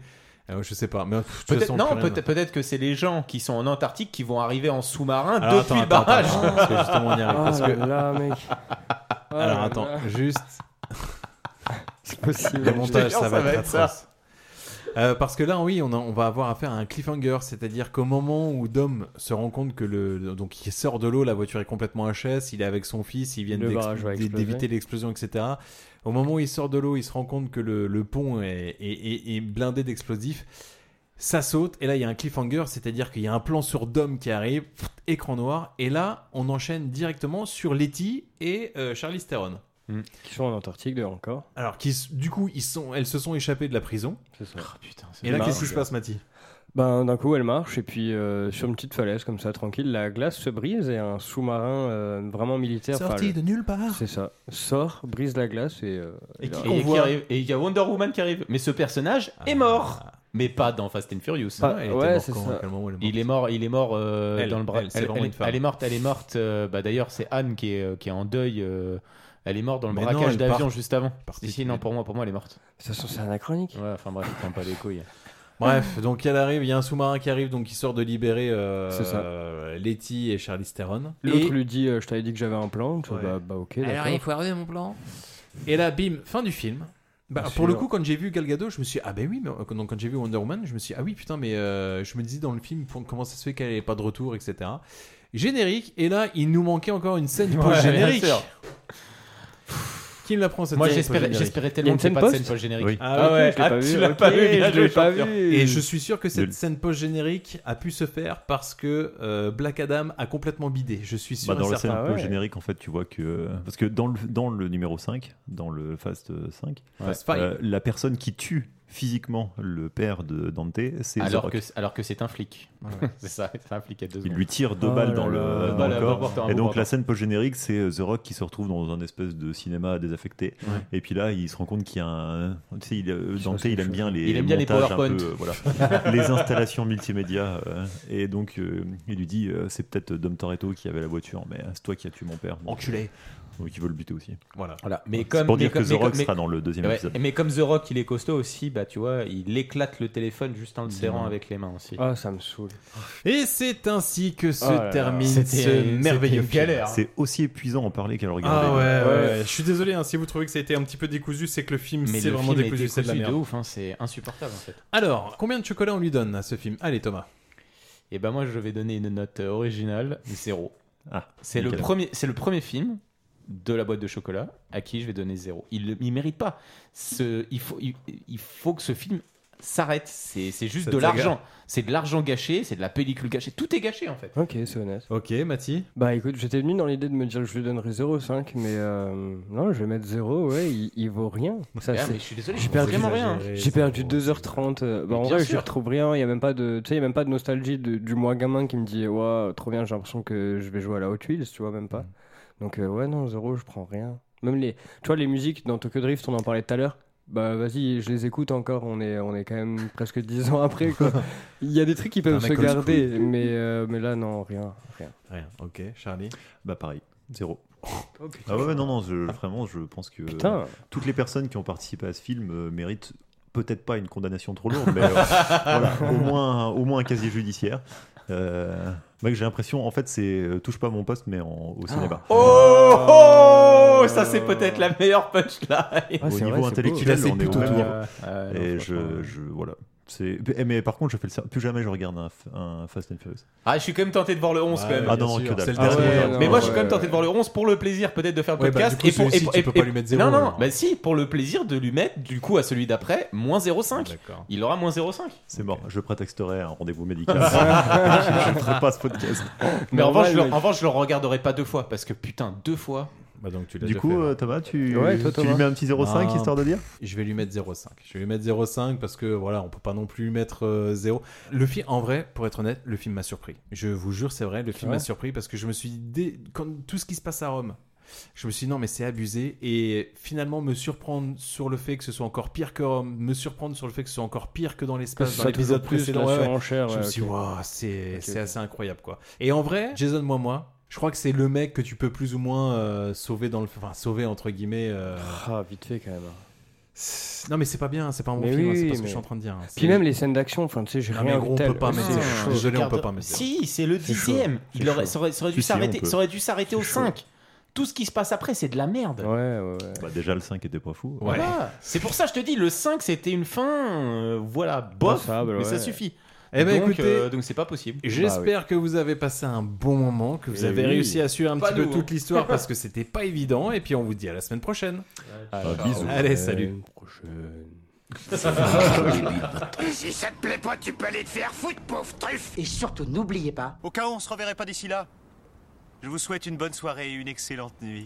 Euh, je sais pas. Mais de toute Peut-être, façon, non, plus rien. peut-être, peut-être que c'est les gens qui sont en Antarctique qui vont arriver en sous-marin Alors, depuis Ah, attends, le attends, barrage. attends, attends, parce que justement, on y arrive, Ah, parce Oh là que- là, mec. [laughs] Oh Alors là attends, là. juste. C'est possible. Le montage, Je te jure, ça va être atroce. Euh, parce que là, oui, on, a- on va avoir affaire à un cliffhanger, c'est-à-dire qu'au moment où Dom se rend compte que le. Donc, il sort de l'eau, la voiture est complètement HS, il est avec son fils, ils viennent Le d'ex- barrage va d'é- exploser. d'éviter l'explosion, etc. Au moment où il sort de l'eau, il se rend compte que le, le pont est, est- est- est blindé d'explosifs. Ça saute, et là, il y a un cliffhanger, c'est-à-dire qu'il y a un plan sur Dom qui arrive, pfft, écran noir, et là, on enchaîne directement sur Letty et euh, Charlize Theron. Qui sont en Antarctique d'ailleurs encore. Alors, qui, s- du coup, ils sont, elles se sont échappées de la prison. c'est Et là, marrant, qu'est-ce qui se ça. passe, Mathis Ben, d'un coup, elle marche, et puis euh, sur une petite falaise, comme ça, tranquille, la glace se brise et un sous-marin euh, vraiment militaire. Sorti de nulle part. C'est ça. Sort, brise la glace et. euh, Et, qui- là- et qui arrive- et il y a Wonder Woman qui arrive. Mais ce personnage Ah. est mort. Mais pas dans Fast and Furious. Pas- Elle était ouais, morte c'est quand- ça. à quel moment elle est morte Il est mort, il est mort euh, Elle, dans le bras. elle, c'est vraiment une femme. elle est morte, elle est morte. euh, bah, D'ailleurs, c'est Anne qui est, euh, qui est en deuil. euh, elle est morte dans le Mais non, braquage elle d'avion part- juste avant. partie Si, si, non, pour moi, pour moi, elle est morte. Ça façon, c'est anachronique. Ouais, enfin bref, prends pas les couilles. Bref, donc elle arrive, il y a un sous-marin qui arrive, donc il sort de libérer euh, C'est ça. euh, Letty et Charlize Theron. L'autre Et- lui dit euh, Je t'avais dit que j'avais un plan. Tu vois, bah, bah, ok. d'accord. regarder mon plan. Et là, bim, fin du film. Bah, Bien pour le sûr. coup, quand j'ai vu Gal Gadot, je me suis dit, ah ben oui, mais, euh, donc quand j'ai vu Wonder Woman, je me suis dit, ah oui, putain, mais euh, je me disais dans le film pour- comment ça se fait qu'elle n'est pas de retour, etc. Générique, et là, il nous manquait encore une scène [laughs] Ouais, post-générique. bien sûr. Qui me la prend cette Moi, scène j'espérais- post-générique j'espérais tellement Il y a une qu'il y ait scène pas de post scène post-générique. Oui. Ah, ok, je l'ai ah, pas tu vu, l'as ok, pas vu, je bien l'ai joué, pas champion. vu. Et je suis sûr que cette Le- scène post-générique a pu se faire parce que euh, Black Adam a complètement bidé. Je suis sûr Bah, dans et la scène certain. un peu générique, en fait, tu vois que. euh, Parce que dans le, dans le numéro 5, dans le Fast euh, 5, Fast Five. la personne qui tue physiquement le père de Dante, c'est The Alors Rock. que, alors que c'est un flic. [laughs] Ouais. c'est ça, c'est un flic à deux Il secondes. lui tire deux Oh balles là dans le, là. dans Bah, le là, corps. bah, bah, bah, et donc bah, la bah. scène post-générique, c'est euh, The Rock qui se retrouve dans un espèce de cinéma désaffecté. Et puis là, il se rend compte qu'il y a un. Tu sais, il, euh, Dante, il aime bien les. Il aime bien les montages un PowerPoint. peu, euh, voilà. [laughs] les installations multimédia. euh, et donc, euh, il lui dit euh, c'est peut-être Dom Toretto qui avait la voiture, mais euh, c'est toi qui as tué mon père. Donc, Enculé. euh, donc, il veut le buter aussi. Voilà. Voilà. Mais C'est comme, pour mais dire comme- que The mais Rock comme- sera dans le deuxième Ouais. épisode. Mais comme The Rock, il est costaud aussi, bah tu vois, il éclate le téléphone juste en Mm. le serrant Mmh. avec les mains aussi. Ah, ça me saoule. Et c'est ainsi que se Oh là là. termine C'était- ce c'était merveilleux une film. galère. hein. C'est aussi épuisant en parler qu'à le regarder. Ah ouais, ouais, Euh, ouais. je suis désolé hein, si vous trouvez que ça a été un petit peu décousu, c'est que le film Mais c'est le vraiment film est décousu, c'est de la décousu de merde. ouf, hein, c'est insupportable en fait. Alors, combien de chocolat on lui donne à ce film Allez Thomas. Et ben moi je vais donner une note euh, originale, zéro. Ah, c'est le nickel. premier, c'est le premier film de la boîte de chocolat à qui je vais donner zéro. Il, le- il mérite pas. Ce, il faut, il, il faut que ce film s'arrête. C'est, c'est juste Cette de saga. l'argent. C'est de l'argent gâché, c'est de la pellicule gâchée. Tout est gâché en fait. Ok, c'est honnête. Ok, Mathis Bah écoute, j'étais venu dans l'idée de me dire que je lui donnerais 0,5, mais euh, non, je vais mettre 0, ouais, il, il vaut rien. Ça, Ah, c'est- mais je suis désolé, j'ai vous perdu exagérez, hein. J'ai perdu 2h30. euh, bah, Mais en bien vrai, sûr. je retrouve rien, il n'y a, même pas de- tu sais, il y a même pas de nostalgie de- du moi gamin qui me dit, ouais, trop bien, j'ai l'impression que je vais jouer à la Hot Wheels, tu vois, même Mm. pas. Donc, euh, ouais, non, 0, je prends rien. Même les, tu vois, les musiques dans Tokyo Drift, on en parlait tout à l'heure. Bah vas-y, je les écoute encore, on est, on est quand même presque 10 ans après [laughs] quoi. Il y a des trucs qui peuvent Un se mec old school. garder, mais, euh, mais là non, rien, rien. Rien, ok, Charlie. Bah pareil, zéro. putain. ah ouais, non, euh, non, je- vraiment, je pense que Putain. toutes les personnes qui ont participé à ce film euh, méritent peut-être pas une condamnation trop [laughs] lourde, mais euh, voilà, au, moins, au moins un casier judiciaire. Euh, mec, j'ai l'impression, en fait, c'est euh, touche pas à mon poste, mais en- au cinéma. Ah. Oh, ça c'est peut-être la meilleure punchline. au niveau intellectuel, on est au même niveau. Ouais, non, Et franchement. je, je- voilà. C'est... eh, Mais par contre, je fais le... ser- plus jamais je regarde un, f- un Fast and Furious. Ah, je suis quand même tenté de voir le 11 Ouais, quand même. Ah non, bien que sûr, dalle. c'est le Ah dernier, ouais, genre. mais moi, Ouais, je suis quand même ouais. tenté de voir le 11 pour le plaisir peut-être de faire le Ouais, bah, podcast. du coup, pour, celui-ci, pour- tu peux pas lui mettre zéro, hein. Non, non, alors. bah si, pour le plaisir de lui mettre du coup à celui d'après, moins 0,5. Il aura moins 0,5. C'est mort, je prétexterai un rendez-vous [laughs] médical. je ne ferai pas ce podcast. Mais en revanche, je le- en revanche, je le regarderai pas deux fois parce que putain, deux fois. Bah donc tu Du coup, euh, Thomas, tu, tu lui mets un petit 0,5 histoire de dire Je vais lui mettre 0,5. Je vais lui mettre 0,5 parce que voilà, on peut pas non plus lui mettre euh, 0. Le film, en vrai, pour être honnête, le film m'a surpris. Je vous jure, c'est vrai, le film vrai m'a surpris parce que je me suis dit, dès- quand tout ce qui se passe à Rome, je me suis dit non, mais c'est abusé. Et finalement, me surprendre sur le fait que ce soit encore pire que Rome, me surprendre sur le fait que ce soit encore pire que dans Que l'espace, ce dans soit l'épisode toujours plus précédent, la ouais, ouais. surenchère, je me ouais, suis dit, ok. Waouh, c'est Ok, c'est ok. assez incroyable quoi. Et en vrai, Jason moi moi, je crois que c'est le mec que tu peux plus ou moins euh, sauver dans le enfin sauver entre guillemets euh, Ah, vite fait quand même. Non mais c'est pas bien, c'est pas un bon Mais film, hein, oui, c'est pas ce que mais- je suis en train de dire. hein. C'est- Puis même les scènes d'action, enfin tu sais, j'ai Ah, mais rien gros, on tel. peut pas mettre, C'est c'est chaud. chaud. Désolé, on peut pas mettre. Ah, Si, c'est le C'est chaud. dixième. Il C'est aurait, chaud. ça aurait, ça aurait dû Si, si, on s'arrêter. peut. ça aurait dû s'arrêter au 5. Tout ce qui se passe après, c'est de la merde. Ouais, ouais, ouais. Bah, déjà, le 5 était pas fou. Voilà. C'est pour ça que je te dis, le 5, c'était une fin, euh, voilà, bof, Passable, mais ça ouais. suffit. Eh ben, donc, écoutez, euh, donc c'est pas possible. bah J'espère que vous avez passé un bon moment, que vous Eh avez oui. réussi à suivre un Pas petit nous, peu hein. toute l'histoire [laughs] parce que c'était pas évident. Et puis on vous dit à la semaine prochaine. Ah, bisous. Allez, salut. Et si ça te plaît pas, tu peux aller te faire foutre, pauvre truffe Et surtout, n'oubliez pas. Au cas où on se reverrait pas d'ici là, je vous souhaite une bonne soirée et une excellente nuit.